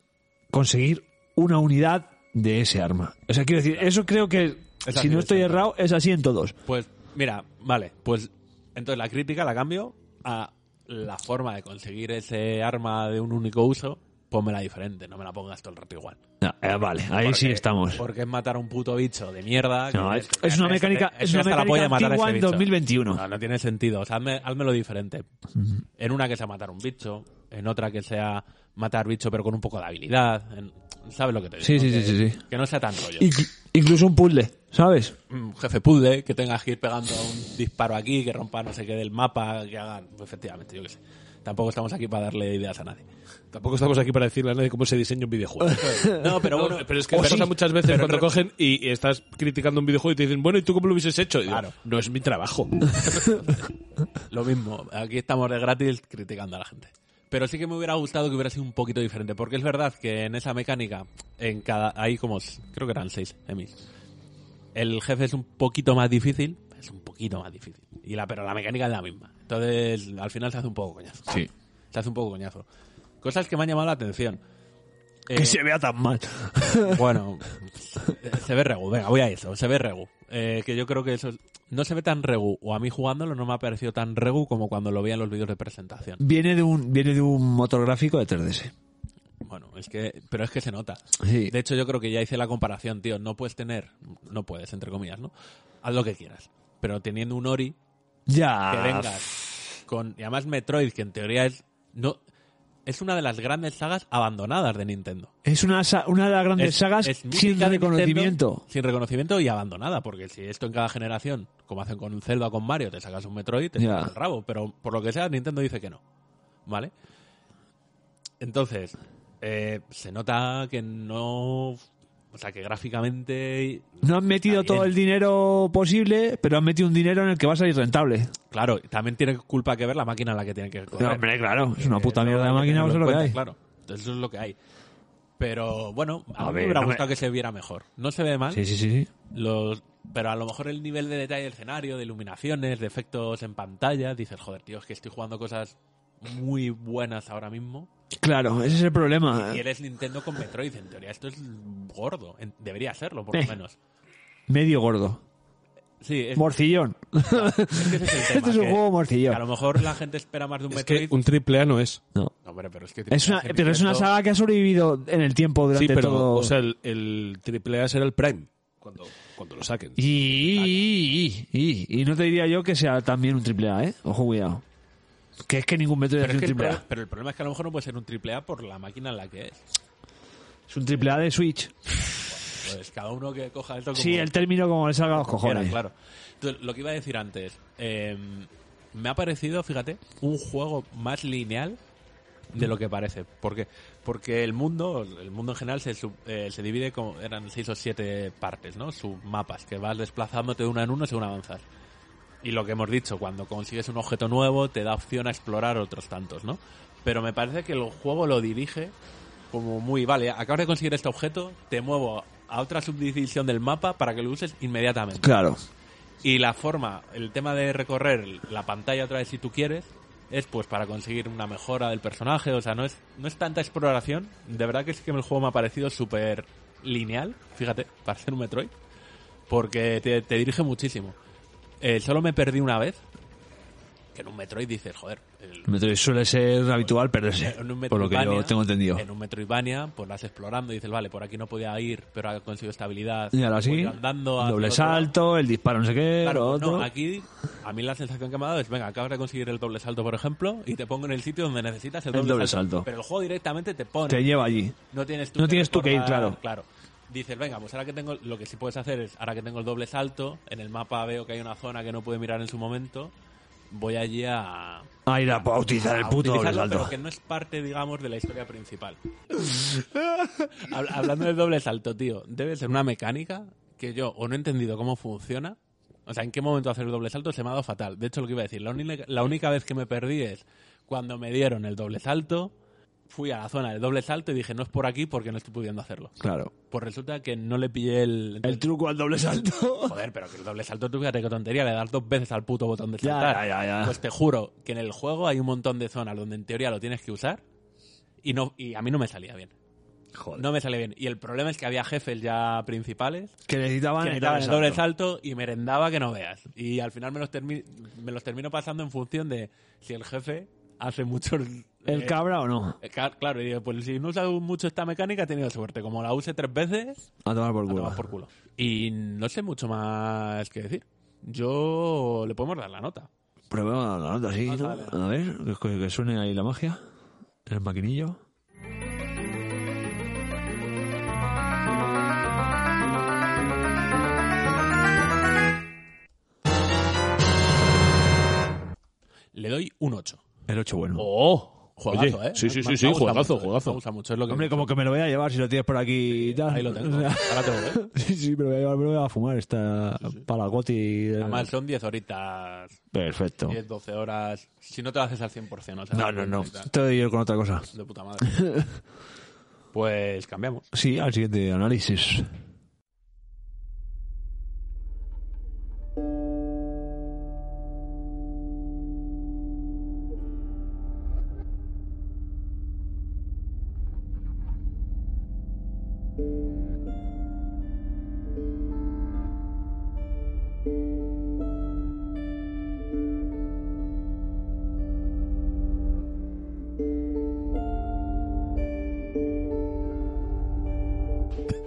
Speaker 6: conseguir una unidad de ese arma. O sea, quiero decir, eso creo que,
Speaker 2: Es
Speaker 6: si
Speaker 2: así,
Speaker 6: no
Speaker 2: es
Speaker 6: estoy
Speaker 2: así.
Speaker 6: errado, es así en todos.
Speaker 2: Pues mira, vale, pues entonces la crítica la cambio a la forma de conseguir ese arma de un único uso, pónmela diferente, no me la pongas todo el rato igual.
Speaker 6: Ah, eh, vale, ahí sí estamos.
Speaker 2: Porque es matar a un puto bicho de mierda. que
Speaker 6: Pues- No,
Speaker 2: dices,
Speaker 6: es- es una
Speaker 2: "Este-
Speaker 6: mecánica-
Speaker 2: este
Speaker 6: es una
Speaker 2: hasta la polla
Speaker 6: mecánica
Speaker 2: matar a
Speaker 6: antigua
Speaker 2: ese
Speaker 6: en
Speaker 2: bicho".
Speaker 6: 2021.
Speaker 2: No, no tiene sentido. O sea, hazme- házmelo diferente. En una que sea matar un bicho, en otra que sea matar bicho pero con un poco de habilidad. en- ¿Sabes lo que te digo?
Speaker 6: Sí, sí,
Speaker 2: Que-
Speaker 6: sí, sí, sí.
Speaker 2: Que no sea tan rollo.
Speaker 6: Inc- incluso un puzzle, ¿sabes?
Speaker 2: Mm, Jefe pude, que tengas que ir pegando un disparo aquí, que rompa no sé qué del mapa, que hagan... Efectivamente, yo qué sé. Tampoco estamos aquí para darle ideas a nadie.
Speaker 1: Tampoco estamos aquí para decirle a nadie cómo se diseña un videojuego.
Speaker 2: No, pero bueno...
Speaker 1: pero es que
Speaker 2: o
Speaker 1: pasa
Speaker 2: sí,
Speaker 1: muchas veces
Speaker 2: pero
Speaker 1: cuando
Speaker 2: re-
Speaker 1: cogen y, y estás criticando un videojuego y te dicen, bueno, ¿y tú cómo lo hubieses hecho? Y digo,
Speaker 2: Claro.
Speaker 1: no es mi trabajo.
Speaker 2: Lo mismo, aquí estamos de gratis criticando a la gente. Pero sí que me hubiera gustado que hubiera sido un poquito diferente, porque es verdad que en esa mecánica, en cada, hay como, s- creo que eran seis emis. El jefe es un poquito más difícil, es un poquito más difícil. Y la, pero la mecánica es la misma. Entonces, al final se hace un poco coñazo.
Speaker 6: Sí.
Speaker 2: Se hace un poco coñazo. Cosas que me han llamado la atención. Eh,
Speaker 6: Que se vea tan mal.
Speaker 2: bueno, se ve regu, venga, voy a eso, se ve regu. Eh, que yo creo que eso es- no se ve tan regu, o a mí jugándolo no me ha parecido tan regu como cuando lo veía en los vídeos de presentación.
Speaker 6: Viene de un viene de un motor gráfico de 3DS.
Speaker 2: Bueno, es que, pero es que se nota.
Speaker 6: Sí.
Speaker 2: De hecho, yo creo que ya hice la comparación, tío, no puedes tener, no puedes, entre comillas, ¿no? Haz lo que quieras, pero teniendo un Ori,
Speaker 6: ya.
Speaker 3: Ah.
Speaker 2: que vengas con y además Metroid, que en teoría es no es una de las grandes sagas abandonadas de Nintendo.
Speaker 6: Es una, sa- una de las grandes
Speaker 2: es,
Speaker 6: sagas
Speaker 2: es mítica
Speaker 6: sin
Speaker 2: de
Speaker 6: reconocimiento.
Speaker 2: Nintendo, sin reconocimiento y abandonada, porque si esto en cada generación, como hacen con Zelda o con Mario, te sacas un Metroid, te
Speaker 6: Ya.
Speaker 2: sacas el rabo, pero por lo que sea, Nintendo dice que no. ¿Vale? Entonces, eh, se nota que no. O sea, que gráficamente.
Speaker 6: No han metido
Speaker 2: Está bien.
Speaker 6: todo el dinero posible, pero han metido un dinero en el que va a salir rentable.
Speaker 2: Claro, también tiene culpa que ver la máquina en la que tiene que correr.
Speaker 6: claro.
Speaker 2: eh,
Speaker 6: Es una puta
Speaker 2: Eso
Speaker 6: mierda de
Speaker 2: hay que
Speaker 6: máquina,
Speaker 2: tenerlo
Speaker 6: pues es lo
Speaker 2: en
Speaker 6: que
Speaker 2: cuenta,
Speaker 6: hay.
Speaker 2: Claro, Entonces, eso es lo que hay. Pero bueno, a,
Speaker 6: A
Speaker 2: mí me
Speaker 6: ver,
Speaker 2: hubiera
Speaker 6: no me-
Speaker 2: gustado que se viera mejor. No se ve mal,
Speaker 6: Sí, sí, sí, sí.
Speaker 2: los pero a lo mejor el nivel de detalle del escenario, de iluminaciones, de efectos en pantalla, dices, joder, tío, es que estoy jugando cosas muy buenas ahora mismo.
Speaker 6: Claro, ese es el problema.
Speaker 3: Ah.
Speaker 2: Y eres Nintendo con Metroid, en teoría esto es gordo, en- debería serlo por lo
Speaker 6: Eh.
Speaker 2: menos.
Speaker 6: Medio gordo.
Speaker 2: Sí, es,
Speaker 6: Morcillón.
Speaker 2: es que ese es el tema,
Speaker 6: este es un
Speaker 2: que-
Speaker 6: juego
Speaker 2: que
Speaker 6: morcillón.
Speaker 2: a lo mejor la gente espera más de un
Speaker 1: es
Speaker 2: Metroid.
Speaker 1: que un triple A no es.
Speaker 6: No.
Speaker 2: No, hombre, pero es que
Speaker 3: Es una,
Speaker 2: Triple H
Speaker 3: pero es una
Speaker 2: Nintendo-
Speaker 3: saga que ha sobrevivido en el tiempo durante
Speaker 1: Sí, pero
Speaker 3: todo.
Speaker 1: o sea, el, el triple A será el Prime cuando, cuando lo saquen.
Speaker 3: y, y, y- y- y no te diría yo que sea también un triple A, ¿eh? Ojo, cuidado. Que es que ningún método
Speaker 2: Pero,
Speaker 3: es
Speaker 2: es
Speaker 3: un
Speaker 2: que el
Speaker 3: triple
Speaker 2: pro-
Speaker 3: A.
Speaker 2: pero el problema es que a lo mejor no puede ser un triple A por la máquina en la que es.
Speaker 3: Es un triple A de Switch.
Speaker 2: Pues cada uno que coja esto como
Speaker 3: Sí, el término como le salga a los
Speaker 2: quiera,
Speaker 3: cojones.
Speaker 2: claro. Entonces, lo que iba a decir antes, eh, me ha parecido, fíjate, un juego más lineal de lo que parece. ¿Por qué? Porque el mundo, el mundo en general se, sub- eh, se divide como eran seis o siete partes, ¿no? Submapas, que vas desplazándote de una en una según avanzas. Y lo que hemos dicho, cuando consigues un objeto nuevo, te da opción a explorar otros tantos, ¿no? Pero me parece que el juego lo dirige como muy, vale, acabas de conseguir este objeto, te muevo a otra subdivisión del mapa para que lo uses inmediatamente.
Speaker 3: Claro.
Speaker 2: Y la forma, el tema de recorrer la pantalla otra vez si tú quieres, es pues para conseguir una mejora del personaje, o sea, no es, no es tanta exploración. De verdad que es que el juego me ha parecido súper lineal, fíjate, para ser un Metroid, porque te, te dirige muchísimo. Eh, solo me perdí una vez, que en un Metroid dices, joder, el-
Speaker 3: Metroid suele ser habitual perderse.
Speaker 2: en un
Speaker 3: Por lo que yo
Speaker 2: Metroidvania-
Speaker 3: tengo entendido.
Speaker 2: En un Metroidvania, pues vas explorando y dices, vale, por aquí no podía ir, pero ha conseguido estabilidad.
Speaker 3: Y ahora sí,
Speaker 2: voy andando hacia
Speaker 3: doble
Speaker 2: el otro lado.
Speaker 3: salto, el disparo no sé qué, lo
Speaker 2: Claro,
Speaker 3: otro.
Speaker 2: Pues no, aquí a mí la sensación que me ha dado es, venga, acabas de conseguir el doble salto, por ejemplo, y te pongo en el sitio donde necesitas el
Speaker 3: El
Speaker 2: doble,
Speaker 3: doble salto.
Speaker 2: Pero el juego directamente te pone.
Speaker 3: Te lleva allí.
Speaker 2: no tienes tú,
Speaker 3: no tienes tú que ir,
Speaker 2: recordar,
Speaker 3: claro.
Speaker 2: Claro. Dices, venga, pues ahora que tengo, lo que sí puedes hacer es, ahora que tengo el doble salto, en el mapa veo que hay una zona que no pude mirar en su momento, voy allí a...
Speaker 3: A ir a bautizar el
Speaker 2: a
Speaker 3: puto doble
Speaker 2: utilizarlo,
Speaker 3: salto.
Speaker 2: Pero que no es parte, digamos, de la historia principal. Hab- Hablando del doble salto, tío, debe ser una mecánica que yo o no he entendido cómo funciona. O sea, en qué momento hacer el doble salto se me ha dado fatal. De hecho, lo que iba a decir, la, única- la única vez que me perdí es cuando me dieron el doble salto, fui a la zona del doble salto y dije, no es por aquí porque no estoy pudiendo hacerlo.
Speaker 3: Claro.
Speaker 2: Pues resulta que no le pillé el...
Speaker 3: El truco al doble salto.
Speaker 2: Joder, pero que el doble salto, tú fíjate qué tontería, le das dos veces al puto botón de
Speaker 3: Ya, ya,
Speaker 2: saltar.
Speaker 3: ya, ya.
Speaker 2: Pues te juro que en el juego hay un montón de zonas donde en teoría lo tienes que usar y, no, y a mí no me salía bien. No me salía bien. Y el problema es que había jefes ya principales
Speaker 3: Que necesitaban
Speaker 2: que
Speaker 3: el
Speaker 2: daban
Speaker 3: Ah, doble
Speaker 2: el
Speaker 3: salto.
Speaker 2: doble salto y merendaba que no veas. Y al final me los, termi- me los termino pasando en función de si el jefe hace mucho...
Speaker 3: ¿El
Speaker 2: eh,
Speaker 3: cabra o no?
Speaker 2: eh, ca- Claro, y digo, pues si no usa mucho esta mecánica, he tenido suerte. Como la use tres veces,
Speaker 3: A tomar por
Speaker 2: a
Speaker 3: culo.
Speaker 2: tomar por culo. Y no sé mucho más que decir. Yo le podemos dar la nota.
Speaker 3: Prueba la nota, sí. ¿no? A ver, que, que suene ahí la magia. El maquinillo.
Speaker 2: Le doy un 8.
Speaker 3: El 8 bueno.
Speaker 2: ¡Oh! Juegazo,
Speaker 1: Oye,
Speaker 2: ¿eh?
Speaker 1: sí, sí, sí,
Speaker 2: Me-
Speaker 1: sí,
Speaker 2: me gusta
Speaker 1: juegazo,
Speaker 2: mucho,
Speaker 1: juegazo.
Speaker 2: Me gusta mucho, es lo que...
Speaker 3: Hombre, como que me lo voy a llevar si lo tienes por aquí y tal.
Speaker 2: Ahí lo tengo. ¿eh?
Speaker 3: O sea,
Speaker 2: Ahora te lo doy.
Speaker 3: sí, sí, me lo voy a llevar, me lo voy a fumar. Está para goti. eh,
Speaker 2: Además son 10 horitas,
Speaker 1: Oh.
Speaker 3: Perfecto.
Speaker 2: 10, 12 horas. Si no te lo haces al 100%, o sea,
Speaker 3: No, no, no.
Speaker 2: de
Speaker 3: Te doy yo con otra cosa.
Speaker 2: puta madre. Pues cambiamos.
Speaker 3: Sí, al siguiente análisis.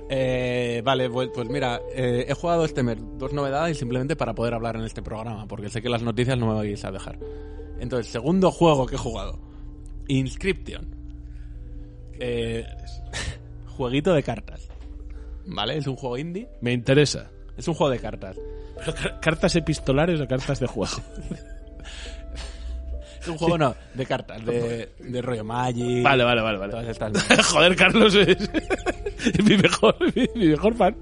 Speaker 2: Eh, vale, pues pues mira, eh, he jugado este mes dos novedades simplemente para poder hablar en este programa, porque sé que las noticias no me vais a dejar. Entonces, segundo juego que he jugado. Inscription. Eh, jueguito de cartas. ¿Vale? Es un juego indie.
Speaker 1: Me interesa.
Speaker 2: Es un juego de cartas.
Speaker 1: ¿Pero car- ¿Cartas epistolares o cartas de juego?
Speaker 2: Es un juego, no, de cartas, de, de rollo Magic.
Speaker 1: Vale, vale, vale, vale.
Speaker 2: Todas estas mierdas.
Speaker 1: Joder, Carlos es, es mi mejor, mi, mi mejor fan.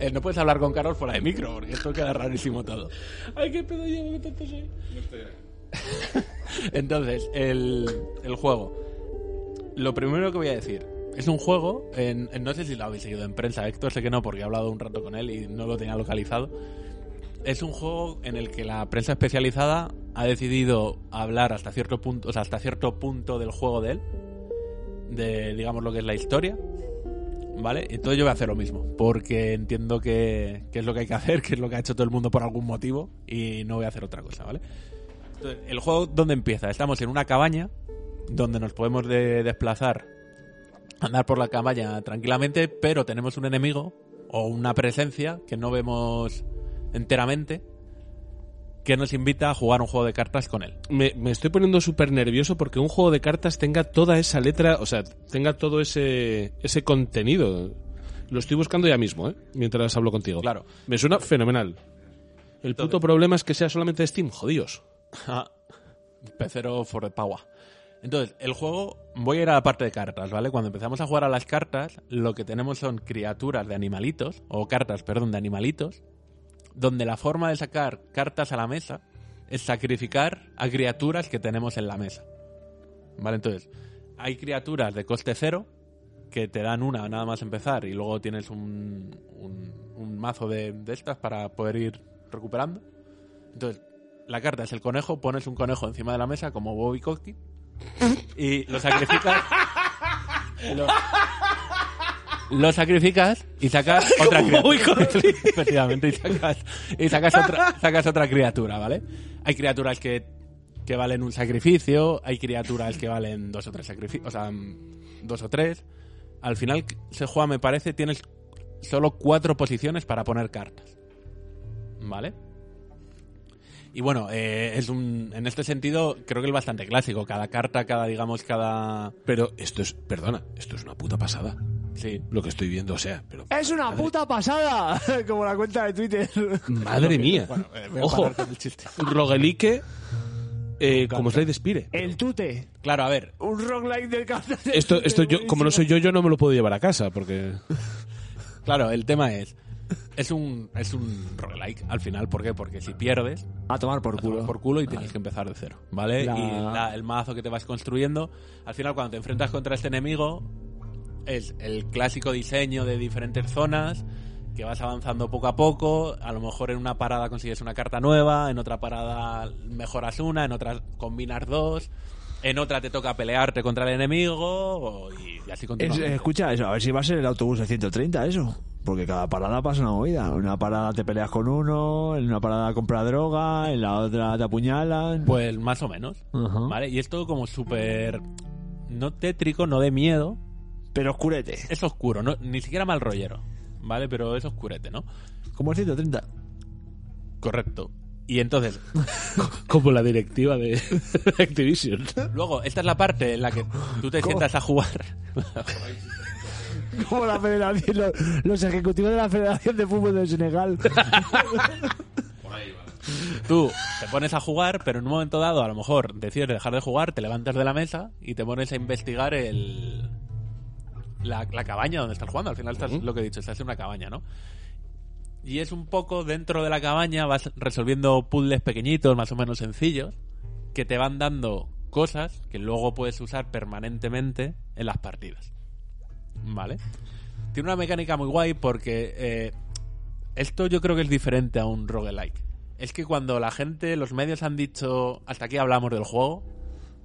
Speaker 2: Eh, no puedes hablar con Carlos fuera de micro, porque esto queda rarísimo todo.
Speaker 1: Ay, qué pedo llevo, qué tonto soy.
Speaker 2: Entonces, el, el juego. Lo primero que voy a decir. Es un juego, en- en- no sé si lo habéis seguido en prensa, Héctor, sé que no, porque he hablado un rato con él y no lo tenía localizado. Es un juego en el que la prensa especializada ha decidido hablar hasta cierto punto, o sea, hasta cierto punto del juego de él, de digamos lo que es la historia, ¿vale? Entonces yo voy a hacer lo mismo, porque entiendo que, que es lo que hay que hacer, que es lo que ha hecho todo el mundo por algún motivo y no voy a hacer otra cosa, ¿vale? Entonces, ¿El juego dónde empieza? Estamos en una cabaña donde nos podemos de- desplazar, andar por la cabaña tranquilamente, pero tenemos un enemigo o una presencia que no vemos enteramente que nos invita a jugar un juego de cartas con él.
Speaker 1: me, me estoy poniendo súper nervioso porque un juego de cartas tenga toda esa letra, o sea, tenga todo ese, ese contenido. Lo estoy buscando ya mismo, ¿eh? Mientras hablo contigo.
Speaker 2: Claro.
Speaker 1: Me suena fenomenal. El puto problema es que sea solamente Steam, jodidos.
Speaker 2: Ja. Pecero for the power. Entonces, el juego, voy a ir a la parte de cartas, ¿vale? Cuando empezamos a jugar a las cartas, lo que tenemos son criaturas de animalitos, o cartas, perdón, de animalitos, donde la forma de sacar cartas a la mesa es sacrificar a criaturas que tenemos en la mesa. ¿Vale? Entonces, hay criaturas de coste cero, que te dan una nada más empezar, y luego tienes un, un, un mazo de, de estas para poder ir recuperando. Entonces, la carta es el conejo, pones un conejo encima de la mesa como Bobby Kotick y lo sacrificas. lo, lo sacrificas y sacas otra criatura. Efectivamente, y sacas, y sacas otra, sacas otra criatura, ¿vale? Hay criaturas que, que valen un sacrificio, hay criaturas que valen dos o tres sacrificios, o sea, mm, dos o tres. Al final se juega, me parece, tienes solo cuatro posiciones para poner cartas. ¿Vale? Y bueno, eh, es un, en este sentido creo que es bastante clásico. Cada carta, cada, digamos, cada...
Speaker 1: Pero esto es, perdona, esto es una puta pasada.
Speaker 2: Sí.
Speaker 1: Lo que estoy viendo, o sea, pero.
Speaker 6: ¡Es una puta pasada! Como la cuenta de Twitter.
Speaker 3: Mm.
Speaker 1: Madre mía.
Speaker 2: eh, voy a
Speaker 1: Ojo,
Speaker 2: parar con el chiste.
Speaker 1: Roguelique eh, como Slide Spire.
Speaker 6: El tute.
Speaker 2: Claro, a ver.
Speaker 6: Un roguelike del cartel.
Speaker 1: Esto, esto yo, como no soy yo, yo no me lo puedo llevar a casa porque.
Speaker 2: Claro, el tema es... Es un, es un roguelike al final. ¿Por qué? Porque si pierdes,
Speaker 6: A tomar por culo.
Speaker 2: por culo y tienes que empezar de cero, ¿vale?
Speaker 6: La-
Speaker 2: Y la- el mazo que te vas construyendo, al final cuando te enfrentas contra este enemigo, es el clásico diseño de diferentes zonas, que vas avanzando poco a poco, a lo mejor en una parada consigues una carta nueva, en otra parada mejoras una, en otra combinas dos, en otra te toca pelearte contra el enemigo o- y, y
Speaker 3: Es-
Speaker 2: así
Speaker 3: eh,
Speaker 2: continuamente.
Speaker 3: escucha, eso, a ver si va a ser el autobús de 130, eso. Porque cada parada pasa una movida. En una parada te peleas con uno, en una parada compra droga, en la otra te apuñalan.
Speaker 2: Pues más o menos,
Speaker 3: Ajá.
Speaker 2: ¿vale? Y es todo como súper... No tétrico, no de miedo,
Speaker 3: Pero oscurete.
Speaker 2: es oscuro, no, ni siquiera mal rollero, ¿vale? Pero es oscurete, ¿no?
Speaker 3: Como el 130.
Speaker 2: Correcto. Y entonces,
Speaker 1: Como la directiva de Activision.
Speaker 2: luego, esta es la parte en la que tú te sientas a jugar.
Speaker 6: Como la federación, lo- los, ejecutivos de la Federación de Fútbol del Senegal.
Speaker 2: Tú te pones a jugar, pero en un momento dado, a lo mejor decides dejar de jugar, te levantas de la mesa y te pones a investigar el. La, la cabaña donde estás jugando. Al final, estás, lo que he dicho, estás en una cabaña, ¿no? Y es un poco dentro de la cabaña, vas resolviendo puzzles pequeñitos, más o menos sencillos, que te van dando cosas que luego puedes usar permanentemente en las partidas. ¿Vale? Tiene una mecánica muy guay porque eh, esto yo creo que es diferente a un roguelike. Es que cuando la gente, los medios han dicho hasta aquí hablamos del juego,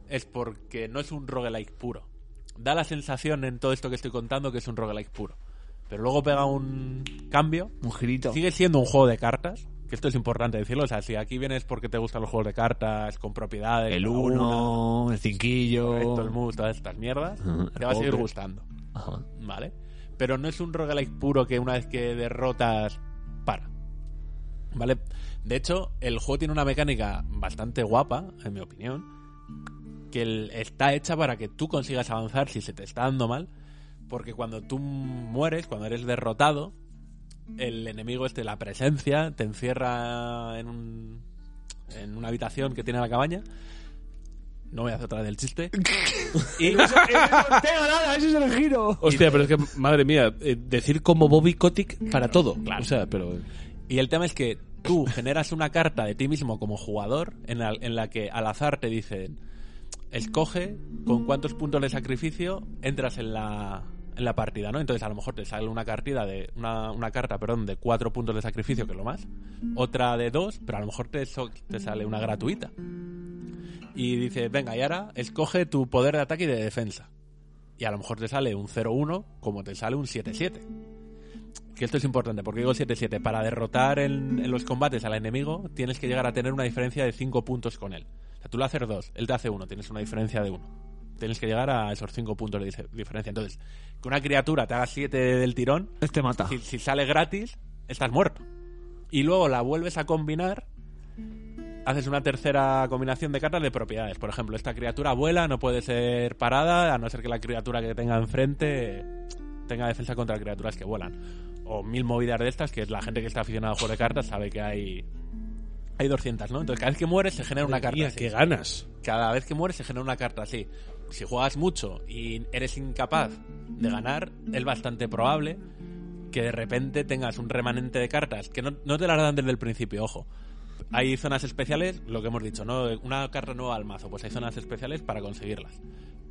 Speaker 2: es porque no es un roguelike puro. Da la sensación en todo esto que estoy contando que es un roguelike puro. Pero luego pega un cambio
Speaker 3: Un girito.
Speaker 2: Sigue siendo un juego de cartas, que esto es importante decirlo. O sea, si aquí vienes porque te gustan los juegos de cartas, con propiedades,
Speaker 3: el
Speaker 2: con
Speaker 3: 1,
Speaker 2: una,
Speaker 3: el
Speaker 2: correcto, el
Speaker 3: cinquillo.
Speaker 2: mus, todas estas mierdas,
Speaker 3: Ajá,
Speaker 2: te va a seguir
Speaker 3: pobre.
Speaker 2: gustando,
Speaker 3: Ajá.
Speaker 2: ¿vale? Pero no es un roguelike puro que una vez que derrotas, para. ¿Vale? De hecho, el juego tiene una mecánica bastante guapa, en mi opinión, que el- está hecha para que tú consigas avanzar si se te está dando mal, porque cuando tú mueres, cuando eres derrotado, el enemigo este, la presencia, te encierra en un en una habitación que tiene la cabaña. No voy a hacer otra vez el chiste. y,
Speaker 3: Eh,
Speaker 6: ¡No tengo nada! ¡Ese es el giro!
Speaker 1: Hostia, pero es que, madre mía, eh, decir como Bobby Kotick para todo.
Speaker 2: claro.
Speaker 1: O sea, pero.
Speaker 2: y el tema es que tú generas una carta de ti mismo como jugador en la, en la que al azar te dicen escoge con cuántos puntos de sacrificio entras en la, en la partida, ¿no? Entonces a lo mejor te sale una cartida de una, una carta, perdón, de cuatro puntos de sacrificio que es lo más, otra de dos, pero a lo mejor te, so- te sale una gratuita. Y dice, venga, y ahora escoge tu poder de ataque y de defensa. Y a lo mejor te sale un 0-1 como te sale un 7-7. Que esto es importante, porque digo 7-7. Para derrotar en, en los combates al enemigo, tienes que llegar a tener una diferencia de 5 puntos con él. sea, tú le haces dos, él te hace uno, tienes una diferencia de uno. Tienes que llegar a esos cinco puntos de dice- diferencia. Entonces, que una criatura te haga siete del tirón,
Speaker 6: Este mata.
Speaker 2: si, si sale gratis, estás muerto. Y luego la vuelves a combinar, haces una tercera combinación de cartas de propiedades. Por ejemplo, esta criatura vuela, no puede ser parada, a no ser que la criatura que tenga enfrente tenga defensa contra criaturas que vuelan. O mil movidas de estas, que es la gente que está aficionada a juego de cartas sabe que hay... Hay 200, ¿no? Entonces cada vez que mueres se genera una carta.
Speaker 1: Mía,
Speaker 2: así
Speaker 1: qué ganas.
Speaker 2: cada vez que mueres se genera una carta así. Si juegas mucho y eres incapaz de ganar, es bastante probable que de repente tengas un remanente de cartas, que no, no te las dan desde el principio, ojo. Hay zonas especiales, lo que hemos dicho, ¿no? Una carta nueva al mazo, pues hay zonas especiales para conseguirlas.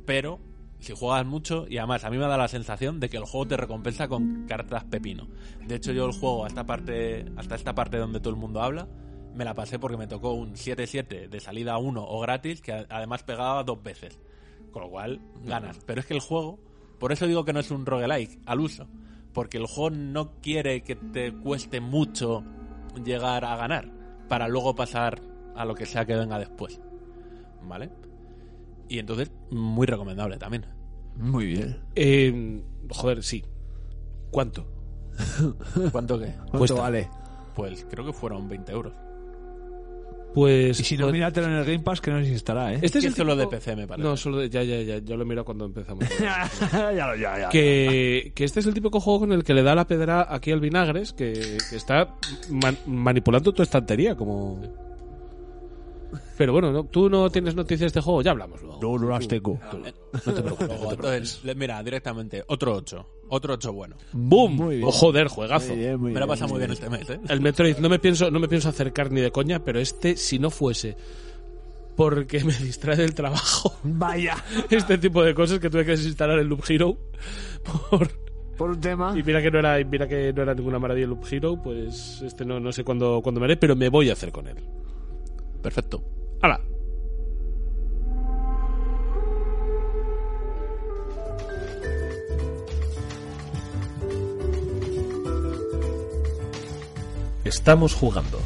Speaker 2: Pero si juegas mucho, y además a mí me da la sensación de que el juego te recompensa con cartas pepino. De hecho, yo el juego hasta, parte, hasta esta parte donde todo el mundo habla, me la pasé porque me tocó un 7-7 de salida 1 o gratis, que a- además pegaba dos veces. Con lo cual, ganas. Pero es que el juego, por eso digo que no es un roguelike al uso. Porque el juego no quiere que te cueste mucho llegar a ganar. Para luego pasar a lo que sea que venga después. ¿Vale? Y entonces, muy recomendable también.
Speaker 6: Muy bien.
Speaker 1: Eh, joder, sí. ¿Cuánto?
Speaker 2: ¿Cuánto que?
Speaker 6: ¿Cuánto
Speaker 1: Cuesta.
Speaker 6: vale?
Speaker 2: Pues creo que fueron 20 euros.
Speaker 1: Pues.
Speaker 6: Y si no, míratelo en el Game Pass que no existirá, ¿eh?
Speaker 1: este es
Speaker 2: Y
Speaker 1: el
Speaker 2: solo
Speaker 1: típico-
Speaker 2: de PC, me parece.
Speaker 1: No, solo de. Ya, ya, ya. Yo lo miro cuando empezamos.
Speaker 6: ya, lo- ya, ya.
Speaker 1: que, que este es el típico juego con el que le da la pedra aquí al vinagres, que, que está man- manipulando tu estantería como... Pero bueno, no- tú no tienes noticias de este juego, ya hablamos luego.
Speaker 6: No, no las tengo.
Speaker 2: Luego, entonces, le- mira, directamente, otro 8. Otro 8 bueno.
Speaker 1: ¡Boom!
Speaker 6: Muy bien.
Speaker 1: Oh, joder, juegazo.
Speaker 6: Muy bien, muy
Speaker 2: Me lo
Speaker 6: bien,
Speaker 2: he pasado muy
Speaker 6: muy
Speaker 2: bien este mes, ¿eh?
Speaker 1: El Metroid no me pienso no me pienso acercar ni de coña, pero este si no fuese porque me distrae del trabajo,
Speaker 6: Vaya.
Speaker 1: este tipo de cosas que tuve que desinstalar el Loop Hero por,
Speaker 6: Por un tema.
Speaker 1: Y mira que no era, y mira que no era ninguna maravilla Loop Hero, pues este no, no sé cuándo, cuándo me haré, pero me voy a hacer con él. ¿eh?
Speaker 2: Perfecto.
Speaker 1: ¡Hala! Estamos jugando.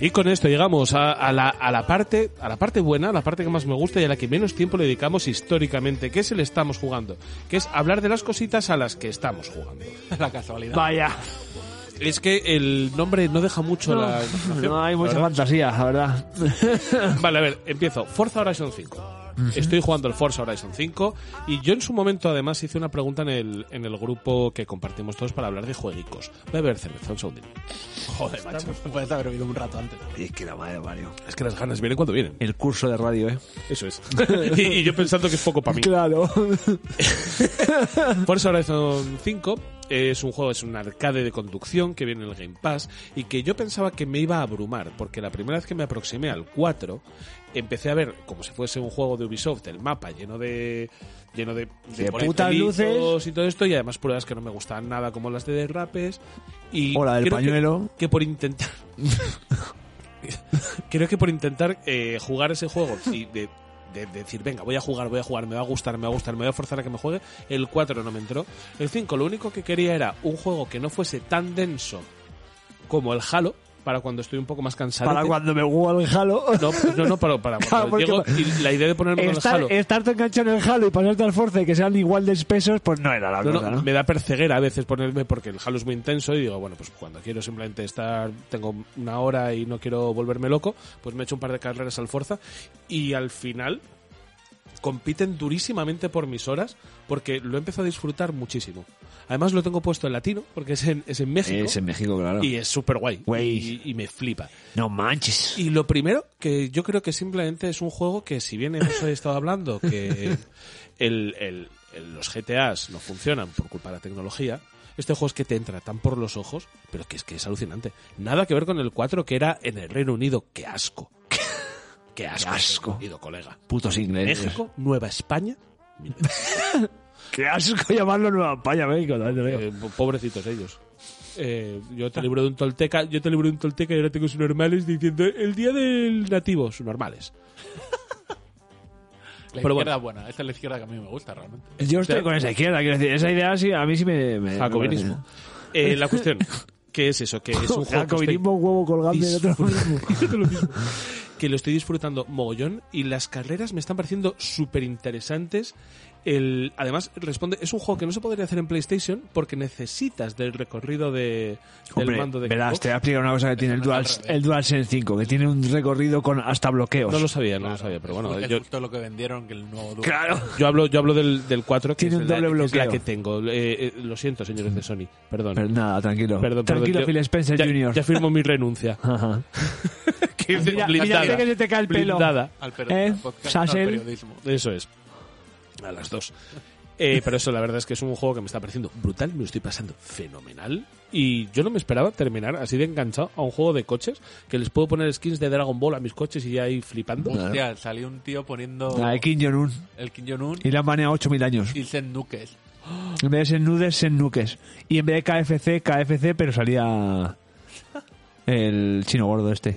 Speaker 1: Y con esto llegamos a, a la, a la parte a la parte buena, a la parte que más me gusta y a la que menos tiempo le dedicamos históricamente, que es el estamos jugando, que es hablar de las cositas a las que estamos jugando.
Speaker 2: La casualidad.
Speaker 6: Vaya.
Speaker 1: Es que el nombre no deja mucho la
Speaker 6: No hay mucha fantasía, la verdad.
Speaker 1: Vale, a ver, empiezo. Forza Horizon 5. Estoy jugando el Forza Horizon 5 y yo en su momento además hice una pregunta en el, en el grupo que compartimos todos para hablar de jueguicos. Voy a beber cerveza un segundito.
Speaker 2: Joder, macho. Puedes haber venido un rato antes.
Speaker 6: Y es que la madre Mario.
Speaker 1: Es que las ganas vienen cuando vienen.
Speaker 6: El curso de radio, ¿eh?
Speaker 1: Eso es. y, y yo pensando que es poco para mí.
Speaker 6: Claro.
Speaker 1: Forza Horizon 5 es un juego, es un arcade de conducción que viene en el Game Pass y que yo pensaba que me iba a abrumar porque la primera vez que me aproximé al 4 empecé a ver como si fuese un juego de Ubisoft el mapa lleno de lleno de,
Speaker 6: De putas
Speaker 1: politos
Speaker 6: luces.
Speaker 1: y todo esto y además pruebas que no me gustaban nada como las de derrapes y
Speaker 6: O la del
Speaker 1: creo que-
Speaker 6: pañuelo.
Speaker 1: que por intentar creo que por intentar eh, jugar ese juego y de, de- de decir, venga, voy a jugar, voy a jugar, me va a gustar, me va a gustar, me voy a forzar a que me juegue, el 4 no me entró. El 5 lo único que quería era un juego que no fuese tan denso como el Halo, para cuando estoy un poco más cansado.
Speaker 6: Para cuando me juego al Halo.
Speaker 1: No, no, no, para, para
Speaker 6: Claro,
Speaker 1: cuando llego
Speaker 6: porque-
Speaker 1: y la idea de ponerme con el
Speaker 6: Estar,
Speaker 1: Halo...
Speaker 6: estarte enganchado en el Halo y pasarte al Forza y que sean igual de espesos, pues no era la
Speaker 1: No, no,
Speaker 6: cosa, ¿no?
Speaker 1: me da perceguera a veces ponerme porque el Halo es muy intenso y digo, bueno, pues cuando quiero simplemente estar, tengo una hora y no quiero volverme loco, pues me echo un par de carreras al Forza y al final compiten durísimamente por mis horas porque lo empiezo a disfrutar muchísimo. Además lo tengo puesto en latino porque es en, es en México
Speaker 6: en México, claro.
Speaker 1: y es súper guay
Speaker 6: Güey.
Speaker 1: y, y me flipa.
Speaker 6: No manches.
Speaker 1: Y lo primero, que yo creo que simplemente es un juego que, si bien hemos estado hablando que el- el- el- los GTAs no funcionan por culpa de la tecnología, este juego es que te entra tan por los ojos, pero que es que es alucinante. Nada que ver con el 4 que era en el Reino Unido. ¡Qué asco! ¡Qué asco!
Speaker 6: Qué asco.
Speaker 1: Reino Unido, colega.
Speaker 6: Putos ingleses.
Speaker 1: México, Nueva España. Mira,
Speaker 6: Qué asco llamarlo Nueva España, México. también te lo digo.
Speaker 1: eh, pobrecitos ellos. Eh, yo te libro de un tolteca, yo te libro de un tolteca y ahora tengo sus normales diciendo el día del nativo, sus normales.
Speaker 2: La
Speaker 1: Pero
Speaker 2: izquierda es buena. Esta es la izquierda que a mí me gusta realmente.
Speaker 3: Yo estoy con esa izquierda, quiero decir, esa idea sí, a mí sí me... me
Speaker 1: Jacobinismo. Eh, la cuestión, ¿qué es eso? Que es un juego
Speaker 3: me
Speaker 1: que
Speaker 3: parece.
Speaker 1: estoy-
Speaker 3: Jacobinismo, huevo colgando de otro...
Speaker 1: Disfruto lo mismo. que lo estoy disfrutando mogollón y las carreras me están pareciendo súper interesantes. El, además, responde, es un juego que no se podría hacer en PlayStation porque necesitas del recorrido de, del
Speaker 3: Hombre,
Speaker 1: mando de
Speaker 3: verás,
Speaker 1: Xbox.
Speaker 3: te voy a explicar una cosa que tiene el, Dual, el DualSense 5, que tiene un recorrido con hasta bloqueos.
Speaker 1: No lo sabía, no lo sabía, pero bueno,
Speaker 2: Pues es
Speaker 1: yo,
Speaker 2: justo lo que vendieron que el nuevo Doom.
Speaker 3: Claro.
Speaker 1: yo hablo, yo hablo del, del 4 que
Speaker 3: Tiene
Speaker 1: es
Speaker 3: un
Speaker 1: la-
Speaker 3: doble
Speaker 1: que es la
Speaker 3: bloqueo.
Speaker 1: que tengo. Eh, eh, lo siento, señores de Sony, perdón.
Speaker 3: Pero nada, tranquilo.
Speaker 1: Perdón,
Speaker 3: tranquilo,
Speaker 1: perdón, yo-
Speaker 3: Phil Spencer
Speaker 1: ya,
Speaker 3: Jr.
Speaker 1: ya firmo mi renuncia.
Speaker 3: Ajá.
Speaker 1: Que es
Speaker 3: Mira, mira,
Speaker 1: blindada.
Speaker 3: mira que se te cae el pelo.
Speaker 1: Blindada.
Speaker 2: Al, per-
Speaker 3: Eh,
Speaker 2: al podcast, al
Speaker 3: Sassel.
Speaker 2: periodismo.
Speaker 1: Eso es. A las dos. Eh, pero eso, la verdad es que es un juego que me está pareciendo brutal, me lo estoy pasando fenomenal. Y yo no me esperaba terminar así de enganchado a un juego de coches que les puedo poner skins de Dragon Ball a mis coches y ya ahí flipando.
Speaker 2: Hostia, salió un tío poniendo
Speaker 3: La de Kim Jong-un.
Speaker 2: el Kim Jong-un
Speaker 3: Y la han baneado 8.000 años.
Speaker 2: y Zen Nukes.
Speaker 3: En vez de ser nudes, ser nuques. Y en vez de KFC, KFC, pero salía el chino gordo este.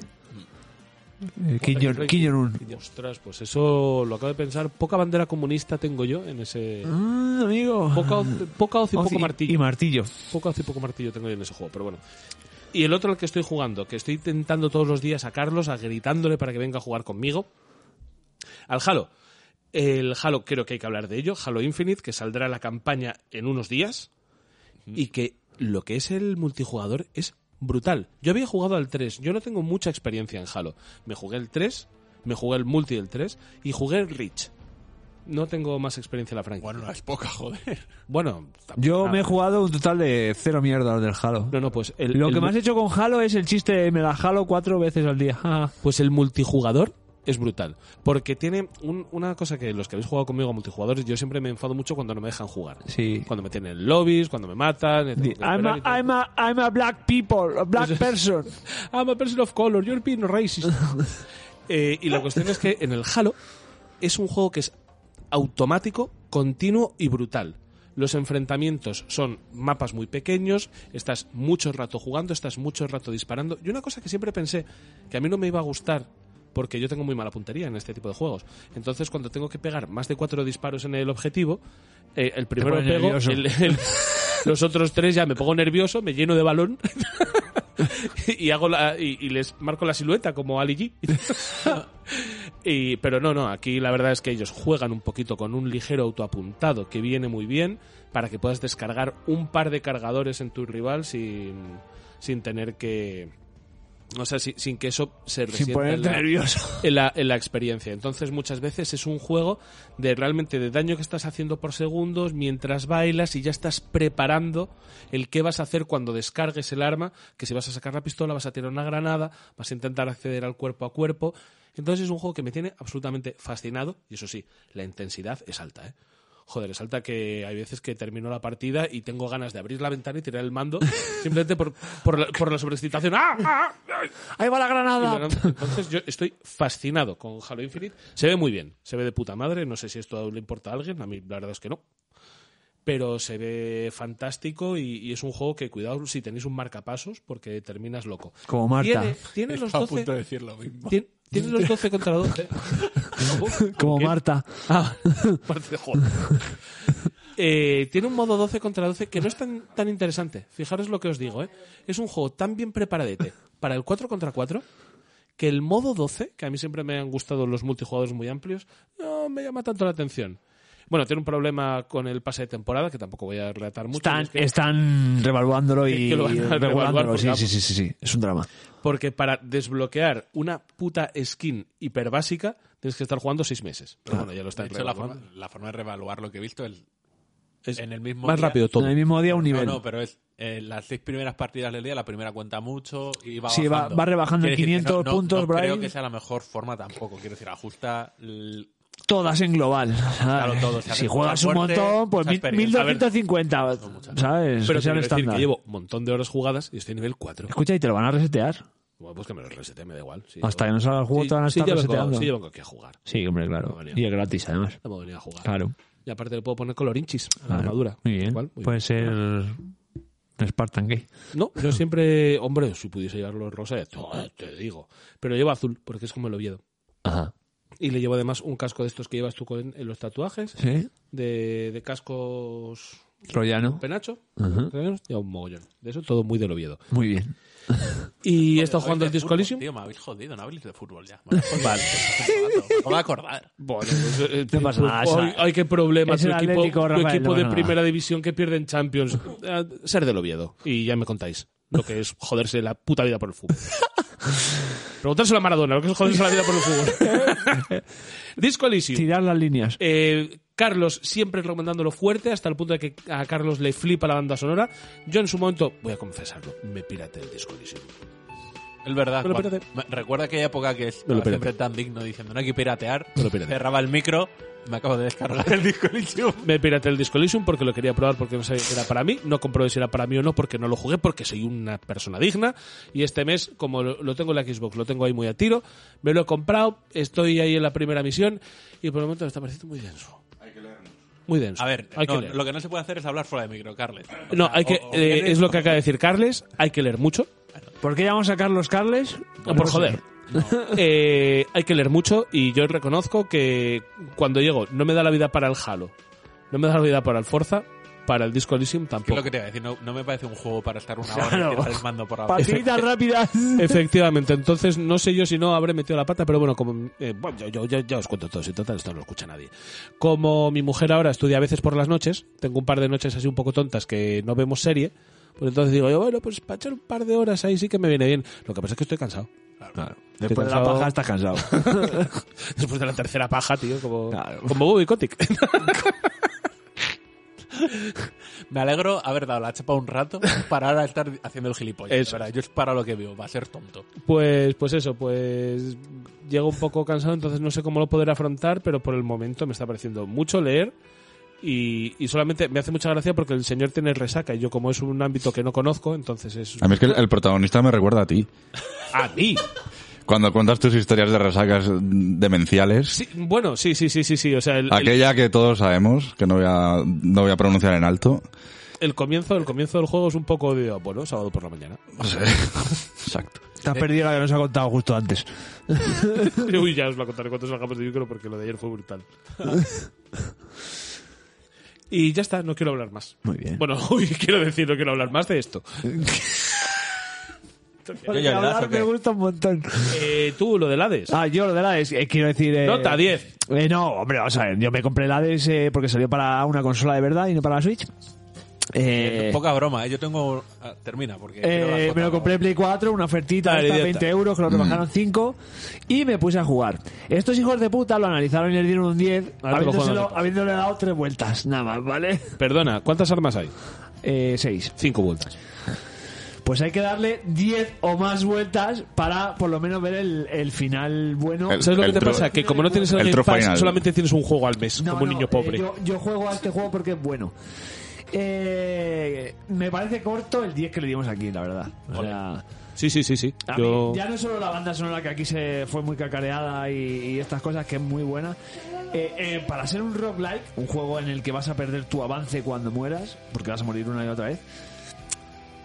Speaker 3: Eh, Kim Jong- Kim Jong-un.
Speaker 1: Ostras, pues eso lo acabo de pensar. Poca bandera comunista tengo yo en ese.
Speaker 3: Mm, amigo.
Speaker 1: Poca, hoz- poca hoz y
Speaker 3: Hoz
Speaker 1: poco
Speaker 3: Y
Speaker 1: martillo.
Speaker 3: martillo.
Speaker 1: Poca hoz y poco martillo tengo yo en ese juego, pero bueno. Y el otro al que estoy jugando, que estoy intentando todos los días sacarlos, a gritándole para que venga a jugar conmigo, al Halo. El Halo, creo que hay que hablar de ello. Halo Infinite, que saldrá la campaña en unos días. Y que lo que es el multijugador es brutal. Yo había jugado al 3. Yo no tengo mucha experiencia en Halo. Me jugué el 3, me jugué el multi del 3 y jugué el Reach. No tengo más experiencia en la franquicia.
Speaker 2: Bueno, no es poca, joder.
Speaker 1: Bueno, tampoco
Speaker 3: Yo
Speaker 1: nada.
Speaker 3: me he jugado un total de cero mierdas del Halo.
Speaker 1: No, no, pues el,
Speaker 3: Lo
Speaker 1: el
Speaker 3: que
Speaker 1: mu-
Speaker 3: más he hecho con Halo es el chiste de me la jalo cuatro veces al día. Ah. Ja, ja.
Speaker 1: Pues el multijugador es brutal. Porque tiene un- una cosa que los que habéis jugado conmigo a multijugadores, yo siempre me enfado mucho cuando no me dejan jugar.
Speaker 3: Sí.
Speaker 1: Cuando me tienen en lobbies, cuando me matan. me tengo que
Speaker 3: I'm a,
Speaker 1: operar y todo.
Speaker 3: I'm a- I'm a black people, a black person.
Speaker 1: I'm a person of color, you're being racist. Eh, y la cuestión es que en el Halo es un juego que es automático, continuo y brutal. Los enfrentamientos son mapas muy pequeños, estás mucho rato jugando, estás mucho rato disparando. Y una cosa que siempre pensé que a mí no me iba a gustar, porque yo tengo muy mala puntería en este tipo de juegos. Entonces, cuando tengo que pegar más de cuatro disparos en el objetivo, eh, el primero
Speaker 3: pones
Speaker 1: pego,
Speaker 3: nervioso.
Speaker 1: el- el- los otros tres ya me pongo nervioso, me lleno de balón y hago la- y, y les marco la silueta como Ali G. Y- pero no, no, aquí la verdad es que ellos juegan un poquito con un ligero autoapuntado que viene muy bien para que puedas descargar un par de cargadores en tu rival sin, sin tener que... O sea, sin, sin que eso se resienta
Speaker 3: Sin
Speaker 1: en
Speaker 3: ponerte
Speaker 1: la-
Speaker 3: nervioso.
Speaker 1: en la, en la experiencia. Entonces muchas veces es un juego de realmente de daño que estás haciendo por segundos mientras bailas y ya estás preparando el qué vas a hacer cuando descargues el arma, que si vas a sacar la pistola, vas a tirar una granada, vas a intentar acceder al cuerpo a cuerpo. Entonces es un juego que me tiene absolutamente fascinado y eso sí, la intensidad es alta, ¿eh? Joder, es alta que hay veces que termino la partida y tengo ganas de abrir la ventana y tirar el mando simplemente por, por, la, por la sobreexcitación. ¡Ah! ¡Ah!
Speaker 3: Ahí va la
Speaker 1: Y
Speaker 3: granada.
Speaker 1: lo lanzo. Entonces yo estoy fascinado con Halo Infinite. Se ve muy bien, se ve de puta madre. No sé si esto le importa a alguien, a mí la verdad es que no. Pero se ve fantástico y, y es un juego que cuidado si tenéis un marcapasos porque terminas loco.
Speaker 3: Como Marta.
Speaker 1: Tiene, tiene los
Speaker 2: Estaba a
Speaker 1: 12...
Speaker 2: punto de decir lo mismo.
Speaker 1: tien- tiene los 12 contra 12.
Speaker 3: Como
Speaker 1: ¿Qué?
Speaker 3: Marta.
Speaker 1: Ah, parte de juego. Eh, tiene un modo 12 contra 12 que no es tan, tan interesante. Fijaros lo que os digo, ¿eh? Es un juego tan bien preparadete para el 4 contra 4 que el modo 12, que a mí siempre me han gustado los multijugadores muy amplios, no me llama tanto la atención. Bueno, tiene un problema con el pase de temporada, que tampoco voy a relatar mucho. y
Speaker 3: Están,
Speaker 1: es que-
Speaker 3: están revaluándolo
Speaker 1: Es
Speaker 3: y
Speaker 1: este. que lo van a revaluar
Speaker 3: regulándolo.
Speaker 1: porque,
Speaker 3: Sí,
Speaker 1: vamos.
Speaker 3: sí, sí, sí, sí. Es un drama.
Speaker 1: Porque para desbloquear una puta skin hiperbásica tienes que estar jugando seis meses. Pero bueno, ya lo
Speaker 2: De
Speaker 1: están
Speaker 2: hecho, la
Speaker 1: revaluando.
Speaker 2: forma, la forma de revaluar lo que he visto es
Speaker 1: Es
Speaker 2: en el mismo
Speaker 1: más
Speaker 2: día-
Speaker 1: rápido todo. Ah,
Speaker 3: En el mismo día un
Speaker 2: No,
Speaker 3: nivel.
Speaker 2: no, pero es eh, las seis primeras partidas del día, la primera cuenta mucho y va
Speaker 3: Sí, va-
Speaker 2: bajando.
Speaker 3: va rebajando
Speaker 2: Quiere
Speaker 3: en
Speaker 2: decir que
Speaker 3: 500 puntos,
Speaker 2: no
Speaker 3: Brian.
Speaker 2: creo que sea la mejor forma tampoco. Quiero decir, ajusta el-
Speaker 3: Todas en global. ¿sabes?
Speaker 2: todo, o sea,
Speaker 3: si
Speaker 2: que
Speaker 3: juegas un
Speaker 2: fuerte,
Speaker 3: montón, pues
Speaker 2: mucha
Speaker 3: mil-
Speaker 2: experiencia.
Speaker 3: 1250.
Speaker 1: Pero
Speaker 3: ¿Sabes? que sea el
Speaker 1: quiero decir
Speaker 3: estándar.
Speaker 1: que llevo un montón de horas jugadas y estoy nivel 4.
Speaker 3: Escucha, y te lo van a resetear.
Speaker 1: Bueno, pues que me lo resete, me da igual. sí,
Speaker 3: Hasta
Speaker 1: yo-
Speaker 3: que no salga el juego,
Speaker 1: sí,
Speaker 3: te van a
Speaker 1: sí,
Speaker 3: estar
Speaker 1: yo vengo-
Speaker 3: reseteando.
Speaker 1: Sí, yo vengo aquí a jugar.
Speaker 3: Sí, hombre, claro.
Speaker 1: Vale.
Speaker 3: Y es gratis, además.
Speaker 1: No puedo venir a jugar.
Speaker 3: Claro.
Speaker 1: Y aparte le puedo poner colorinchis a la
Speaker 3: Claro. Pues-
Speaker 1: armadura.
Speaker 3: Muy bien.
Speaker 1: Igual, muy
Speaker 3: Puede ser
Speaker 4: de Spartan Gay.
Speaker 1: No, yo siempre, hombre, si pudiese llevarlo rosa, ya te- te digo. Pero lleva azul, porque es como el Oviedo.
Speaker 4: Ajá.
Speaker 1: Y le llevo además un casco de estos que llevas tú con, en los tatuajes,
Speaker 4: ¿Sí?
Speaker 1: de, de cascos
Speaker 4: Troyano.
Speaker 1: penacho.
Speaker 4: Ajá.
Speaker 1: Lleva un mogollón. De eso todo muy del Oviedo.
Speaker 4: Muy bien.
Speaker 1: Y he
Speaker 2: Estoy
Speaker 1: estado jugando al Disco Elysium.
Speaker 2: Tío, me habéis jodido, no habéis de fútbol ya. Me habéis jodido. Me acabo de acordar.
Speaker 1: Bueno, pues, eh,
Speaker 3: No pasa nada,
Speaker 1: pues,
Speaker 3: esa-
Speaker 1: ay, ay, qué problema.
Speaker 3: es
Speaker 1: Tu
Speaker 3: el
Speaker 1: equipo,
Speaker 3: Atlético,
Speaker 1: tu
Speaker 3: Rafael,
Speaker 1: equipo
Speaker 3: no
Speaker 1: de
Speaker 3: pasa
Speaker 1: primera división que pierde en Champions. Eh, ser del Oviedo. Y ya me contáis lo que es joderse la puta vida por el fútbol. Preguntárselo a Maradona, lo que es joderse la vida por el fútbol. Disco Elysium.
Speaker 4: Tirar las líneas.
Speaker 1: Eh, Carlos siempre recomendándolo fuerte, hasta el punto de que a Carlos le flipa la banda sonora. Yo en su momento, voy a confesarlo, me pirate el disco Elysium.
Speaker 2: Es verdad.
Speaker 1: Me lo
Speaker 2: cuando-
Speaker 1: pirateé.
Speaker 2: me- Recuerda aquella época que es
Speaker 1: Me lo
Speaker 2: siempre tan digno diciendo no hay que piratear.
Speaker 1: Me lo pirateé.
Speaker 2: Cerraba el micro, me acabo de descargar el disco Elysium.
Speaker 1: Me pirate el disco Elysium porque lo quería probar porque no sabía que era para mí. No comprobé si era para mí o no porque no lo jugué porque soy una persona digna. Y este mes, como lo lo tengo en la Xbox, lo tengo ahí muy a tiro, me lo he comprado, estoy ahí en la primera misión y por el momento me está pareciendo muy denso. Muy denso.
Speaker 2: A ver,
Speaker 1: hay
Speaker 2: no,
Speaker 1: que leer.
Speaker 2: lo que no se puede hacer es hablar fuera de micro, Carles. O
Speaker 1: No,
Speaker 2: sea,
Speaker 1: hay que,
Speaker 2: o- o
Speaker 1: eh,
Speaker 2: vienes-
Speaker 1: es lo que acaba de decir Carles, hay que leer mucho.
Speaker 3: ¿Por qué llamamos a Carlos Carles?
Speaker 1: No, Pues por joder. Eh, hay que leer mucho y yo reconozco que cuando llego no me da la vida para el Halo, no me da la vida para el Forza, para el Disco Elysium
Speaker 2: ¿Qué es
Speaker 1: tampoco.
Speaker 2: lo que te iba a decir? No, no me parece un juego para estar una hora y tirar el mando por abajo.
Speaker 3: Patitas rápidas.
Speaker 1: Efectivamente, entonces no sé yo si no habré metido la pata, pero bueno, como eh, bueno, yo, yo- yo- ya os cuento todo, si total esto no lo escucha nadie. Como mi mujer ahora estudia a veces por las noches, tengo un par de noches así un poco tontas que no vemos serie, pues entonces digo yo, bueno, pues para echar un par de horas ahí sí que me viene bien. Lo que pasa es que estoy cansado.
Speaker 3: Después de la
Speaker 1: cansado.
Speaker 3: paja estás cansado.
Speaker 1: Después de la tercera paja, tío, como,
Speaker 3: Claro.
Speaker 1: como Bobby Kotick.
Speaker 2: Me alegro haber dado la chapa un rato para ahora estar haciendo el gilipollas.
Speaker 1: Eso
Speaker 2: de verdad. yo es para lo que vivo, va a ser tonto.
Speaker 1: Pues, pues eso, pues llego un poco cansado, entonces no sé cómo lo podré afrontar, pero por el momento me está pareciendo mucho leer y, y solamente me hace mucha gracia porque el señor tiene resaca y yo como es un ámbito que no conozco, entonces es
Speaker 5: A mí es que el, el protagonista me recuerda a ti.
Speaker 1: a mí.
Speaker 5: Cuando cuentas tus historias de resacas mm, demenciales,
Speaker 1: Sí, bueno, sí, sí, sí, sí, sí, o sea, el, el-
Speaker 5: aquella que todos sabemos, que no voy a, no voy a pronunciar en alto,
Speaker 1: el comienzo, el comienzo del juego es un poco de ah, bueno, sábado por la mañana.
Speaker 5: Exacto.
Speaker 3: Te has perdido la que nos ha contado justo antes.
Speaker 1: Uy, ya os lo contaré cuando salgamos de micro porque lo de ayer fue brutal. y ya está, no quiero hablar más.
Speaker 3: Muy bien.
Speaker 1: Bueno, uy, quiero decir, no quiero hablar más de esto.
Speaker 2: Yo ya verás, ¿o qué?
Speaker 3: me gusta un montón.
Speaker 1: Eh, tú, lo del Hades.
Speaker 3: Ah, yo lo de la ADES, eh, quiero decir... eh,
Speaker 1: Nota 10.
Speaker 3: Eh, no, hombre, vamos a ver. Yo me compré la ADES eh, porque salió para una consola de verdad y no para la Switch. Eh,
Speaker 2: Poca broma, ¿eh? yo tengo... ah, termina, porque... quiero
Speaker 3: eh,
Speaker 2: la
Speaker 3: me lo
Speaker 2: jota,
Speaker 3: compré en Play 4, una ofertita
Speaker 1: Dale,
Speaker 3: de
Speaker 1: idiota.
Speaker 3: 20 euros, que
Speaker 1: Mm.
Speaker 3: lo rebajaron 5, y me puse a jugar. Estos hijos de puta lo analizaron y le dieron un 10,
Speaker 1: Ahora te lo juegan,
Speaker 3: habiéndoselo-
Speaker 1: no te
Speaker 3: habiéndole dado 3 vueltas, nada más, ¿vale?
Speaker 1: Perdona, ¿cuántas armas hay?
Speaker 3: Eh, 6.
Speaker 1: Cinco vueltas.
Speaker 3: Pues hay que darle 10 o más vueltas para por lo menos ver el, el final bueno.
Speaker 5: El-
Speaker 1: ¿Sabes lo que te
Speaker 5: tro-
Speaker 1: pasa? Que como no tienes el,
Speaker 5: el
Speaker 1: Game
Speaker 5: tro
Speaker 1: Pass,
Speaker 5: final.
Speaker 1: solamente tienes un juego al mes,
Speaker 3: No,
Speaker 1: como un
Speaker 3: no,
Speaker 1: niño
Speaker 3: eh,
Speaker 1: pobre.
Speaker 3: yo, yo juego a este juego porque es bueno. Eh, me parece corto el 10 que le dimos aquí, la verdad. O sea,
Speaker 1: Sí, sí, sí, sí.
Speaker 3: a
Speaker 1: Yo-
Speaker 3: mí, ya no solo la banda sonora que aquí se fue muy cacareada y, y estas cosas que es muy buena. Eh, eh, para ser un roguelike, un juego en el que vas a perder tu avance cuando mueras, porque vas a morir una y otra vez,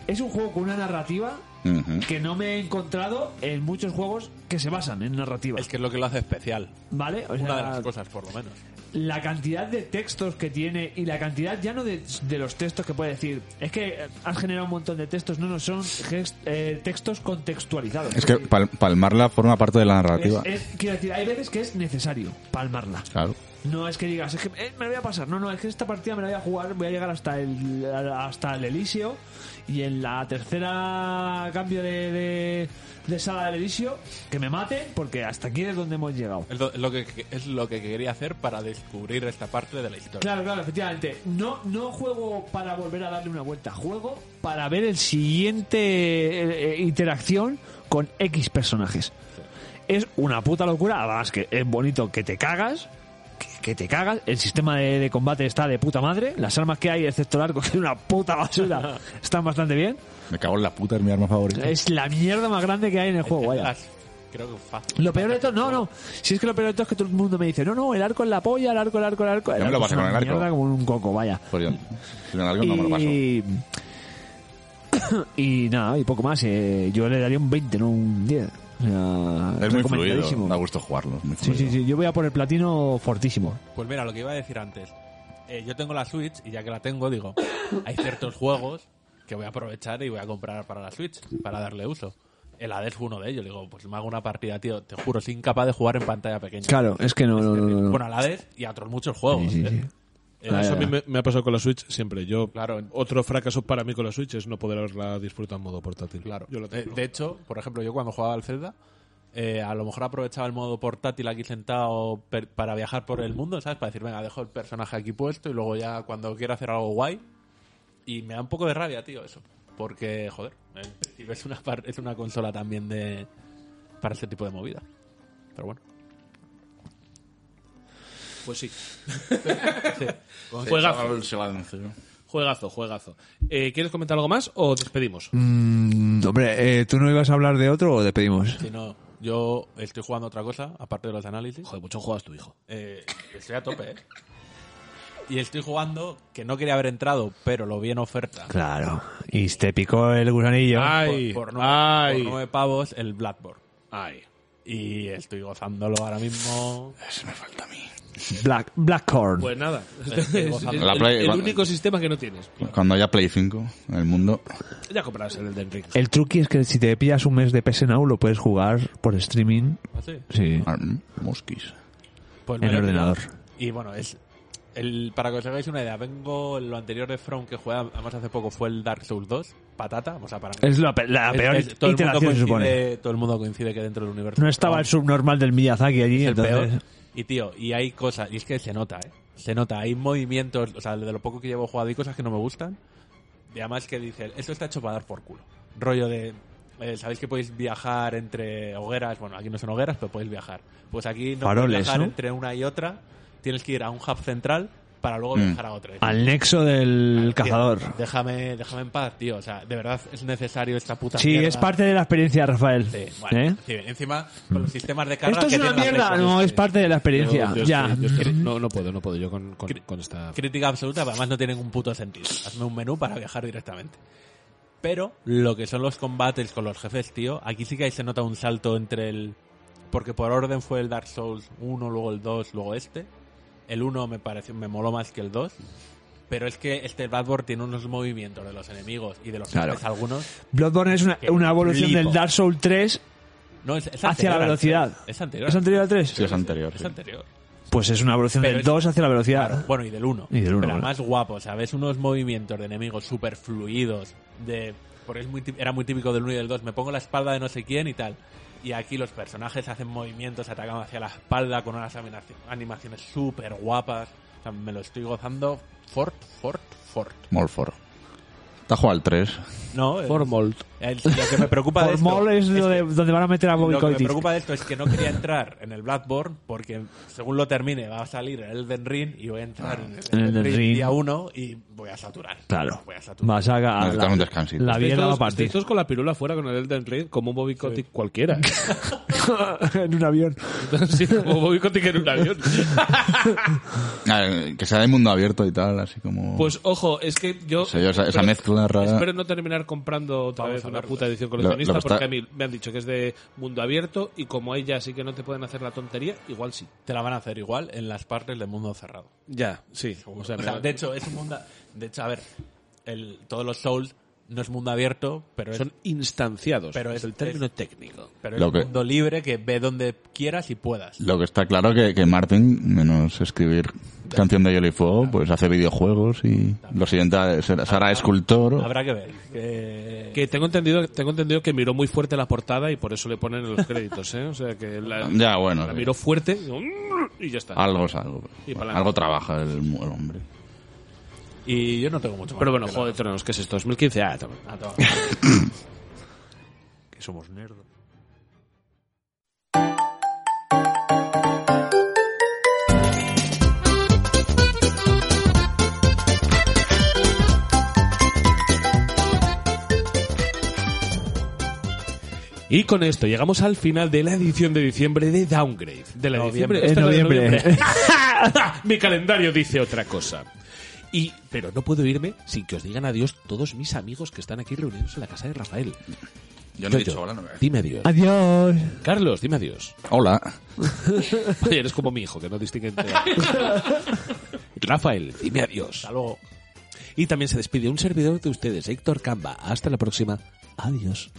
Speaker 3: es un juego con una narrativa
Speaker 5: Ujú.
Speaker 3: que no me he encontrado en muchos juegos que se basan en narrativas.
Speaker 2: Es que es lo que lo hace especial.
Speaker 3: ¿Vale? O
Speaker 2: Una de las
Speaker 3: sea,
Speaker 2: cosas, por lo menos.
Speaker 3: la cantidad de textos que tiene y la cantidad ya no de, de los textos que puede decir. Es que eh, has generado un montón de textos, no, no, son gest- eh, textos contextualizados.
Speaker 5: Es que pal- palmarla forma parte de la narrativa.
Speaker 3: Es- es- quiero decir, hay veces que es necesario palmarla.
Speaker 5: Claro.
Speaker 3: No es que digas, es que eh, me la voy a pasar. No, no, es que esta partida me la voy a jugar, voy a llegar hasta el, hasta el Elisio. Y en la tercera cambio de, de, de sala del Elisio, que me maten, porque hasta aquí es donde hemos llegado.
Speaker 2: Es lo, lo que, es lo que quería hacer para descubrir esta parte de la historia.
Speaker 3: Claro, claro, efectivamente. No, no juego para volver a darle una vuelta, juego para ver el siguiente eh, eh, interacción con X personajes. Es una puta locura, además que es bonito que te cagas, que, que te cagas. El sistema de, de combate está de puta madre, las armas que hay, excepto el arco, que es una puta basura, están bastante bien.
Speaker 5: Me cago en la puta, es mi arma favorita.
Speaker 3: Es la mierda más grande que hay en el juego, Oh, vaya.
Speaker 2: Las- creo que fácil.
Speaker 3: Lo peor de todo, no, no. Si es que lo peor de todo es que todo el mundo me dice, no, no, el arco es la polla, el arco, el arco, el arco. El
Speaker 5: Ya me lo
Speaker 3: arco
Speaker 5: pasé
Speaker 3: es
Speaker 5: con
Speaker 3: una
Speaker 5: el arco.
Speaker 3: Mierda como un coco, vaya.
Speaker 5: Pues yo, si me da algo, no me lo paso.
Speaker 3: Y
Speaker 6: y nada, y poco más. eh, yo le daría un 20, no un 10. O sea,
Speaker 5: Es muy fluido,
Speaker 6: recomendadísimo.
Speaker 5: da gusto jugarlo. es muy
Speaker 6: Sí, sí,
Speaker 5: fluido.
Speaker 6: sí. Yo voy a por el platino fortísimo.
Speaker 2: Pues mira, lo que iba a decir antes. Eh, yo tengo la Switch y ya que la tengo, digo, hay ciertos juegos que voy a aprovechar y voy a comprar para la Switch, para darle uso. El Hades fue uno de ellos. Digo, pues me hago una partida, tío. Te juro, soy incapaz de jugar en pantalla pequeña.
Speaker 6: Claro, es que no, no, no, no, no.
Speaker 2: Bueno, al Hades y a otros muchos juegos.
Speaker 6: Sí, sí,
Speaker 2: ¿eh?
Speaker 6: sí.
Speaker 2: Eh,
Speaker 6: Ah,
Speaker 2: eso
Speaker 1: Eso
Speaker 2: a
Speaker 1: a mí
Speaker 2: mí
Speaker 1: me, me ha pasado con la Switch siempre. Yo,
Speaker 2: Claro.
Speaker 1: Otro fracaso para mí con la Switch es no poder haberla disfrutado en modo portátil.
Speaker 2: Claro.
Speaker 1: Yo la
Speaker 2: de,
Speaker 1: tengo.
Speaker 2: Eh, de hecho, por ejemplo, yo cuando jugaba al Zelda, eh, a lo mejor aprovechaba el modo portátil aquí sentado per- para viajar por el mundo, ¿sabes? Para decir, venga, dejo el personaje aquí puesto y luego ya cuando quiera hacer algo guay. Y me da un poco de rabia, tío, eso. Porque, joder, en principio es una, par- es una consola también de para este tipo de movida. Pero bueno.
Speaker 1: Pues sí.
Speaker 5: Se
Speaker 1: Juegazo,
Speaker 5: va el silencio.
Speaker 1: juegazo, juegazo. Eh, ¿Quieres comentar algo más o despedimos?
Speaker 3: Mm, hombre, eh, ¿tú no ibas a hablar de otro o despedimos?
Speaker 2: Si no, yo estoy jugando otra cosa, aparte de los análisis.
Speaker 1: Joder, mucho juegas tu hijo.
Speaker 2: Eh, estoy a tope, ¿eh? Y estoy jugando que no quería haber entrado, pero lo vi en oferta.
Speaker 3: Claro. Y te picó el gusanillo.
Speaker 6: Ah.
Speaker 1: Ay,
Speaker 2: por, por nueve,
Speaker 1: ay,
Speaker 2: por nueve pavos el Blackboard.
Speaker 1: ay.
Speaker 2: Y estoy gozándolo ahora mismo.
Speaker 5: Ese me falta a mí.
Speaker 3: Black, Blackcorn.
Speaker 1: Pues nada.
Speaker 2: Es que
Speaker 1: Es
Speaker 2: gozando.
Speaker 1: el,
Speaker 5: La Play-
Speaker 1: el
Speaker 5: la-
Speaker 1: único sistema que no tienes.
Speaker 5: Cuando haya Play 5 en el mundo,
Speaker 1: Ya comprarás el de Enrique.
Speaker 3: El truqui es que si te pillas un mes de PS Now lo puedes jugar por streaming.
Speaker 2: ¿Ah, sí?
Speaker 3: Sí.
Speaker 5: ah, mm, mosquis.
Speaker 2: Pues
Speaker 3: En
Speaker 2: me lo he
Speaker 3: ordenador.
Speaker 2: pillado. Y bueno, es el, para que os hagáis una idea, vengo lo anterior de From que juega, además hace poco fue el Dark Souls 2, patata, o sea, para mí.
Speaker 3: Es la, pe- la
Speaker 2: Es-
Speaker 3: peor
Speaker 2: es- todo, el mundo
Speaker 3: iteración, se supone.
Speaker 2: coincide, todo el mundo coincide que dentro del universo.
Speaker 3: No estaba
Speaker 2: From
Speaker 3: el subnormal del Miyazaki allí,
Speaker 2: es el
Speaker 3: entonces...
Speaker 2: peor. Y tío, y hay cosas, y es que se nota, ¿eh? Se nota, hay movimientos, o sea, de lo poco que llevo jugado hay cosas que no me gustan. Y además que dicen, esto está hecho para dar por culo. Rollo de, eh, ¿sabéis que podéis viajar entre hogueras? Bueno, aquí no son hogueras, pero podéis viajar. Pues aquí no
Speaker 3: Faroles,
Speaker 2: podéis viajar
Speaker 3: ¿no?
Speaker 2: entre una y otra, tienes que ir a un hub central para luego
Speaker 5: Mm.
Speaker 2: viajar a otra.
Speaker 3: Al nexo del
Speaker 2: Tío,
Speaker 3: cazador.
Speaker 2: Déjame, déjame en paz, tío. O sea, de verdad es necesario esta puta
Speaker 3: Sí,
Speaker 2: mierda?
Speaker 3: es parte de la experiencia, Rafael.
Speaker 2: Sí, bueno,
Speaker 3: ¿Eh?
Speaker 2: sí, encima, con los sistemas de carga
Speaker 3: Esto es
Speaker 2: que
Speaker 3: una
Speaker 2: tiene la
Speaker 3: mierda.
Speaker 2: PlayStation,
Speaker 3: No, es
Speaker 2: sí.
Speaker 3: parte de la experiencia.
Speaker 1: Yo- yo
Speaker 3: ya.
Speaker 1: estoy- yo estoy- no, no puedo, no puedo. Yo con, con,
Speaker 2: Cri-
Speaker 1: con esta.
Speaker 2: Crítica absoluta, pero además no tiene ningún puto sentido. Hazme un menú para viajar directamente. Pero lo que son los combates con los jefes, tío, aquí sí que ahí se nota un salto entre el... Porque por orden fue el Dark Souls 1, luego el 2, luego este. El 1 me pareció, me moló más que el 2. Pero es que este Bloodborne tiene unos movimientos de los enemigos y de los
Speaker 3: Claro.
Speaker 2: jefes algunos.
Speaker 3: Bloodborne es una,
Speaker 2: Que
Speaker 3: una evolución
Speaker 2: flipo.
Speaker 3: del Dark Souls 3.
Speaker 2: No, es, es
Speaker 3: Hacia
Speaker 2: anterior
Speaker 3: la
Speaker 2: al
Speaker 3: velocidad.
Speaker 2: tres. Es anterior.
Speaker 3: ¿Es anterior al 3?
Speaker 5: Sí, es anterior.
Speaker 2: Es
Speaker 5: sí.
Speaker 2: anterior.
Speaker 3: Pues es una evolución
Speaker 2: Pero
Speaker 3: del
Speaker 2: es-
Speaker 3: 2 hacia la velocidad.
Speaker 2: Claro, bueno, y del 1.
Speaker 3: Y del uno,
Speaker 2: Pero
Speaker 3: bueno.
Speaker 2: más guapo, o sea, ves unos movimientos de enemigos súper fluidos, de... porque es muy típ- era muy típico del 1 y del 2, me pongo la espalda de no sé quién y tal. Y aquí los personajes hacen movimientos atacando hacia la espalda con unas amina- animaciones súper guapas. O sea, me lo estoy gozando fort, fort, fort.
Speaker 5: Molfor. Te has jugado al 3.
Speaker 2: No, el-
Speaker 1: Formold.
Speaker 2: el- lo que me preocupa de
Speaker 3: Por
Speaker 2: esto
Speaker 3: Mall es
Speaker 2: es
Speaker 3: lo
Speaker 2: que-
Speaker 3: de- donde van a meter a Bobby
Speaker 2: lo que me
Speaker 3: Kotick.
Speaker 2: preocupa de esto es que no quería entrar en el Blackboard porque según lo termine va a salir el Elden Ring y voy a entrar en el
Speaker 3: en el
Speaker 2: Elden
Speaker 3: Elden
Speaker 2: Ring,
Speaker 3: Ring.
Speaker 2: día 1 y voy a saturar.
Speaker 3: Claro.
Speaker 2: Voy a saturar.
Speaker 3: Vas a a
Speaker 5: Necesitas
Speaker 3: la,
Speaker 5: un descansito.
Speaker 3: la
Speaker 1: Estáis
Speaker 3: biela va a
Speaker 1: todos,
Speaker 3: partir.
Speaker 1: estáis todos con la pirula fuera con el Elden Ring como Bobby Kotick cualquiera.
Speaker 3: en un avión.
Speaker 1: sí, como Bobby Kotick en un avión.
Speaker 5: Ah, eh, que sea de mundo abierto y tal, así como...
Speaker 1: Pues ojo, es que yo.
Speaker 5: O sea, yo esa, esa
Speaker 1: espero-
Speaker 5: mezcla rara...
Speaker 1: Espero no terminar comprando otra
Speaker 2: Vamos
Speaker 1: vez
Speaker 2: a
Speaker 1: una
Speaker 2: verlo.
Speaker 1: puta edición
Speaker 5: Lo- lo
Speaker 1: coleccionista
Speaker 5: que está-
Speaker 1: porque a mí me han dicho que es de mundo abierto y como ella sí que no te pueden hacer la tontería, igual sí.
Speaker 2: Te la van a hacer igual en las partes del mundo cerrado.
Speaker 1: Ya, sí. O sea,
Speaker 2: O sea,
Speaker 1: me-
Speaker 2: de hecho, es un mundo. De hecho, a ver, el, todos los Souls no es mundo abierto, pero es,
Speaker 1: son instanciados. Pero
Speaker 2: Pero es-
Speaker 1: es el término técnico.
Speaker 2: pero es
Speaker 5: Lo
Speaker 2: un
Speaker 5: que-
Speaker 2: mundo libre que ve donde quieras y puedas.
Speaker 5: Lo que está claro que, que Martin, menos escribir canción de Hielo y Fuego, pues hace videojuegos y lo siguiente será, será escultor.
Speaker 2: Habrá que ver. que-
Speaker 1: Que tengo entendido, tengo entendido que miró muy fuerte la portada y por eso le ponen en los créditos, ¿eh? O sea, que la,
Speaker 5: Ya, Ah. bueno,
Speaker 1: la
Speaker 5: sí.
Speaker 1: miró fuerte y, ¡uh! y ya está.
Speaker 5: algo es algo.
Speaker 1: Y pa'lante.
Speaker 5: algo trabaja el, mu- el hombre.
Speaker 2: Y yo no tengo mucho más.
Speaker 1: Pero bueno,
Speaker 2: que la-
Speaker 1: Juego de Tronos, ¿qué es esto? ¿2015? Ah, toma.
Speaker 2: a todo.
Speaker 3: Que somos nerdos.
Speaker 1: Y con esto llegamos al final de la edición de diciembre de Downgrade. De la de diciembre.
Speaker 3: En
Speaker 1: esta es la de
Speaker 3: noviembre.
Speaker 1: Mi calendario dice otra cosa. Y, pero no puedo irme sin que os digan adiós todos mis amigos que están aquí reunidos en la casa de Rafael.
Speaker 5: Yo no he
Speaker 1: Yoyo,
Speaker 5: dicho hola, no me-
Speaker 1: Dime adiós.
Speaker 3: Adiós.
Speaker 1: Carlos, dime adiós.
Speaker 5: Hola.
Speaker 1: Oye, eres como mi hijo, que no distingue entre... Rafael, dime adiós. Hasta luego. Y también se despide un servidor de ustedes, Héctor Camba. Hasta la próxima. Adiós.